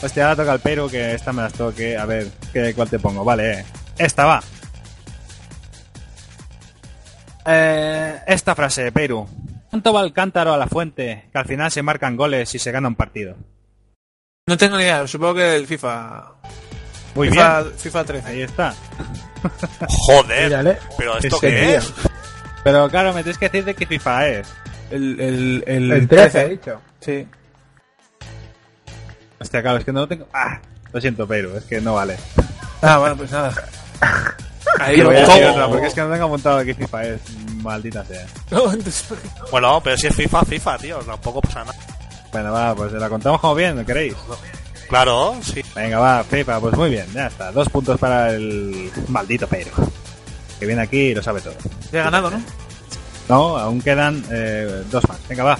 [SPEAKER 2] Hostia, ahora toca el Perú, que esta me las tengo que... A ver, ¿qué, ¿cuál te pongo? Vale, eh. esta va. Eh, esta frase, Perú. ¿Cuánto va el cántaro a la fuente? Que al final se marcan goles y se gana un partido.
[SPEAKER 8] No tengo ni idea, supongo que el FIFA.
[SPEAKER 2] Muy bien.
[SPEAKER 8] FIFA, FIFA 13.
[SPEAKER 2] Ahí está.
[SPEAKER 4] Joder,
[SPEAKER 3] Mírale.
[SPEAKER 4] pero ¿esto
[SPEAKER 2] Ese
[SPEAKER 4] qué
[SPEAKER 2] tío.
[SPEAKER 4] es?
[SPEAKER 2] Pero claro, me tienes que decir de qué FIFA es.
[SPEAKER 8] El, el, el,
[SPEAKER 3] El 13, he dicho.
[SPEAKER 8] Sí.
[SPEAKER 2] Hostia, claro, es que no lo tengo. ¡Ah! Lo siento, Perú, es que no vale.
[SPEAKER 8] Ah, bueno, pues [LAUGHS] nada. Ahí
[SPEAKER 2] Te
[SPEAKER 8] lo
[SPEAKER 2] voy a decir
[SPEAKER 8] ¿Cómo?
[SPEAKER 2] otra, porque es que no tengo apuntado de qué FIFA ¿eh? es. Maldita sea.
[SPEAKER 8] No, entonces-
[SPEAKER 4] Bueno, pero si es FIFA, FIFA, tío. Tampoco pasa nada.
[SPEAKER 2] Bueno, va, pues la contamos como bien, ¿no queréis?
[SPEAKER 4] Claro, sí.
[SPEAKER 2] Venga, va, FIFA, pues muy bien, ya está. Dos puntos para el maldito Perú. Que viene aquí y lo sabe todo.
[SPEAKER 8] [LAUGHS] Ya he ganado, ¿no?
[SPEAKER 2] No, aún quedan eh, dos más. Venga, va.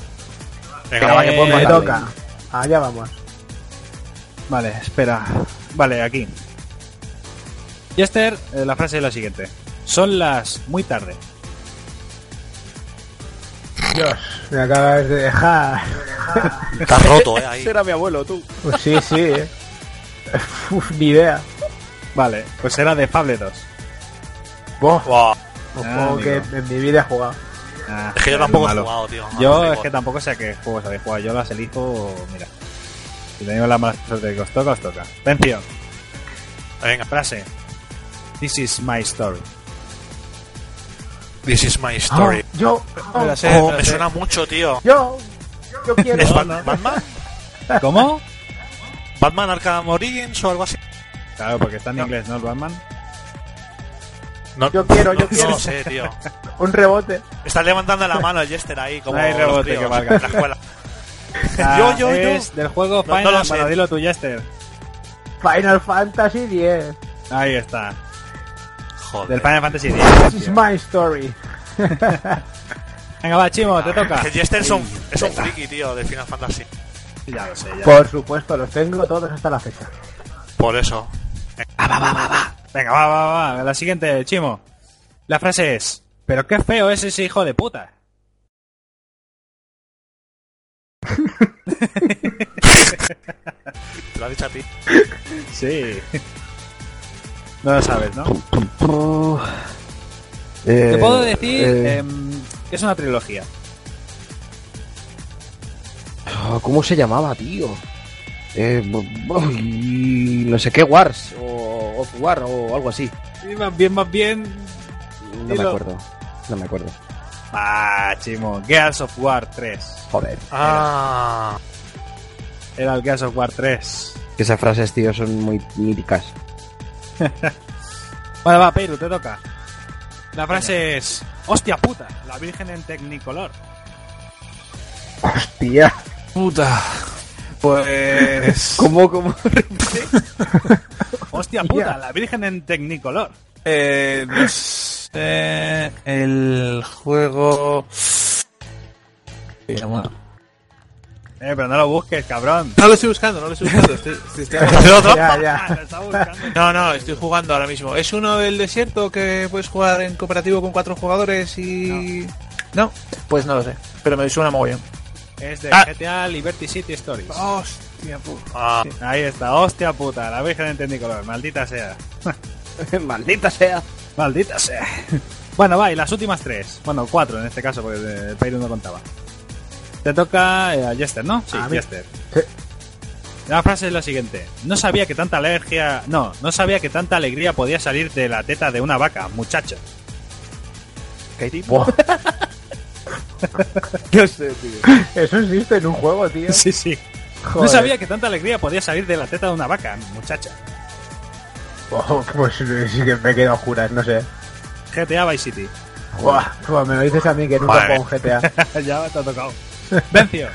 [SPEAKER 4] Venga, vaya,
[SPEAKER 2] Eh,
[SPEAKER 3] Me
[SPEAKER 2] vale.
[SPEAKER 3] toca. Allá vamos.
[SPEAKER 2] Vale, espera. Vale, aquí. Jester, eh, la frase es la siguiente. Son las muy tarde.
[SPEAKER 3] Me acabas de dejar. [LAUGHS]
[SPEAKER 4] estás roto, eh,
[SPEAKER 2] [LAUGHS]
[SPEAKER 4] ahí.
[SPEAKER 6] Era mi abuelo, tú.
[SPEAKER 3] Pues sí, sí, eh. Uf, ni idea.
[SPEAKER 2] Vale, pues era de Fable 2.
[SPEAKER 3] Buah,
[SPEAKER 4] Buah,
[SPEAKER 3] un
[SPEAKER 2] Ah,
[SPEAKER 3] juego
[SPEAKER 2] amigo.
[SPEAKER 3] que en mi vida he jugado.
[SPEAKER 2] Ah,
[SPEAKER 4] es que yo
[SPEAKER 2] eres
[SPEAKER 4] tampoco he
[SPEAKER 2] malo.
[SPEAKER 4] jugado, tío. Ah,
[SPEAKER 2] Yo
[SPEAKER 4] no,
[SPEAKER 2] es que
[SPEAKER 4] igual.
[SPEAKER 2] tampoco sé a qué juegos habéis jugado. Yo las elijo, mira. Si tenemos la mala suerte de que os toca, os toca. Atención,
[SPEAKER 4] Venga,
[SPEAKER 2] frase. This is my story.
[SPEAKER 4] this is my story.
[SPEAKER 3] Ah, yo,
[SPEAKER 8] Me la sé.
[SPEAKER 4] Oh,
[SPEAKER 8] me la
[SPEAKER 4] me
[SPEAKER 8] sé.
[SPEAKER 4] suena mucho, tío.
[SPEAKER 3] yo, yo quiero.
[SPEAKER 4] ¿Es Bat- Batman?
[SPEAKER 2] [LAUGHS] ¿Cómo?
[SPEAKER 4] ¿Batman Arkham Origins o algo así?
[SPEAKER 2] Claro, porque está en inglés, ¿no? El Batman.
[SPEAKER 4] No,
[SPEAKER 3] Yo quiero, yo
[SPEAKER 4] no-
[SPEAKER 3] quiero.
[SPEAKER 4] No lo sé, tío.
[SPEAKER 3] Un rebote.
[SPEAKER 4] Estás levantando la mano el Jester ahí, como
[SPEAKER 2] No hay
[SPEAKER 4] los
[SPEAKER 2] rebote
[SPEAKER 4] críos
[SPEAKER 2] que valga.
[SPEAKER 4] en la escuela.
[SPEAKER 2] [LAUGHS] Ah,
[SPEAKER 4] yo, yo.
[SPEAKER 2] es del juego
[SPEAKER 4] No, no
[SPEAKER 2] Final
[SPEAKER 4] lo sé.
[SPEAKER 2] bueno, dilo tú, Jester.
[SPEAKER 3] Final Fantasy 10.
[SPEAKER 2] Ahí está. Del
[SPEAKER 4] Joder.
[SPEAKER 2] Final Fantasy
[SPEAKER 3] This
[SPEAKER 2] X.
[SPEAKER 3] is my story.
[SPEAKER 2] Venga, va, Chimo, te
[SPEAKER 4] [LAUGHS]
[SPEAKER 2] toca.
[SPEAKER 4] El Jester es un, es un friki, tío, de Final Fantasy.
[SPEAKER 2] Ya lo sé, ya.
[SPEAKER 3] Por supuesto, los tengo todos hasta la fecha.
[SPEAKER 4] Por eso.
[SPEAKER 2] Venga, va, va, va, va. La siguiente, Chimo. La frase es: Pero qué feo es ese hijo de puta.
[SPEAKER 4] Te lo ha dicho a ti.
[SPEAKER 2] Sí. [LAUGHS] No lo sabes, ¿no?
[SPEAKER 1] Eh,
[SPEAKER 2] Te puedo decir
[SPEAKER 1] eh,
[SPEAKER 2] em, que es una trilogía.
[SPEAKER 1] Ah, ¿Cómo se llamaba, tío? Eh, bo- bo- y no sé qué Wars o Off War o algo así.
[SPEAKER 2] Sí, más bien, más bien.
[SPEAKER 1] No me
[SPEAKER 2] Dilo.
[SPEAKER 1] acuerdo. No me acuerdo.
[SPEAKER 2] Ah, chimo. Gears of War 3.
[SPEAKER 1] Joder.
[SPEAKER 4] Ah,
[SPEAKER 2] Era el Gears of War 3.
[SPEAKER 1] Que esas frases, tío, son muy míticas.
[SPEAKER 2] Vale, va, Peiru, te toca. La frase es: ¡Hostia puta! La Virgen en Tecnicolor.
[SPEAKER 1] Hostia.
[SPEAKER 5] Puta. Pues.
[SPEAKER 1] ¿Cómo, cómo?
[SPEAKER 2] ¡Hostia puta! La Virgen en Tecnicolor.
[SPEAKER 5] eh, no sé, el juego.
[SPEAKER 2] Eh, pero no lo busques, cabrón.
[SPEAKER 5] No lo estoy buscando, no lo estoy buscando. estoy- estoy- estoy-
[SPEAKER 4] ¿hacer otro?
[SPEAKER 3] Ya,
[SPEAKER 2] [LAUGHS]
[SPEAKER 3] ya.
[SPEAKER 2] Ah, Lo está buscando.
[SPEAKER 5] No, no, estoy jugando ahora mismo. ¿Es uno del desierto que puedes jugar en cooperativo con cuatro jugadores y. No, pues no lo sé. Pero me suena mogollón.
[SPEAKER 2] Es de
[SPEAKER 5] Ah.
[SPEAKER 2] GTA Liberty City Stories.
[SPEAKER 5] Hostia puta.
[SPEAKER 4] ah,
[SPEAKER 2] Ahí está, hostia puta, la Virgen en Tecnicolor, maldita sea.
[SPEAKER 1] Maldita sea.
[SPEAKER 2] Maldita sea. Bueno, va, y las últimas tres. Bueno, cuatro en este caso, porque eh, Peiru no contaba. Te toca eh, a Jester, ¿no? Sí,
[SPEAKER 3] A mí.
[SPEAKER 2] Jester.
[SPEAKER 3] Sí.
[SPEAKER 2] La frase es la siguiente. No sabía que tanta alergia... No, no sabía que tanta alegría podía salir de la teta de una vaca, muchacho.
[SPEAKER 1] [LAUGHS] Buah. no sé, tío.
[SPEAKER 3] Eso existe en un juego, tío.
[SPEAKER 2] Sí, sí. No
[SPEAKER 3] Joder.
[SPEAKER 2] sabía que tanta alegría podía salir de la teta de una vaca, muchacha.
[SPEAKER 3] Oh, pues sí que me quedo a juras, no sé.
[SPEAKER 2] GTA Vice City. [LAUGHS]
[SPEAKER 3] Buah, pues me lo dices a mí que nunca
[SPEAKER 4] Madre.
[SPEAKER 3] juego un GTA.
[SPEAKER 2] ya te ha tocado. Vencio.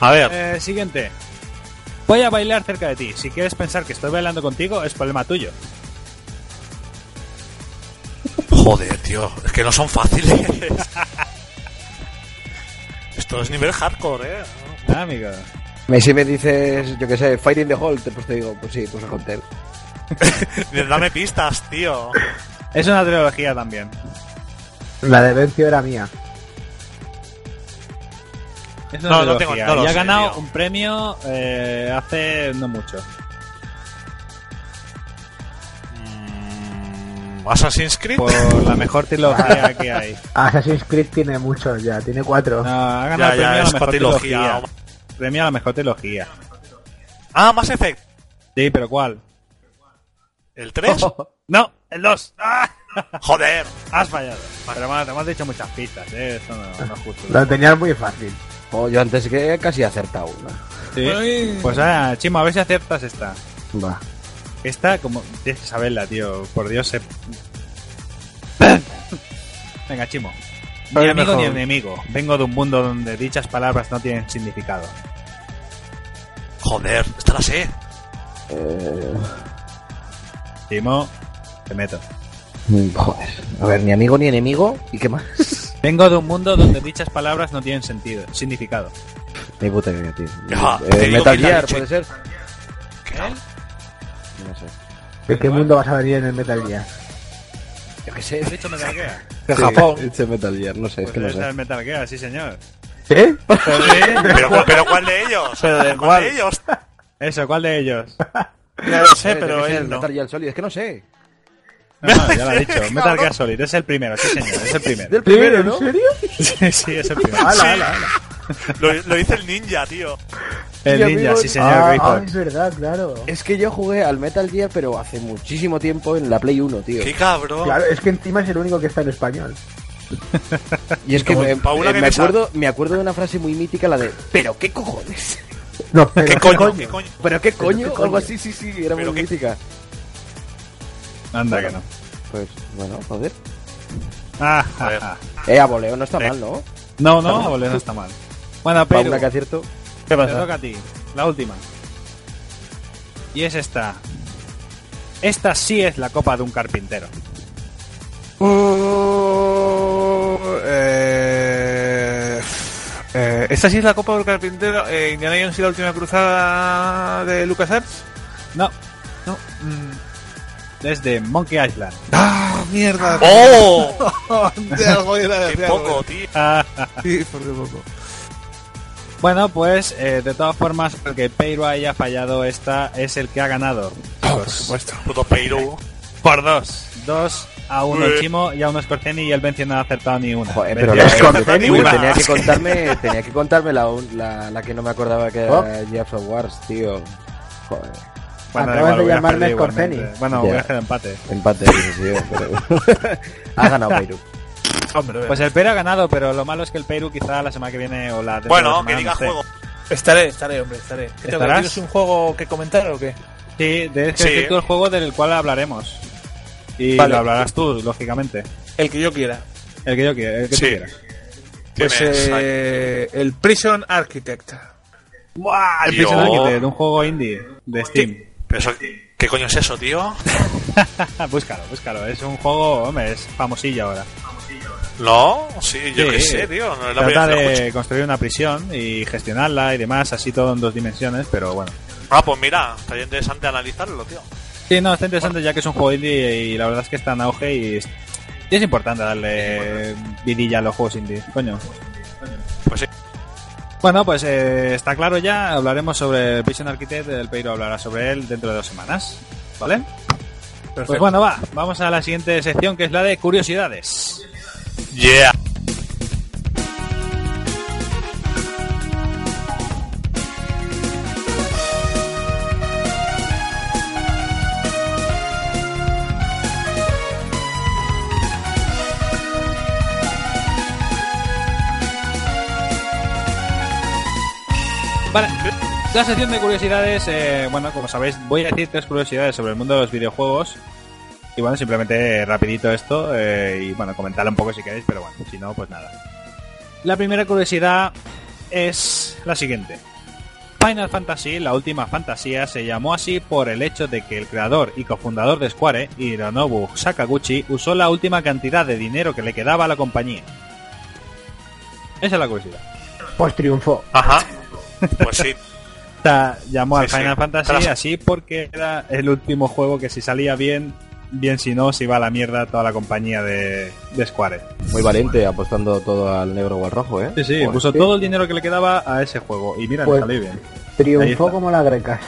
[SPEAKER 4] a ver,
[SPEAKER 2] Eh, siguiente. Voy a bailar cerca de ti. Si quieres pensar que estoy bailando contigo, es problema tuyo.
[SPEAKER 4] joder, tío, es que no son fáciles. [LAUGHS] Esto es nivel hardcore, eh.
[SPEAKER 2] Ah, amigo.
[SPEAKER 1] Me- Si me dices, yo qué sé, Fighting the Hall, te- pues te digo, pues sí, pues a Hotel.
[SPEAKER 4] [LAUGHS] Dame pistas, tío.
[SPEAKER 2] Es una trilogía también.
[SPEAKER 3] La de Vencio era mía.
[SPEAKER 2] Es
[SPEAKER 4] No,
[SPEAKER 2] una
[SPEAKER 4] no
[SPEAKER 2] trilogía.
[SPEAKER 4] tengo- no lo
[SPEAKER 2] y ha
[SPEAKER 4] sé,
[SPEAKER 2] ganado
[SPEAKER 4] tío.
[SPEAKER 2] un premio eh, hace no mucho.
[SPEAKER 4] Mm, Assassin's Creed.
[SPEAKER 2] Por la mejor
[SPEAKER 4] [LAUGHS]
[SPEAKER 2] trilogía que hay.
[SPEAKER 3] Assassin's Creed tiene muchos ya, tiene cuatro.
[SPEAKER 1] Ah.
[SPEAKER 2] No, ha ganado
[SPEAKER 4] ya,
[SPEAKER 2] el premio
[SPEAKER 4] ya,
[SPEAKER 2] a la
[SPEAKER 4] es
[SPEAKER 2] mejor
[SPEAKER 4] para
[SPEAKER 2] trilogía.
[SPEAKER 4] trilogía.
[SPEAKER 2] Premio a la mejor trilogía.
[SPEAKER 4] Ah, Mass Effect.
[SPEAKER 2] Sí, pero ¿cuál? [LAUGHS]
[SPEAKER 4] ¿El 3?
[SPEAKER 2] No, el 2. ¡Ah!
[SPEAKER 4] Joder.
[SPEAKER 2] [LAUGHS] Has fallado. Pero bueno, te hemos dicho muchas pistas, ¿eh? Eso no, no es justo.
[SPEAKER 3] Lo tenías muy fácil.
[SPEAKER 1] Oh, yo antes que casi he acertado una.
[SPEAKER 2] Sí. Pues ah, Chimo, a ver si aciertas esta.
[SPEAKER 1] Va.
[SPEAKER 2] Esta, como. Tienes que saberla, tío. Por Dios, eh. se. Venga, Chimo. Ni
[SPEAKER 5] Vale,
[SPEAKER 2] amigo
[SPEAKER 5] mejor.
[SPEAKER 2] ni enemigo. Vengo de un mundo donde dichas palabras no tienen significado.
[SPEAKER 4] Joder, esta la sé.
[SPEAKER 2] Chimo, te meto.
[SPEAKER 1] Mm, Joder. A ver, ni amigo ni enemigo. ¿Y qué más?
[SPEAKER 2] Vengo de un mundo donde dichas palabras no tienen sentido, significado.
[SPEAKER 1] Ni puta idea, tío.
[SPEAKER 4] Ya,
[SPEAKER 1] Eh,
[SPEAKER 4] te digo
[SPEAKER 1] Metal
[SPEAKER 4] que la
[SPEAKER 1] Gear,
[SPEAKER 4] leche-
[SPEAKER 1] puede ser. ¿Eh?
[SPEAKER 4] ¿Qué?
[SPEAKER 1] No sé.
[SPEAKER 3] ¿De qué mundo vas a venir en el Metal Gear?
[SPEAKER 1] Yo qué sé.
[SPEAKER 2] ¿Has dicho Metal Gear?
[SPEAKER 1] De Japón. Dice Metal Gear, no sé,
[SPEAKER 2] Pues
[SPEAKER 1] es que no
[SPEAKER 2] debe ser
[SPEAKER 1] sé.
[SPEAKER 2] Metal Gear, sí señor.
[SPEAKER 3] ¿Eh?
[SPEAKER 2] [LAUGHS]
[SPEAKER 4] ¿Pero, cu- pero cuál de ellos?
[SPEAKER 5] Pero de
[SPEAKER 4] ¿Cuál de
[SPEAKER 5] cuál.
[SPEAKER 4] ellos?
[SPEAKER 2] Eso, ¿cuál de ellos?
[SPEAKER 5] Ya lo sé,
[SPEAKER 1] Eh, yo
[SPEAKER 5] pero
[SPEAKER 1] qué sé,
[SPEAKER 5] él no.
[SPEAKER 1] Metal Gear Solid, es que no sé.
[SPEAKER 2] No, [LAUGHS] no, ya lo he dicho. Metal Gear Solid, es el primero, sí señor, es el primero.
[SPEAKER 1] [LAUGHS] Del primero,
[SPEAKER 3] ¿En
[SPEAKER 1] ¿no?
[SPEAKER 3] serio?
[SPEAKER 2] Sí, sí, es el primero.
[SPEAKER 4] Sí. Lo, lo dice el ninja, tío.
[SPEAKER 2] El
[SPEAKER 1] Tío,
[SPEAKER 2] ninja,
[SPEAKER 1] amigo,
[SPEAKER 2] sí señor,
[SPEAKER 3] ah, ah,
[SPEAKER 2] Grifo.
[SPEAKER 3] es verdad, claro.
[SPEAKER 1] Es que yo jugué al Metal Gear, pero hace muchísimo tiempo en la Play 1, tío.
[SPEAKER 4] Qué cabrón.
[SPEAKER 3] Claro, es que encima es el único que está en español.
[SPEAKER 1] Y es que me,
[SPEAKER 4] Paula
[SPEAKER 1] eh,
[SPEAKER 4] que
[SPEAKER 1] me
[SPEAKER 4] te sabe.
[SPEAKER 1] acuerdo, me acuerdo de una frase muy mítica, la de ¿Pero qué cojones?
[SPEAKER 3] No, pero
[SPEAKER 4] ¿Qué coño? ¿Qué coño?
[SPEAKER 1] ¿Pero qué coño?
[SPEAKER 3] coño?
[SPEAKER 1] Algo así, sí, sí, era muy
[SPEAKER 4] ¿Pero qué-
[SPEAKER 1] mítica.
[SPEAKER 2] Anda que no.
[SPEAKER 1] Pues, bueno, joder.
[SPEAKER 2] Ah,
[SPEAKER 4] A ver.
[SPEAKER 2] ah, ah.
[SPEAKER 1] Eh, a voleo no está
[SPEAKER 4] Eh.
[SPEAKER 1] mal, ¿no?
[SPEAKER 2] No, no, boludo, no está mal. Bueno,
[SPEAKER 1] Para
[SPEAKER 2] pero
[SPEAKER 1] una que acierto.
[SPEAKER 5] ¿Qué
[SPEAKER 2] te toca a ti. La última. Y es esta. Esta sí es la copa de un carpintero.
[SPEAKER 5] Uh, eh, eh, esta sí es la Copa del Carpintero. eh, Indiana Jones y la última cruzada de Lucas
[SPEAKER 2] No, no. Desde Monkey Island.
[SPEAKER 5] ¡Ah, mierda!
[SPEAKER 4] ¡Oh!
[SPEAKER 5] [LAUGHS] De algo era
[SPEAKER 4] ¡Qué
[SPEAKER 5] de algo.
[SPEAKER 4] poco, tío!
[SPEAKER 2] Ah,
[SPEAKER 5] Sí, por de poco.
[SPEAKER 2] bueno, pues eh, de todas formas, el que Peiro haya fallado esta es el que ha ganado.
[SPEAKER 5] Por supuesto.
[SPEAKER 4] Puto Perú.
[SPEAKER 2] Por dos. Dos a uno el Chimo y a uno Scorceni y el Benzi no ha acertado ni una.
[SPEAKER 1] Joder,
[SPEAKER 2] Benzi
[SPEAKER 1] pero
[SPEAKER 2] ha
[SPEAKER 1] la-
[SPEAKER 2] acertado
[SPEAKER 1] pero
[SPEAKER 2] ni una.
[SPEAKER 1] tenía que contarme, tenía que contarme la, la, la que no me acordaba que
[SPEAKER 3] ¿Oh?
[SPEAKER 1] era Gears of Wars, tío. Joder,
[SPEAKER 2] Bueno, da
[SPEAKER 3] Acabas
[SPEAKER 2] igual,
[SPEAKER 3] de
[SPEAKER 2] voy a
[SPEAKER 3] llamarme
[SPEAKER 2] perder igualmente.
[SPEAKER 3] Scorceni.
[SPEAKER 2] Bueno,
[SPEAKER 1] Ya.
[SPEAKER 2] voy a hacer empate.
[SPEAKER 1] empate, sí, sí, pero [LAUGHS] ha ganado Perú.
[SPEAKER 8] Hombre,
[SPEAKER 5] eh,
[SPEAKER 2] Pues el Perú ha ganado, pero lo malo es que el Perú quizá la semana que viene o la dentro de la
[SPEAKER 4] Bueno,
[SPEAKER 2] semana,
[SPEAKER 4] que
[SPEAKER 2] no
[SPEAKER 4] diga
[SPEAKER 2] sé.
[SPEAKER 4] juego.
[SPEAKER 8] estaré, estaré, hombre, estaré. ¿Qué tengo que-
[SPEAKER 2] ¿Estarás?
[SPEAKER 8] ¿Tienes un juego que comentar o qué?
[SPEAKER 2] Sí, de este
[SPEAKER 4] Sí.
[SPEAKER 2] el juego del cual hablaremos. Y
[SPEAKER 8] Vale.
[SPEAKER 2] lo hablarás tú, lógicamente.
[SPEAKER 8] El que yo quiera.
[SPEAKER 2] El que yo quiera, el que tú
[SPEAKER 4] Sí.
[SPEAKER 2] quieras.
[SPEAKER 8] Pues
[SPEAKER 4] Tienes ahí.
[SPEAKER 8] eh, el Prison Architect.
[SPEAKER 2] ¡Buah! El
[SPEAKER 4] Yo.
[SPEAKER 2] Prison Architect, un juego indie de Steam. [LAUGHS]
[SPEAKER 4] Pero eso- ¿Qué coño es eso, tío?
[SPEAKER 2] búscalo, búscalo. Es un juego, hombre, es famosillo ahora.
[SPEAKER 4] No, sí, yo
[SPEAKER 2] Sí.
[SPEAKER 4] qué sé, tío. No es la
[SPEAKER 2] Trata
[SPEAKER 4] primera vez que Pues lo escucho.
[SPEAKER 2] de construir una prisión y gestionarla y demás, así todo en dos dimensiones, pero bueno.
[SPEAKER 4] Ah, pues mira, estaría interesante analizarlo, tío.
[SPEAKER 2] Sí, no, está interesante ya que es un juego indie y la verdad es que está en auge y es, y es importante darle vidilla a los juegos indie, coño.
[SPEAKER 4] Pues sí.
[SPEAKER 2] Bueno, pues eh, está claro ya, hablaremos sobre el Prison Architect, el Peiro hablará sobre él dentro de dos semanas, ¿vale? Pues bueno, va, vamos a la siguiente sección que es la de curiosidades.
[SPEAKER 4] Yeah.
[SPEAKER 2] Vale. La sección de curiosidades, eh, bueno, como sabéis, voy a decir tres curiosidades sobre el mundo de los videojuegos. Y bueno, simplemente eh, rapidito esto eh, y bueno, comentarlo un poco si queréis, pero bueno, si no, pues nada. La primera curiosidad es la siguiente. Final Fantasy, la última fantasía, se llamó así por el hecho de que el creador y cofundador de Square, Hironobu Sakaguchi, usó la última cantidad de dinero que le quedaba a la compañía. Esa es la curiosidad.
[SPEAKER 3] Pues triunfó.
[SPEAKER 4] Ajá. Pues sí.
[SPEAKER 2] O sea, llamó al
[SPEAKER 4] Sí, sí.
[SPEAKER 2] Final Fantasy
[SPEAKER 4] Tras-
[SPEAKER 2] así porque era el último juego que si salía bien, bien si no, se iba a la mierda toda la compañía de, de Square.
[SPEAKER 1] Muy valiente, apostando todo al negro o al rojo, ¿eh?
[SPEAKER 2] Pues Sí, sí,
[SPEAKER 1] Joder,
[SPEAKER 2] puso
[SPEAKER 1] sí.
[SPEAKER 2] todo el dinero que le quedaba a ese juego. Y mira, le
[SPEAKER 3] Pues-
[SPEAKER 2] salió bien. Ahí está.
[SPEAKER 3] Triunfó como la greca.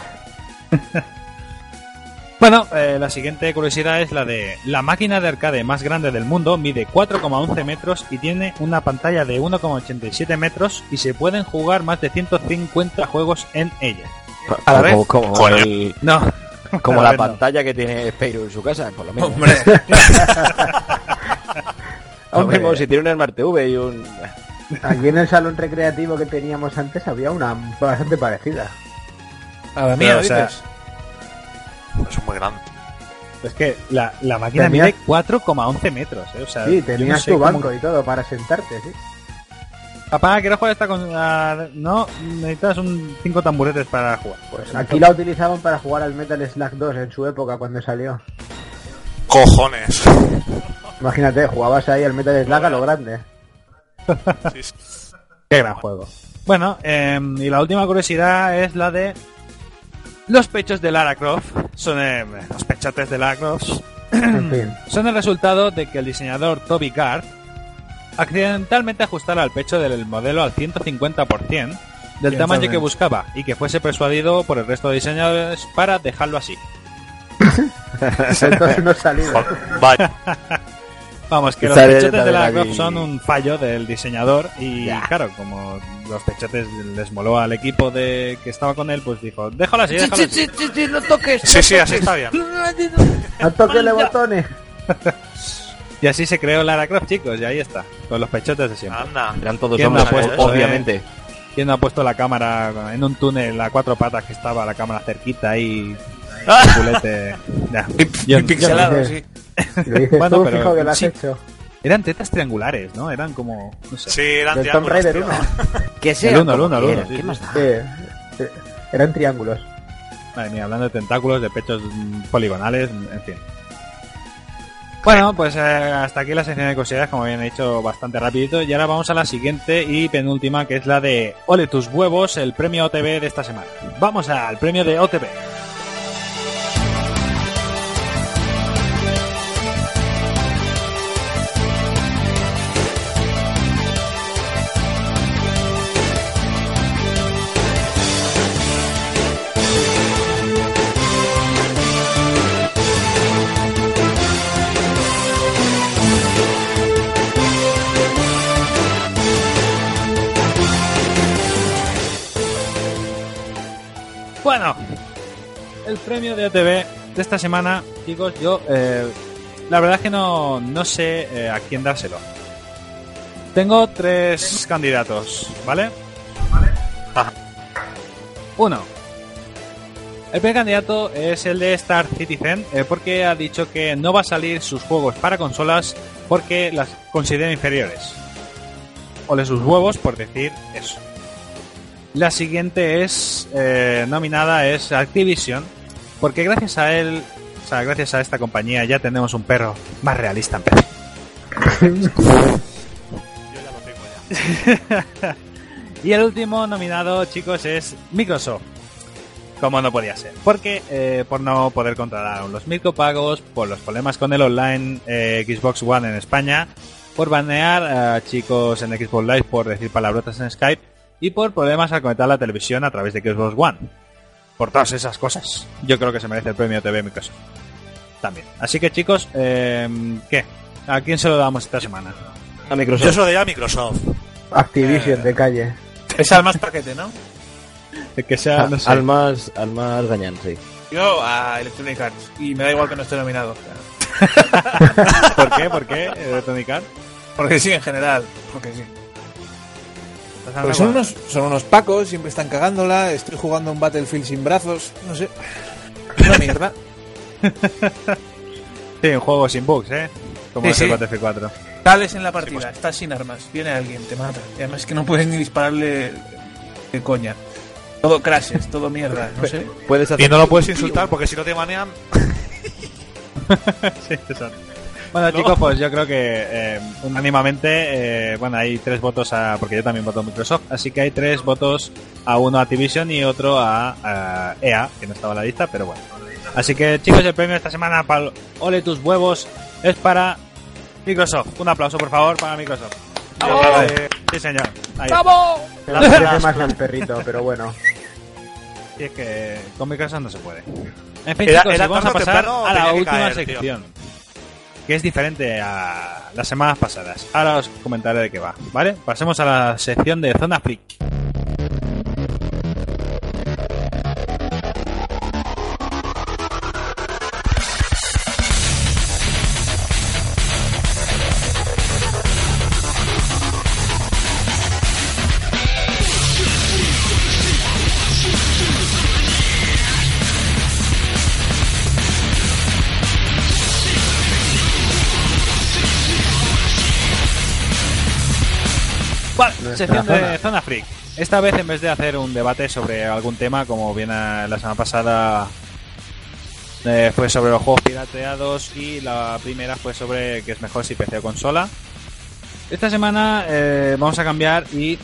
[SPEAKER 2] Bueno, eh, la siguiente curiosidad es la de la máquina de arcade más grande del mundo, mide 4,11 metros y tiene una pantalla de 1,87 metros y se pueden jugar más de 150 juegos en ella.
[SPEAKER 1] Pa-
[SPEAKER 2] a la
[SPEAKER 1] como-
[SPEAKER 2] vez.
[SPEAKER 1] Como,
[SPEAKER 4] Coño.
[SPEAKER 1] el-
[SPEAKER 2] No,
[SPEAKER 1] como
[SPEAKER 2] A
[SPEAKER 1] la
[SPEAKER 2] ver, no.
[SPEAKER 1] pantalla que tiene Spyro en su casa, por lo menos.
[SPEAKER 8] Hombre,
[SPEAKER 1] [LAUGHS] Lo
[SPEAKER 3] Hombre.
[SPEAKER 1] mismo si tiene un Smart TV y un...
[SPEAKER 3] Aquí en el salón recreativo que teníamos antes había una bastante parecida.
[SPEAKER 8] a la mía,
[SPEAKER 2] o sea,
[SPEAKER 8] dices.
[SPEAKER 4] Es muy grande.
[SPEAKER 2] es que la, la máquina
[SPEAKER 3] Tenía-
[SPEAKER 2] mide 4,11 metros. eh, o sea,
[SPEAKER 3] Sí,
[SPEAKER 2] yo no
[SPEAKER 3] tenías
[SPEAKER 2] sé
[SPEAKER 3] tu
[SPEAKER 2] cómo-
[SPEAKER 3] banco y todo para sentarte, sí.
[SPEAKER 2] Papá, quiero jugar esta con... ah, no, necesitas un cinco tamburetes para jugar. Pues
[SPEAKER 3] Aquí la utilizaban para jugar al Metal Slack 2 en su época cuando salió.
[SPEAKER 4] Cojones.
[SPEAKER 3] Imagínate, jugabas ahí al Metal Slack a lo grande.
[SPEAKER 4] Sí, sí.
[SPEAKER 2] Qué gran juego. Bueno, eh, y la última curiosidad es la de... Los pechos de Lara Croft son... eh, los pechotes de Lara Croft [CLEARS THROAT]
[SPEAKER 3] En fin.
[SPEAKER 2] son el resultado de que el diseñador Toby Gard accidentalmente ajustara el pecho del modelo al 150% del tamaño que buscaba y que fuese persuadido por el resto de diseñadores para dejarlo así.
[SPEAKER 3] Entonces no salió.
[SPEAKER 4] Vaya.
[SPEAKER 2] Vamos, que los
[SPEAKER 1] Sale
[SPEAKER 2] pechotes de
[SPEAKER 1] también
[SPEAKER 2] la
[SPEAKER 1] aquí.
[SPEAKER 2] Croft son un fallo del diseñador y
[SPEAKER 1] Ya.
[SPEAKER 2] claro, como los pechotes les moló al equipo de que estaba con él, pues dijo, déjalo así, déjalo así.
[SPEAKER 4] Sí, sí, así está bien.
[SPEAKER 3] No toques eh. los botones.
[SPEAKER 2] Y así se creó Lara Croft, chicos, y ahí está, con los pechotes de
[SPEAKER 1] Ah.
[SPEAKER 2] siempre.
[SPEAKER 4] Anda.
[SPEAKER 1] Eran todos
[SPEAKER 2] ¿Quién ¿Eh?
[SPEAKER 1] hombres,
[SPEAKER 2] la ha puesto,
[SPEAKER 1] o- obviamente.
[SPEAKER 2] ¿Quién no ha puesto la cámara en un túnel a cuatro patas que estaba la cámara cerquita ahí?
[SPEAKER 1] Ah.
[SPEAKER 2] culete.
[SPEAKER 1] [LAUGHS]
[SPEAKER 2] Ya. Yo-
[SPEAKER 8] Pixelado, sí.
[SPEAKER 3] Lo dices
[SPEAKER 2] Bueno,
[SPEAKER 3] tú,
[SPEAKER 2] pero-
[SPEAKER 3] fijo que lo has
[SPEAKER 2] sí.
[SPEAKER 3] hecho.
[SPEAKER 2] Eran tetas triangulares, ¿no? Eran como... No sé.
[SPEAKER 4] Sí, eran
[SPEAKER 3] Del Tomb
[SPEAKER 4] triángulos,
[SPEAKER 3] Raider
[SPEAKER 4] tío.
[SPEAKER 3] 1.
[SPEAKER 1] Que
[SPEAKER 2] El uno, el uno, el uno,
[SPEAKER 1] quieran,
[SPEAKER 2] sí,
[SPEAKER 1] ¿qué
[SPEAKER 2] sí.
[SPEAKER 1] más da?
[SPEAKER 3] Sí. Eh, Eran triángulos.
[SPEAKER 2] Madre mía, hablando de tentáculos, de pechos mm, poligonales, mm, en fin. Bueno, pues eh, hasta aquí la sección de curiosidades, como bien he dicho, bastante rapidito. Y ahora vamos a la siguiente y penúltima, que es la de Ole tus huevos, el premio OTB de esta semana. Vamos al premio de OTB. el premio de ATV de esta semana, chicos, yo eh, la verdad es que no, no sé eh, a quién dárselo. Tengo tres candidatos, ¿vale? Ajá. Uno. El primer candidato es el de Star Citizen, eh, porque ha dicho que no va a salir sus juegos para consolas porque las considera inferiores. Ole sus huevos por decir eso. La siguiente es eh, nominada es Activision, porque gracias a él, o sea, gracias a esta compañía ya tenemos un perro más realista en PC.
[SPEAKER 4] Yo ya lo tengo ya.
[SPEAKER 2] Y el último nominado, chicos, es Microsoft. Como no podía ser. Porque eh, por no poder controlar aún los micropagos, por los problemas con el online eh, Xbox One en España, por banear a chicos en Xbox Live por decir palabrotas en Skype y por problemas al conectar la televisión a través de Xbox One. Por todas esas cosas. Yo creo que se merece el premio TV Microsoft. También. Así que chicos, eh, ¿qué? ¿A quién se lo damos esta semana?
[SPEAKER 1] A
[SPEAKER 4] Yo
[SPEAKER 1] Microsoft.
[SPEAKER 4] soy de Microsoft.
[SPEAKER 3] Activision de calle.
[SPEAKER 8] Es al más paquete,
[SPEAKER 2] [LAUGHS]
[SPEAKER 8] ¿no?
[SPEAKER 2] Que sea,
[SPEAKER 1] Ah,
[SPEAKER 2] no sé.
[SPEAKER 1] Al más, al más gañán, sí.
[SPEAKER 8] Yo a Electronic Arts. Y me da igual que no esté nominado. o sea,
[SPEAKER 2] ¿Por qué? ¿Por qué? eh, Tony Khan?
[SPEAKER 8] Porque sí, en general. Porque sí.
[SPEAKER 2] Pues
[SPEAKER 5] Porque Pues son unos, son unos pacos, siempre están cagándola. Estoy jugando un Battlefield sin brazos. No sé. Una mierda.
[SPEAKER 2] Sí, un juego sin bugs, ¿eh? Como
[SPEAKER 8] Sí,
[SPEAKER 2] es el
[SPEAKER 8] sí.
[SPEAKER 2] Battlefield 4.
[SPEAKER 8] Sales en la
[SPEAKER 4] pues.
[SPEAKER 8] partida, estás sin armas, viene alguien, te mata. Y además es que no puedes ni dispararle de coña. Todo crashes, todo mierda, no sé.
[SPEAKER 1] Puedes hacer
[SPEAKER 4] Y no lo puedes insultar porque si no te banean,
[SPEAKER 2] [LAUGHS] Sí, exacto. Bueno, chicos, pues yo creo que eh, unánimamente, eh, bueno, hay tres votos a, porque yo también voto a Microsoft, así que hay tres votos a uno a Activision y otro a, a EA, que no estaba en la lista, pero bueno. Así que chicos, el premio de esta semana para Ole tus huevos es para Microsoft. Un aplauso, por favor, para Microsoft. Eh, Sí, señor. Ahí está.
[SPEAKER 3] Pero parece más al perrito, pero bueno.
[SPEAKER 2] Y es que con mi casa no se puede. En fin,
[SPEAKER 4] Era-
[SPEAKER 2] chicos,
[SPEAKER 4] era
[SPEAKER 2] y vamos
[SPEAKER 4] tarde
[SPEAKER 2] a
[SPEAKER 4] o
[SPEAKER 2] pasar
[SPEAKER 4] temprano
[SPEAKER 2] a la
[SPEAKER 4] tenía que
[SPEAKER 2] última
[SPEAKER 4] caer, tío.
[SPEAKER 2] sección. Que es diferente a las semanas pasadas. Ahora os comentaré de qué va, ¿vale? Pasemos a la sección de Zona Freak. Vale, sección de Zona Freak. Esta vez en vez de hacer un debate sobre algún tema, como bien eh, la semana pasada eh, fue sobre los juegos pirateados y la primera fue sobre qué es mejor si PC o consola. Esta semana eh, vamos a cambiar y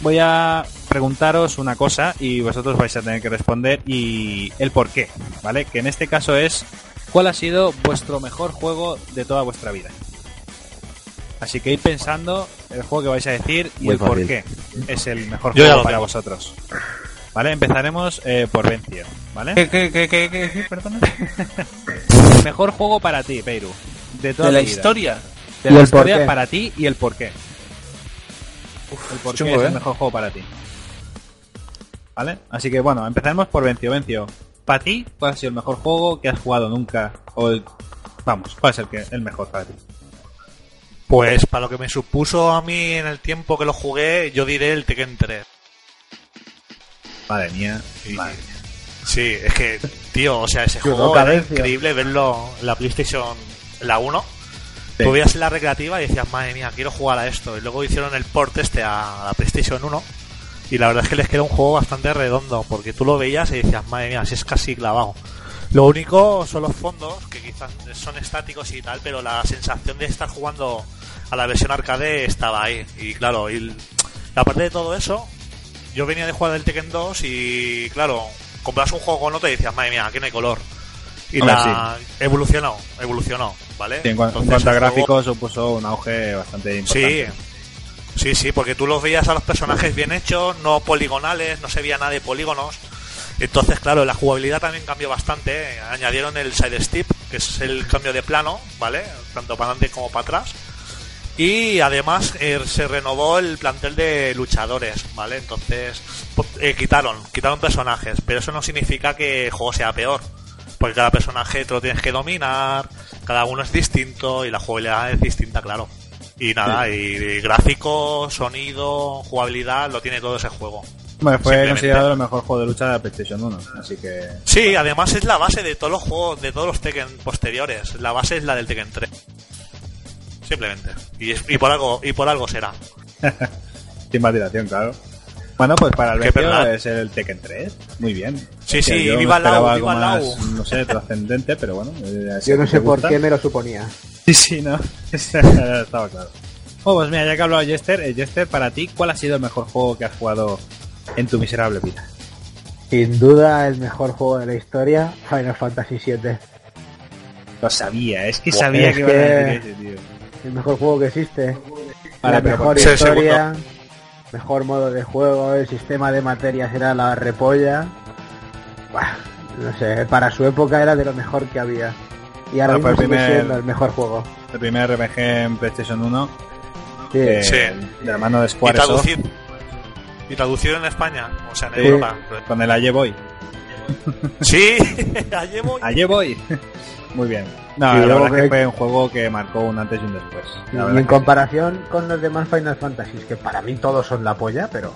[SPEAKER 2] voy a preguntaros una cosa y vosotros vais a tener que responder y el por qué, ¿vale? Que en este caso es cuál ha sido vuestro mejor juego de toda vuestra vida. Así que ir pensando el juego que vais a decir y
[SPEAKER 1] Muy
[SPEAKER 2] el por
[SPEAKER 1] fácil.
[SPEAKER 2] qué es el mejor
[SPEAKER 4] Yo ya
[SPEAKER 2] juego
[SPEAKER 4] lo
[SPEAKER 2] para
[SPEAKER 4] tengo.
[SPEAKER 2] vosotros. ¿Vale? Empezaremos eh, por Vencio, ¿vale?
[SPEAKER 8] ¿Qué, qué, qué, qué, qué, qué? perdona?
[SPEAKER 2] [LAUGHS] mejor juego para ti, Peiru. De toda
[SPEAKER 8] De la
[SPEAKER 2] tu vida.
[SPEAKER 8] historia.
[SPEAKER 2] De
[SPEAKER 3] ¿Y
[SPEAKER 2] la
[SPEAKER 3] el
[SPEAKER 2] historia
[SPEAKER 3] porqué?
[SPEAKER 2] para ti y el por qué. el por qué
[SPEAKER 5] chungo,
[SPEAKER 2] es el
[SPEAKER 5] ¿eh?
[SPEAKER 2] mejor juego para ti. ¿Vale? Así que bueno, empezaremos por Vencio. Vencio, para ti, ¿cuál ha sido el mejor juego que has jugado nunca? O el- Vamos, ¿cuál es el, que, el mejor para ti?
[SPEAKER 4] pues para lo que me supuso a mí en el tiempo que lo jugué, yo diré el Tekken 3.
[SPEAKER 2] Madre mía.
[SPEAKER 4] Sí.
[SPEAKER 2] Madre mía.
[SPEAKER 4] Sí, es que, tío, o sea, ese
[SPEAKER 3] Yo
[SPEAKER 4] juego
[SPEAKER 3] toca
[SPEAKER 4] era
[SPEAKER 3] Vencio.
[SPEAKER 4] increíble verlo en la PlayStation, la 1.
[SPEAKER 2] Sí.
[SPEAKER 4] Tú veías la recreativa y decías, madre mía, quiero jugar a esto. Y luego hicieron el port este a la PlayStation 1. Y la verdad es que les queda un juego bastante redondo, porque tú lo veías y decías, madre mía, si es casi clavado. Lo único son los fondos, que quizás son estáticos y tal, pero la sensación de estar jugando a la versión arcade estaba ahí. Y claro, y l- aparte de todo eso, yo venía de jugar del Tekken 2 y claro, compras un juego con otro y decías, madre mía, aquí no hay color. Y
[SPEAKER 2] Hombre,
[SPEAKER 4] la evolucionó, evolucionó, ¿vale?
[SPEAKER 2] Sí, en, cua- en
[SPEAKER 4] Entonces,
[SPEAKER 2] cuanto a
[SPEAKER 4] el juego-
[SPEAKER 2] gráficos supuso un auge bastante
[SPEAKER 4] Sí,
[SPEAKER 2] importante.
[SPEAKER 4] sí, sí, porque tú los veías a los personajes bien hechos, no poligonales, no se veía nada de polígonos. Entonces, claro, la jugabilidad también cambió bastante. ¿eh? Añadieron el side step, que es el cambio de plano, ¿vale? Tanto para adelante como para atrás. Y además eh, se renovó el plantel de luchadores, ¿vale? Entonces po- eh, quitaron, quitaron personajes, pero eso no significa que el juego sea peor, porque cada personaje te lo tienes que dominar, cada uno es distinto y la jugabilidad es distinta, claro. Y nada, y, y gráfico, sonido, jugabilidad, lo tiene todo ese juego.
[SPEAKER 2] Bueno, fue
[SPEAKER 4] Simplemente.
[SPEAKER 2] considerado el mejor juego de lucha de la PlayStation 1, así que...
[SPEAKER 4] Sí, además es la base de todos los juegos, de todos los Tekken posteriores. La base es la del Tekken 3. Simplemente. Y, es- y por algo, y por algo será.
[SPEAKER 2] Sin más dilación, claro. Bueno, pues para el
[SPEAKER 4] Qué
[SPEAKER 2] 21
[SPEAKER 4] verdad.
[SPEAKER 2] es el Tekken 3. Muy bien.
[SPEAKER 4] Sí,
[SPEAKER 2] Es que
[SPEAKER 4] sí,
[SPEAKER 2] yo
[SPEAKER 4] viva
[SPEAKER 2] me esperaba
[SPEAKER 4] Lau,
[SPEAKER 2] algo
[SPEAKER 4] viva
[SPEAKER 2] más,
[SPEAKER 4] Lau.
[SPEAKER 2] No
[SPEAKER 4] [LAUGHS]
[SPEAKER 2] sé, trascendente, pero bueno. eh, si
[SPEAKER 3] Yo no
[SPEAKER 2] te
[SPEAKER 3] sé por
[SPEAKER 2] gusta.
[SPEAKER 3] qué me lo suponía.
[SPEAKER 2] Sí, sí, no. [LAUGHS] Estaba claro. Oh, pues mira, ya que ha hablado Jester, eh, Jester, para ti, ¿cuál ha sido el mejor juego que has jugado en tu miserable vida?
[SPEAKER 3] Sin duda el mejor juego de la historia, Final Fantasy VII.
[SPEAKER 2] Lo sabía, es que
[SPEAKER 3] Buah,
[SPEAKER 2] sabía
[SPEAKER 3] es
[SPEAKER 2] que iba a
[SPEAKER 3] que-
[SPEAKER 2] decir eso, tío.
[SPEAKER 3] El mejor juego que existe.
[SPEAKER 2] Vale,
[SPEAKER 3] la
[SPEAKER 2] pero
[SPEAKER 3] mejor
[SPEAKER 4] sí,
[SPEAKER 3] historia. Mejor modo de juego. El sistema de materias era la repolla. Buah, no sé, para su época era de lo mejor que había. Y
[SPEAKER 2] Bueno,
[SPEAKER 3] ahora mismo
[SPEAKER 2] pues
[SPEAKER 3] sigue
[SPEAKER 2] primer-
[SPEAKER 3] siendo el mejor juego.
[SPEAKER 2] El primer RPG en PlayStation 1,
[SPEAKER 3] Sí.
[SPEAKER 2] eh,
[SPEAKER 4] Sí.
[SPEAKER 2] de la mano de
[SPEAKER 4] Y
[SPEAKER 2] Squaresoft,
[SPEAKER 4] traducir. Y traducido en España, o sea, en
[SPEAKER 2] Sí.
[SPEAKER 4] Europa.
[SPEAKER 2] con el Aye Boy.
[SPEAKER 4] Sí, allí voy.
[SPEAKER 2] Allí voy. [LAUGHS] Muy bien. No,
[SPEAKER 3] Sí,
[SPEAKER 2] la
[SPEAKER 3] luego
[SPEAKER 2] verdad es que
[SPEAKER 3] que-
[SPEAKER 2] fue un juego que marcó un antes y un después.
[SPEAKER 3] Y
[SPEAKER 2] La verdad
[SPEAKER 3] en
[SPEAKER 2] que sí.
[SPEAKER 3] comparación con los demás Final Fantasy, que para mí todos son la polla, pero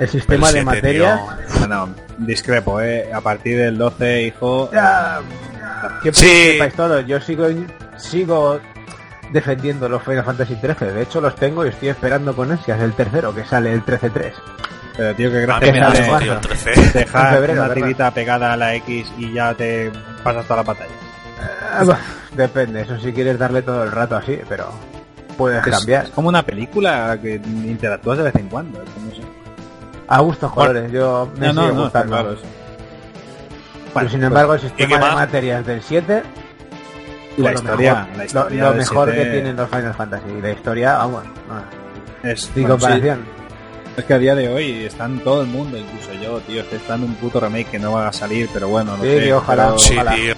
[SPEAKER 3] el sistema de
[SPEAKER 4] siete,
[SPEAKER 3] materias...
[SPEAKER 2] Bueno, discrepo, ¿eh? A partir del 12, hijo...
[SPEAKER 3] Ya, que
[SPEAKER 4] Sí.
[SPEAKER 3] sepáis todos, yo sigo sigo defendiendo los Final Fantasy 13, de hecho los tengo y estoy esperando con ansias el tercero que sale el 13-3.
[SPEAKER 2] Pero tío, que
[SPEAKER 4] A mí
[SPEAKER 2] gracias
[SPEAKER 4] me
[SPEAKER 3] Empezar
[SPEAKER 4] da
[SPEAKER 3] en
[SPEAKER 2] me
[SPEAKER 4] asco,
[SPEAKER 2] hace
[SPEAKER 4] Ah, tío, el
[SPEAKER 3] marzo.
[SPEAKER 4] 13.
[SPEAKER 2] dejar
[SPEAKER 3] En febrero,
[SPEAKER 2] una
[SPEAKER 3] ¿verdad?
[SPEAKER 2] tirita pegada a la X y ya te pasas toda la pantalla.
[SPEAKER 3] Ah, bah, Depende, eso si quieres darle todo el rato así, pero puedes
[SPEAKER 2] Es,
[SPEAKER 3] cambiar.
[SPEAKER 2] es como una película que interactúas de vez en cuando. es que no sé.
[SPEAKER 3] A gustos colores, yo me sigue
[SPEAKER 2] está
[SPEAKER 3] gustando.
[SPEAKER 2] claro eso. Vale,
[SPEAKER 3] pero sin
[SPEAKER 2] pues,
[SPEAKER 3] embargo el
[SPEAKER 4] ¿y qué
[SPEAKER 3] sistema de
[SPEAKER 4] más?
[SPEAKER 3] materias del 7
[SPEAKER 2] la
[SPEAKER 3] lo
[SPEAKER 2] historia,
[SPEAKER 3] mejor,
[SPEAKER 2] la
[SPEAKER 3] lo-
[SPEAKER 2] historia
[SPEAKER 3] lo
[SPEAKER 2] del
[SPEAKER 3] mejor que
[SPEAKER 2] 7
[SPEAKER 3] tienen los Final Fantasy y la historia, vamos, no,
[SPEAKER 2] es,
[SPEAKER 3] sin
[SPEAKER 2] bueno, sí,
[SPEAKER 3] comparación.
[SPEAKER 2] es que a día de hoy están todo el mundo, incluso yo, tío, estoy esperando un puto remake que no va a salir, pero bueno, no
[SPEAKER 3] Sí,
[SPEAKER 2] sé.
[SPEAKER 3] que ojalá.
[SPEAKER 2] pero-
[SPEAKER 4] Sí,
[SPEAKER 3] Ojalá.
[SPEAKER 4] tío.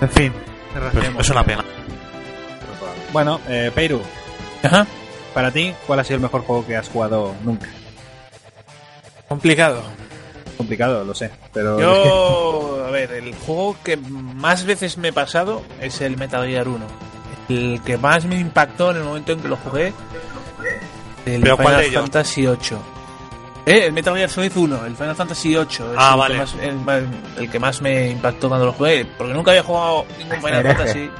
[SPEAKER 2] En fin,
[SPEAKER 4] Es una pena.
[SPEAKER 2] Bueno, eh, Peiru,
[SPEAKER 5] Ajá.
[SPEAKER 2] para ti, ¿cuál ha sido el mejor juego que has jugado nunca?
[SPEAKER 5] Complicado.
[SPEAKER 2] Complicado, lo sé, pero...
[SPEAKER 5] Yo, a ver, el juego que más veces me he pasado es el Metal Gear 1. El que más me impactó en el momento en que lo jugué. El
[SPEAKER 4] ¿Pero
[SPEAKER 5] Final
[SPEAKER 4] cuál de ellos?
[SPEAKER 5] Fantasy 8. Eh, el Metal Gear Solid 1, el Final Fantasy 8.
[SPEAKER 4] Ah,
[SPEAKER 5] el
[SPEAKER 4] vale.
[SPEAKER 5] Que más, el, el que más me impactó cuando lo jugué. Porque nunca había jugado ningún Final
[SPEAKER 3] Hereje.
[SPEAKER 5] Fantasy.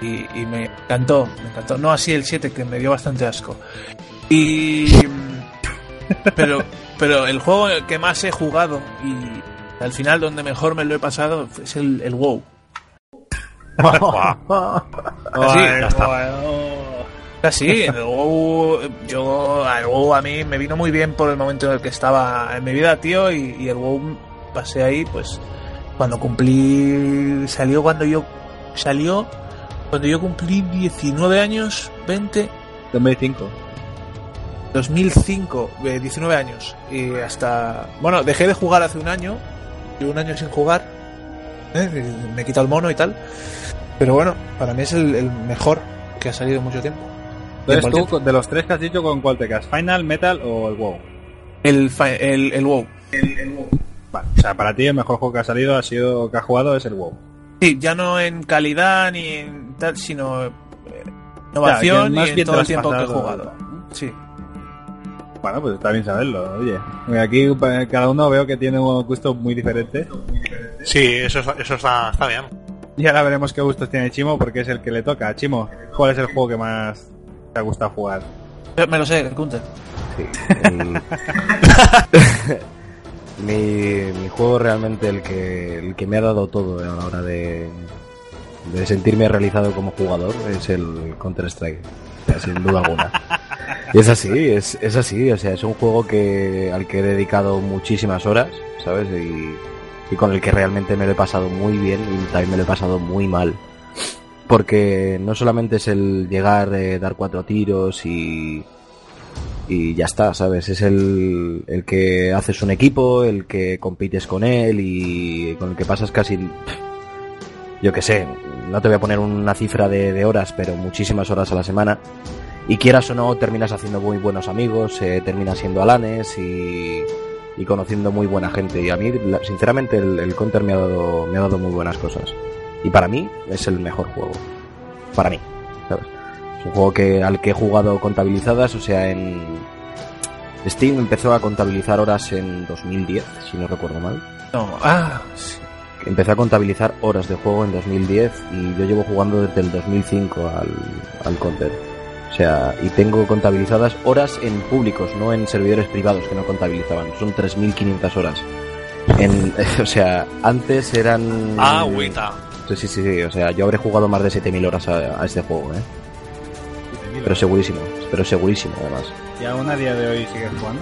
[SPEAKER 5] Y, y me encantó, me encantó. No así el 7, que me dio bastante asco. Y. Pero, pero el juego en el que más he jugado y al final donde mejor me lo he pasado es el, el WoW.
[SPEAKER 4] [LAUGHS]
[SPEAKER 2] Así,
[SPEAKER 4] Ah, ya está.
[SPEAKER 5] Así, el WoW, yo, el WoW a mí me vino muy bien por el momento en el que estaba en mi vida, tío, y, y el WoW pasé ahí, pues, cuando cumplí, salió cuando yo, salió cuando yo cumplí 19 años, 20,
[SPEAKER 2] 2005.
[SPEAKER 5] 2005, eh, 19 años. Y hasta. Bueno, dejé de jugar hace un año. Llevo un año sin jugar. ¿eh? Me he quitado el mono y tal. Pero bueno, para mí es el, el mejor que ha salido en mucho tiempo.
[SPEAKER 2] Entonces
[SPEAKER 5] Tiempo al
[SPEAKER 2] tú, de los tres que has dicho, ¿con cuál te quedas? ¿Final, Metal o el WoW?
[SPEAKER 5] El, fi- el, el WoW.
[SPEAKER 2] Vale, o sea, para ti el mejor juego que ha salido, ha sido que has jugado, es el WoW.
[SPEAKER 5] Sí, ya no en calidad ni en tal, sino eh,
[SPEAKER 2] Ya, que
[SPEAKER 5] innovación
[SPEAKER 2] más
[SPEAKER 5] y en
[SPEAKER 2] bien
[SPEAKER 5] todo
[SPEAKER 2] te
[SPEAKER 5] el tiempo que he
[SPEAKER 2] has pasado,
[SPEAKER 5] jugado. Sí.
[SPEAKER 2] Bueno, pues está bien saberlo, oye. Porque Aquí eh, cada uno veo que tiene un gusto muy diferente.
[SPEAKER 4] Sí, eso, es- eso está, está bien.
[SPEAKER 2] Y ahora veremos qué gustos tiene Chimo porque es el que le toca. Chimo, ¿cuál es el juego que más te ha gustado jugar?
[SPEAKER 5] Yo Me lo sé, el Counter.
[SPEAKER 1] Sí, el- mi, mi juego realmente el que, el que me ha dado todo a la hora de, de sentirme realizado como jugador es el Counter-Strike, o sea, sin duda alguna. Y es así, es, es así, o sea, es un juego que, al que he dedicado muchísimas horas, ¿sabes? Y, y con el que realmente me lo he pasado muy bien y también me lo he pasado muy mal. Porque no solamente es el llegar, eh, dar cuatro tiros y, y ya está, ¿sabes? Es el, el que haces un equipo, el que compites con él y con el que pasas casi, yo qué sé, no te voy a poner una cifra de, de horas, pero muchísimas horas a la semana. Y quieras o no, terminas haciendo muy buenos amigos, eh, terminas siendo alanes y, y conociendo muy buena gente. Y a mí, la- sinceramente, el, el Counter me ha, dado, me ha dado muy buenas cosas. Y para mí es el mejor juego. Para mí, ¿sabes? Es un juego que, al que he jugado contabilizadas, o sea, en... Steam empezó a contabilizar horas en 2010, si no recuerdo mal
[SPEAKER 8] No, ah,
[SPEAKER 1] empecé a contabilizar horas de juego en 2010 y yo llevo jugando desde el 2005 al, al Counter. O sea, y tengo contabilizadas horas en públicos, no en servidores privados que no contabilizaban. Son 3.500 horas. En, [LAUGHS] o sea, antes eran...
[SPEAKER 4] Ah, agüita.
[SPEAKER 1] Sí, sí, sí, sí. O sea, yo habré jugado más de 7.000 horas a, a este juego, ¿eh? Pero segurísimo, pero segurísimo además.
[SPEAKER 2] Y aún a día de hoy sigues jugando.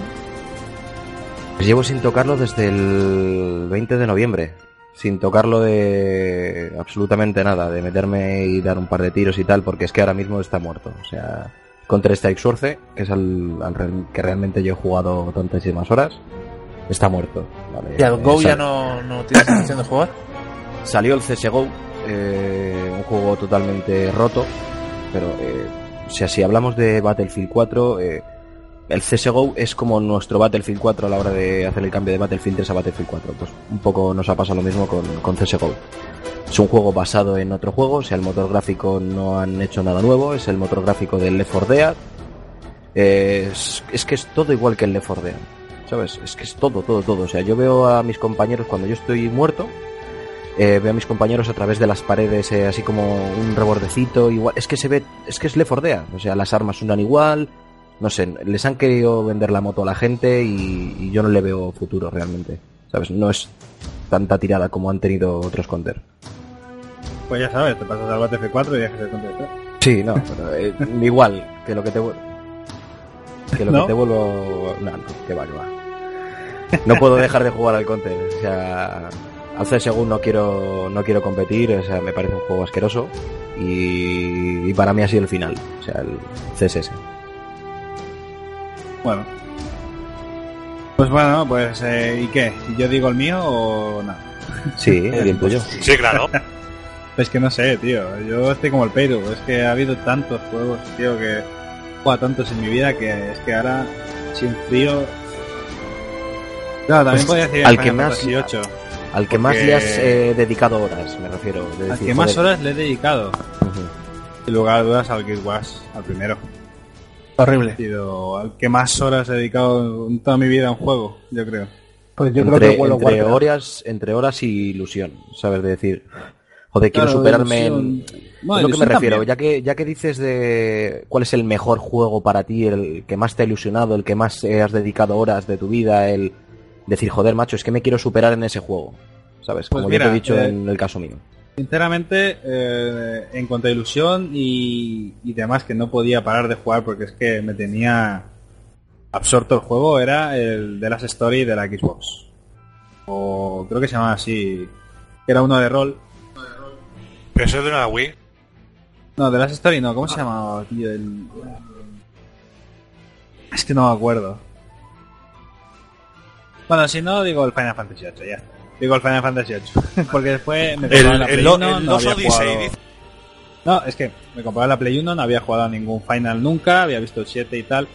[SPEAKER 1] Pues llevo sin tocarlo desde el 20 de noviembre. Sin tocarlo de absolutamente nada, de meterme y dar un par de tiros y tal, porque es que ahora mismo está muerto. O sea, contra Strike Source, que es al, al re- que realmente yo he jugado tantísimas horas, está muerto. Vale,
[SPEAKER 8] y al
[SPEAKER 1] eh,
[SPEAKER 8] Go ya
[SPEAKER 1] sal-
[SPEAKER 8] no, no tienes intención de jugar.
[SPEAKER 1] Salió el CSGO, eh, un juego totalmente roto, pero eh, o sea, si hablamos de Battlefield 4, eh, el CSGO es como nuestro Battlefield 4 a la hora de hacer el cambio de Battlefield 3 a Battlefield 4. Pues un poco nos ha pasado lo mismo con, con CSGO. Es un juego basado en otro juego, o sea, el motor gráfico no han hecho nada nuevo, es el motor gráfico del Left 4 Dead. Eh, es, es que es todo igual que el Left 4 Dead, ¿sabes? Es que es todo, todo, todo. O sea, yo veo a mis compañeros cuando yo estoy muerto, eh, veo a mis compañeros a través de las paredes, eh, así como un rebordecito, igual. Es que se ve, es que es Lefordea. O sea, las armas suenan igual. No sé, les han querido vender la moto a la gente y, y yo no le veo futuro realmente. ¿Sabes? No es tanta tirada como han tenido otros Counter.
[SPEAKER 2] Pues ya sabes, te pasas al Battlefield 4 y dejas de contestar.
[SPEAKER 1] Sí, no, pero, eh, igual que lo que te vu- que lo
[SPEAKER 2] ¿No?
[SPEAKER 1] que te vuelvo no, no, que va, que va. No puedo dejar de jugar al Counter, o sea, al CS:GO no quiero no quiero competir, o sea, me parece un juego asqueroso y, y para mí ha sido el final, o sea, el CSS.
[SPEAKER 2] Bueno. Pues bueno, pues eh, ¿y qué? ¿Yo digo el mío o no? [LAUGHS]
[SPEAKER 1] Sí, bien tuyo.
[SPEAKER 2] pues,
[SPEAKER 4] Sí, claro.
[SPEAKER 2] Es que no sé, tío. Yo estoy como el Peiru. Es que ha habido tantos juegos, tío, que he jugado tantos en mi vida que es que ahora, sin frío... Claro, también
[SPEAKER 1] Pues,
[SPEAKER 2] podría decir
[SPEAKER 1] al
[SPEAKER 2] Final
[SPEAKER 1] que más-
[SPEAKER 2] Fantasy VIII.
[SPEAKER 1] Al que más
[SPEAKER 2] Porque-
[SPEAKER 1] le has eh, dedicado horas, me refiero. de
[SPEAKER 2] Al
[SPEAKER 1] decir,
[SPEAKER 2] que más
[SPEAKER 1] joder.
[SPEAKER 2] horas le he dedicado.
[SPEAKER 1] Ujú.
[SPEAKER 2] Sin lugar a dudas al Guild Wars, al primero.
[SPEAKER 8] Horrible.
[SPEAKER 2] sido al que más horas he dedicado en toda mi vida a un juego, yo creo.
[SPEAKER 3] Pues yo creo
[SPEAKER 1] entre,
[SPEAKER 3] que vuelo
[SPEAKER 1] entre
[SPEAKER 3] Warcraft.
[SPEAKER 1] horas, entre horas y ilusión, ¿sabes? De decir, joder, quiero
[SPEAKER 2] Claro,
[SPEAKER 1] superarme en,
[SPEAKER 2] ilusión.
[SPEAKER 1] Es
[SPEAKER 2] No,
[SPEAKER 1] lo que me
[SPEAKER 2] ilusión
[SPEAKER 1] refiero,
[SPEAKER 2] también.
[SPEAKER 1] ya que, ya que dices de cuál es el mejor juego para ti, el que más te ha ilusionado, el que más eh, has dedicado horas de tu vida, el decir, joder, macho, es que me quiero superar en ese juego, ¿sabes?
[SPEAKER 2] Pues
[SPEAKER 1] Como
[SPEAKER 2] mira,
[SPEAKER 1] yo te he dicho
[SPEAKER 2] eh,
[SPEAKER 1] en el caso mío.
[SPEAKER 2] Sinceramente, eh, en cuanto a ilusión y, y demás que no podía parar de jugar porque es que me tenía absorto el juego, era el de las Story de la Xbox. O creo que se llamaba así. Era uno de rol.
[SPEAKER 4] Pero eso es de una Wii.
[SPEAKER 2] No, de las Story no, ¿cómo se llamaba, tío? El- Es que no me acuerdo. Bueno, si no, digo el Final Fantasy VIII, ya. Digo el Final Fantasy VIII. [LAUGHS] Porque después me compraba
[SPEAKER 4] El-
[SPEAKER 2] la
[SPEAKER 4] el
[SPEAKER 2] Play
[SPEAKER 4] lo-
[SPEAKER 2] 1,
[SPEAKER 4] el
[SPEAKER 2] no
[SPEAKER 4] Los
[SPEAKER 2] había
[SPEAKER 4] Odyssey,
[SPEAKER 2] jugado-
[SPEAKER 4] dice.
[SPEAKER 2] No, es que me compraba la Play 1, no había jugado a ningún Final nunca, había visto el 7 y tal.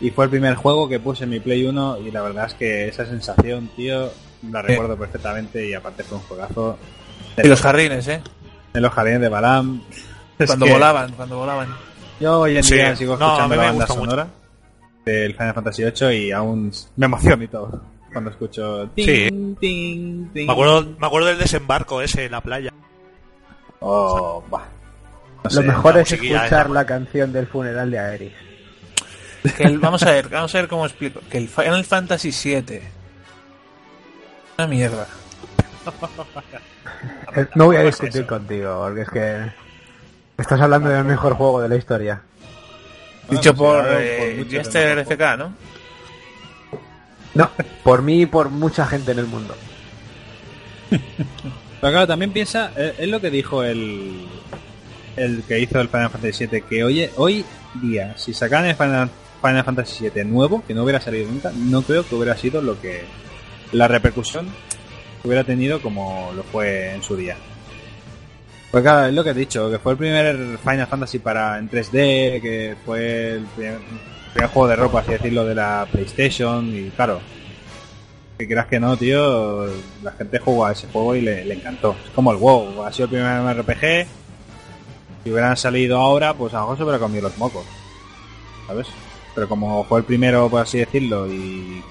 [SPEAKER 2] Y fue el primer juego que puse en mi Play 1 y la verdad es que esa sensación, tío, la recuerdo perfectamente y aparte fue un juegazo
[SPEAKER 8] Y los jardines, ¿eh?
[SPEAKER 2] en los jardines de Balam. Es
[SPEAKER 8] Cuando
[SPEAKER 2] que-
[SPEAKER 8] volaban, cuando volaban.
[SPEAKER 2] yo hoy en
[SPEAKER 4] Sí.
[SPEAKER 2] día sigo
[SPEAKER 4] No, a
[SPEAKER 2] escuchando
[SPEAKER 4] mí me
[SPEAKER 2] la banda
[SPEAKER 4] gusta mucho.
[SPEAKER 2] sonora del Final Fantasy VIII y aún me emociono y todo cuando escucho... ting,
[SPEAKER 4] Sí.
[SPEAKER 2] ting, ting.
[SPEAKER 4] Me acuerdo, me acuerdo del desembarco ese en la playa.
[SPEAKER 2] Oh, bah. No
[SPEAKER 3] Lo
[SPEAKER 2] sé.
[SPEAKER 3] mejor
[SPEAKER 4] la
[SPEAKER 3] es
[SPEAKER 4] musiquilla
[SPEAKER 3] escuchar
[SPEAKER 4] esa.
[SPEAKER 3] la canción del funeral de Aeris.
[SPEAKER 8] Que el- vamos a ver, vamos a ver cómo explico. Que el Final Fantasy VII. Una mierda.
[SPEAKER 3] Eh, No voy a discutir contigo, porque es que estás hablando del mejor juego de la historia.
[SPEAKER 8] Dicho por,
[SPEAKER 2] considerado
[SPEAKER 8] eh,
[SPEAKER 2] por mucho
[SPEAKER 8] Jester
[SPEAKER 4] este
[SPEAKER 2] el mejor
[SPEAKER 8] FK, ¿no?
[SPEAKER 3] No, [LAUGHS] por mí y por mucha gente en el mundo.
[SPEAKER 2] Pero claro, también piensa, eh, es lo que dijo el el que hizo el Final Fantasy VII, que hoy, hoy día, si sacaran el Final, Final Fantasy VII nuevo, que no hubiera salido nunca, no creo que hubiera sido lo que la repercusión que hubiera tenido como lo fue en su día. Pues claro, es lo que he dicho, que fue el primer Final Fantasy para en 3D, que fue el primer, primer juego de ropa, así decirlo, de la PlayStation, y claro, que creas que no, tío, la gente jugó a ese juego y le, le encantó. Es como el WoW, ha sido el primer RPG, si hubieran salido ahora, pues a lo mejor se hubiera comido los mocos, ¿sabes? Pero como fue el primero, por así decirlo, y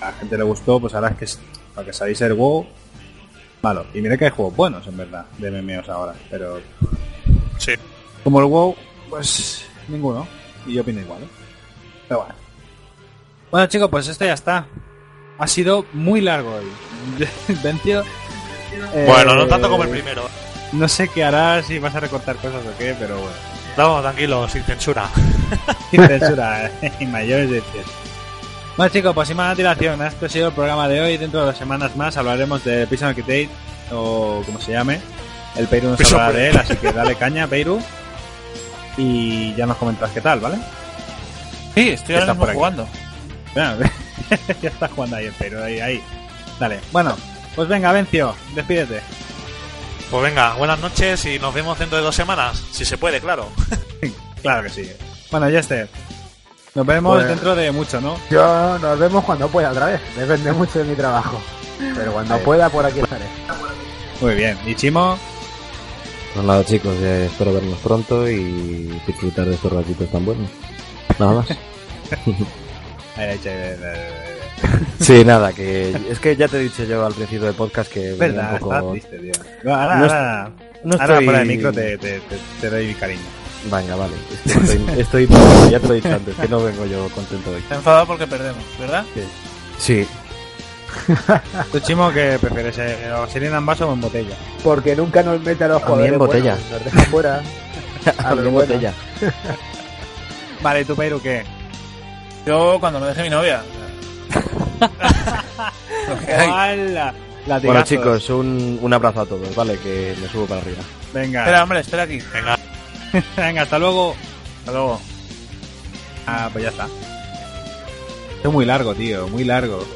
[SPEAKER 2] a la gente le gustó, pues ahora es que es- para que saliese el WoW, malo. Y mira que hay juegos buenos, en verdad, de MMOs ahora, pero
[SPEAKER 4] Sí.
[SPEAKER 2] como el WoW, pues ninguno. Y yo opino igual. ¿eh? Pero bueno. Bueno chicos, pues esto ya está. Ha sido muy largo hoy. [LAUGHS] Vencio. eh,
[SPEAKER 4] Bueno, no tanto como el primero.
[SPEAKER 2] No sé qué harás, si vas a recortar cosas o qué, pero bueno.
[SPEAKER 4] No, tranquilo, sin censura. [LAUGHS]
[SPEAKER 2] Sin censura, eh, y mayores de 10. Bueno chicos, pues sin más dilación, este ha sido el programa de hoy. Dentro de dos semanas más hablaremos de Prison Architect o como se llame. El Peiru nos
[SPEAKER 4] Prison
[SPEAKER 2] hablará de
[SPEAKER 4] Break.
[SPEAKER 2] él, así que dale caña, Peiru. Y ya nos comentas qué tal, ¿vale?
[SPEAKER 8] Sí, estoy ahora
[SPEAKER 2] Está
[SPEAKER 8] mismo
[SPEAKER 2] por aquí.
[SPEAKER 8] jugando.
[SPEAKER 2] Ya, [LAUGHS] ya está jugando ahí el Peiru, ahí, ahí. Dale, bueno, pues venga, Vencio, despídete.
[SPEAKER 4] Pues venga, buenas noches y nos vemos dentro de dos semanas, si se puede, claro.
[SPEAKER 2] [LAUGHS] Claro que sí. Bueno, Jester, nos vemos
[SPEAKER 3] Pues-
[SPEAKER 2] dentro de mucho, ¿no?
[SPEAKER 3] Yo nos vemos cuando pueda otra vez. Depende mucho de mi trabajo. Pero cuando
[SPEAKER 2] Ahí.
[SPEAKER 3] pueda, por aquí estaré.
[SPEAKER 2] Muy bien, y Chimo,
[SPEAKER 1] Pues nada, chicos, eh, espero vernos pronto y disfrutar de estos ratitos tan buenos. Nada más.
[SPEAKER 2] eh, eh, eh,
[SPEAKER 1] Sí, nada, que es que ya te he dicho yo al principio del podcast que venía
[SPEAKER 2] Verdad,
[SPEAKER 1] un poco-
[SPEAKER 2] está triste, tío. No, ahora,
[SPEAKER 1] No es-
[SPEAKER 2] ahora,
[SPEAKER 1] no
[SPEAKER 2] ahora
[SPEAKER 1] estoy-
[SPEAKER 2] fuera de micro te, te, te, te doy mi cariño.
[SPEAKER 1] Venga, vale. Es
[SPEAKER 2] [LAUGHS]
[SPEAKER 1] que Estoy, estoy- ya te lo he dicho antes, que no vengo yo contento hoy.
[SPEAKER 8] Está enfadado porque perdemos, ¿verdad?
[SPEAKER 1] [LAUGHS] Sí,
[SPEAKER 2] ¿Tú, Chimo, que prefieres? eh, ¿O sirena en vaso o en botella?
[SPEAKER 3] Porque nunca nos mete a los
[SPEAKER 1] A mí
[SPEAKER 3] jugadores
[SPEAKER 1] en botella.
[SPEAKER 3] buenos, nos deja
[SPEAKER 1] [LAUGHS]
[SPEAKER 3] fuera. Ah,
[SPEAKER 1] a
[SPEAKER 3] los
[SPEAKER 1] mi
[SPEAKER 3] buenos.
[SPEAKER 1] botella.
[SPEAKER 2] Vale, ¿y tú, Peiru, qué?
[SPEAKER 8] Yo cuando me deje mi novia.
[SPEAKER 2] ¡Hala! Latigazos.
[SPEAKER 1] Bueno, chicos, un, un abrazo a todos, vale, que me subo para arriba.
[SPEAKER 2] Venga,
[SPEAKER 8] Espera, hombre, espera aquí.
[SPEAKER 4] Venga,
[SPEAKER 2] venga, hasta luego. Hasta luego. Ah, pues ya está. Esto es muy largo, tío, muy largo.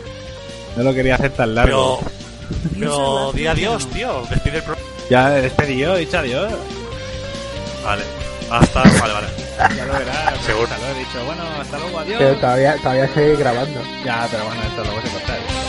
[SPEAKER 2] No lo quería hacer tan largo.
[SPEAKER 4] pero. Pero di adiós, tío. Despide el pro.
[SPEAKER 2] Ya despedí yo, he dicho adiós.
[SPEAKER 4] Vale. Hasta. Vale, vale.
[SPEAKER 2] Ya lo verás.
[SPEAKER 4] Seguro.
[SPEAKER 2] Ya lo he dicho. Bueno, hasta luego, adiós.
[SPEAKER 3] Pero todavía, todavía estoy grabando.
[SPEAKER 2] Ya, pero bueno, esto lo voy a cortar.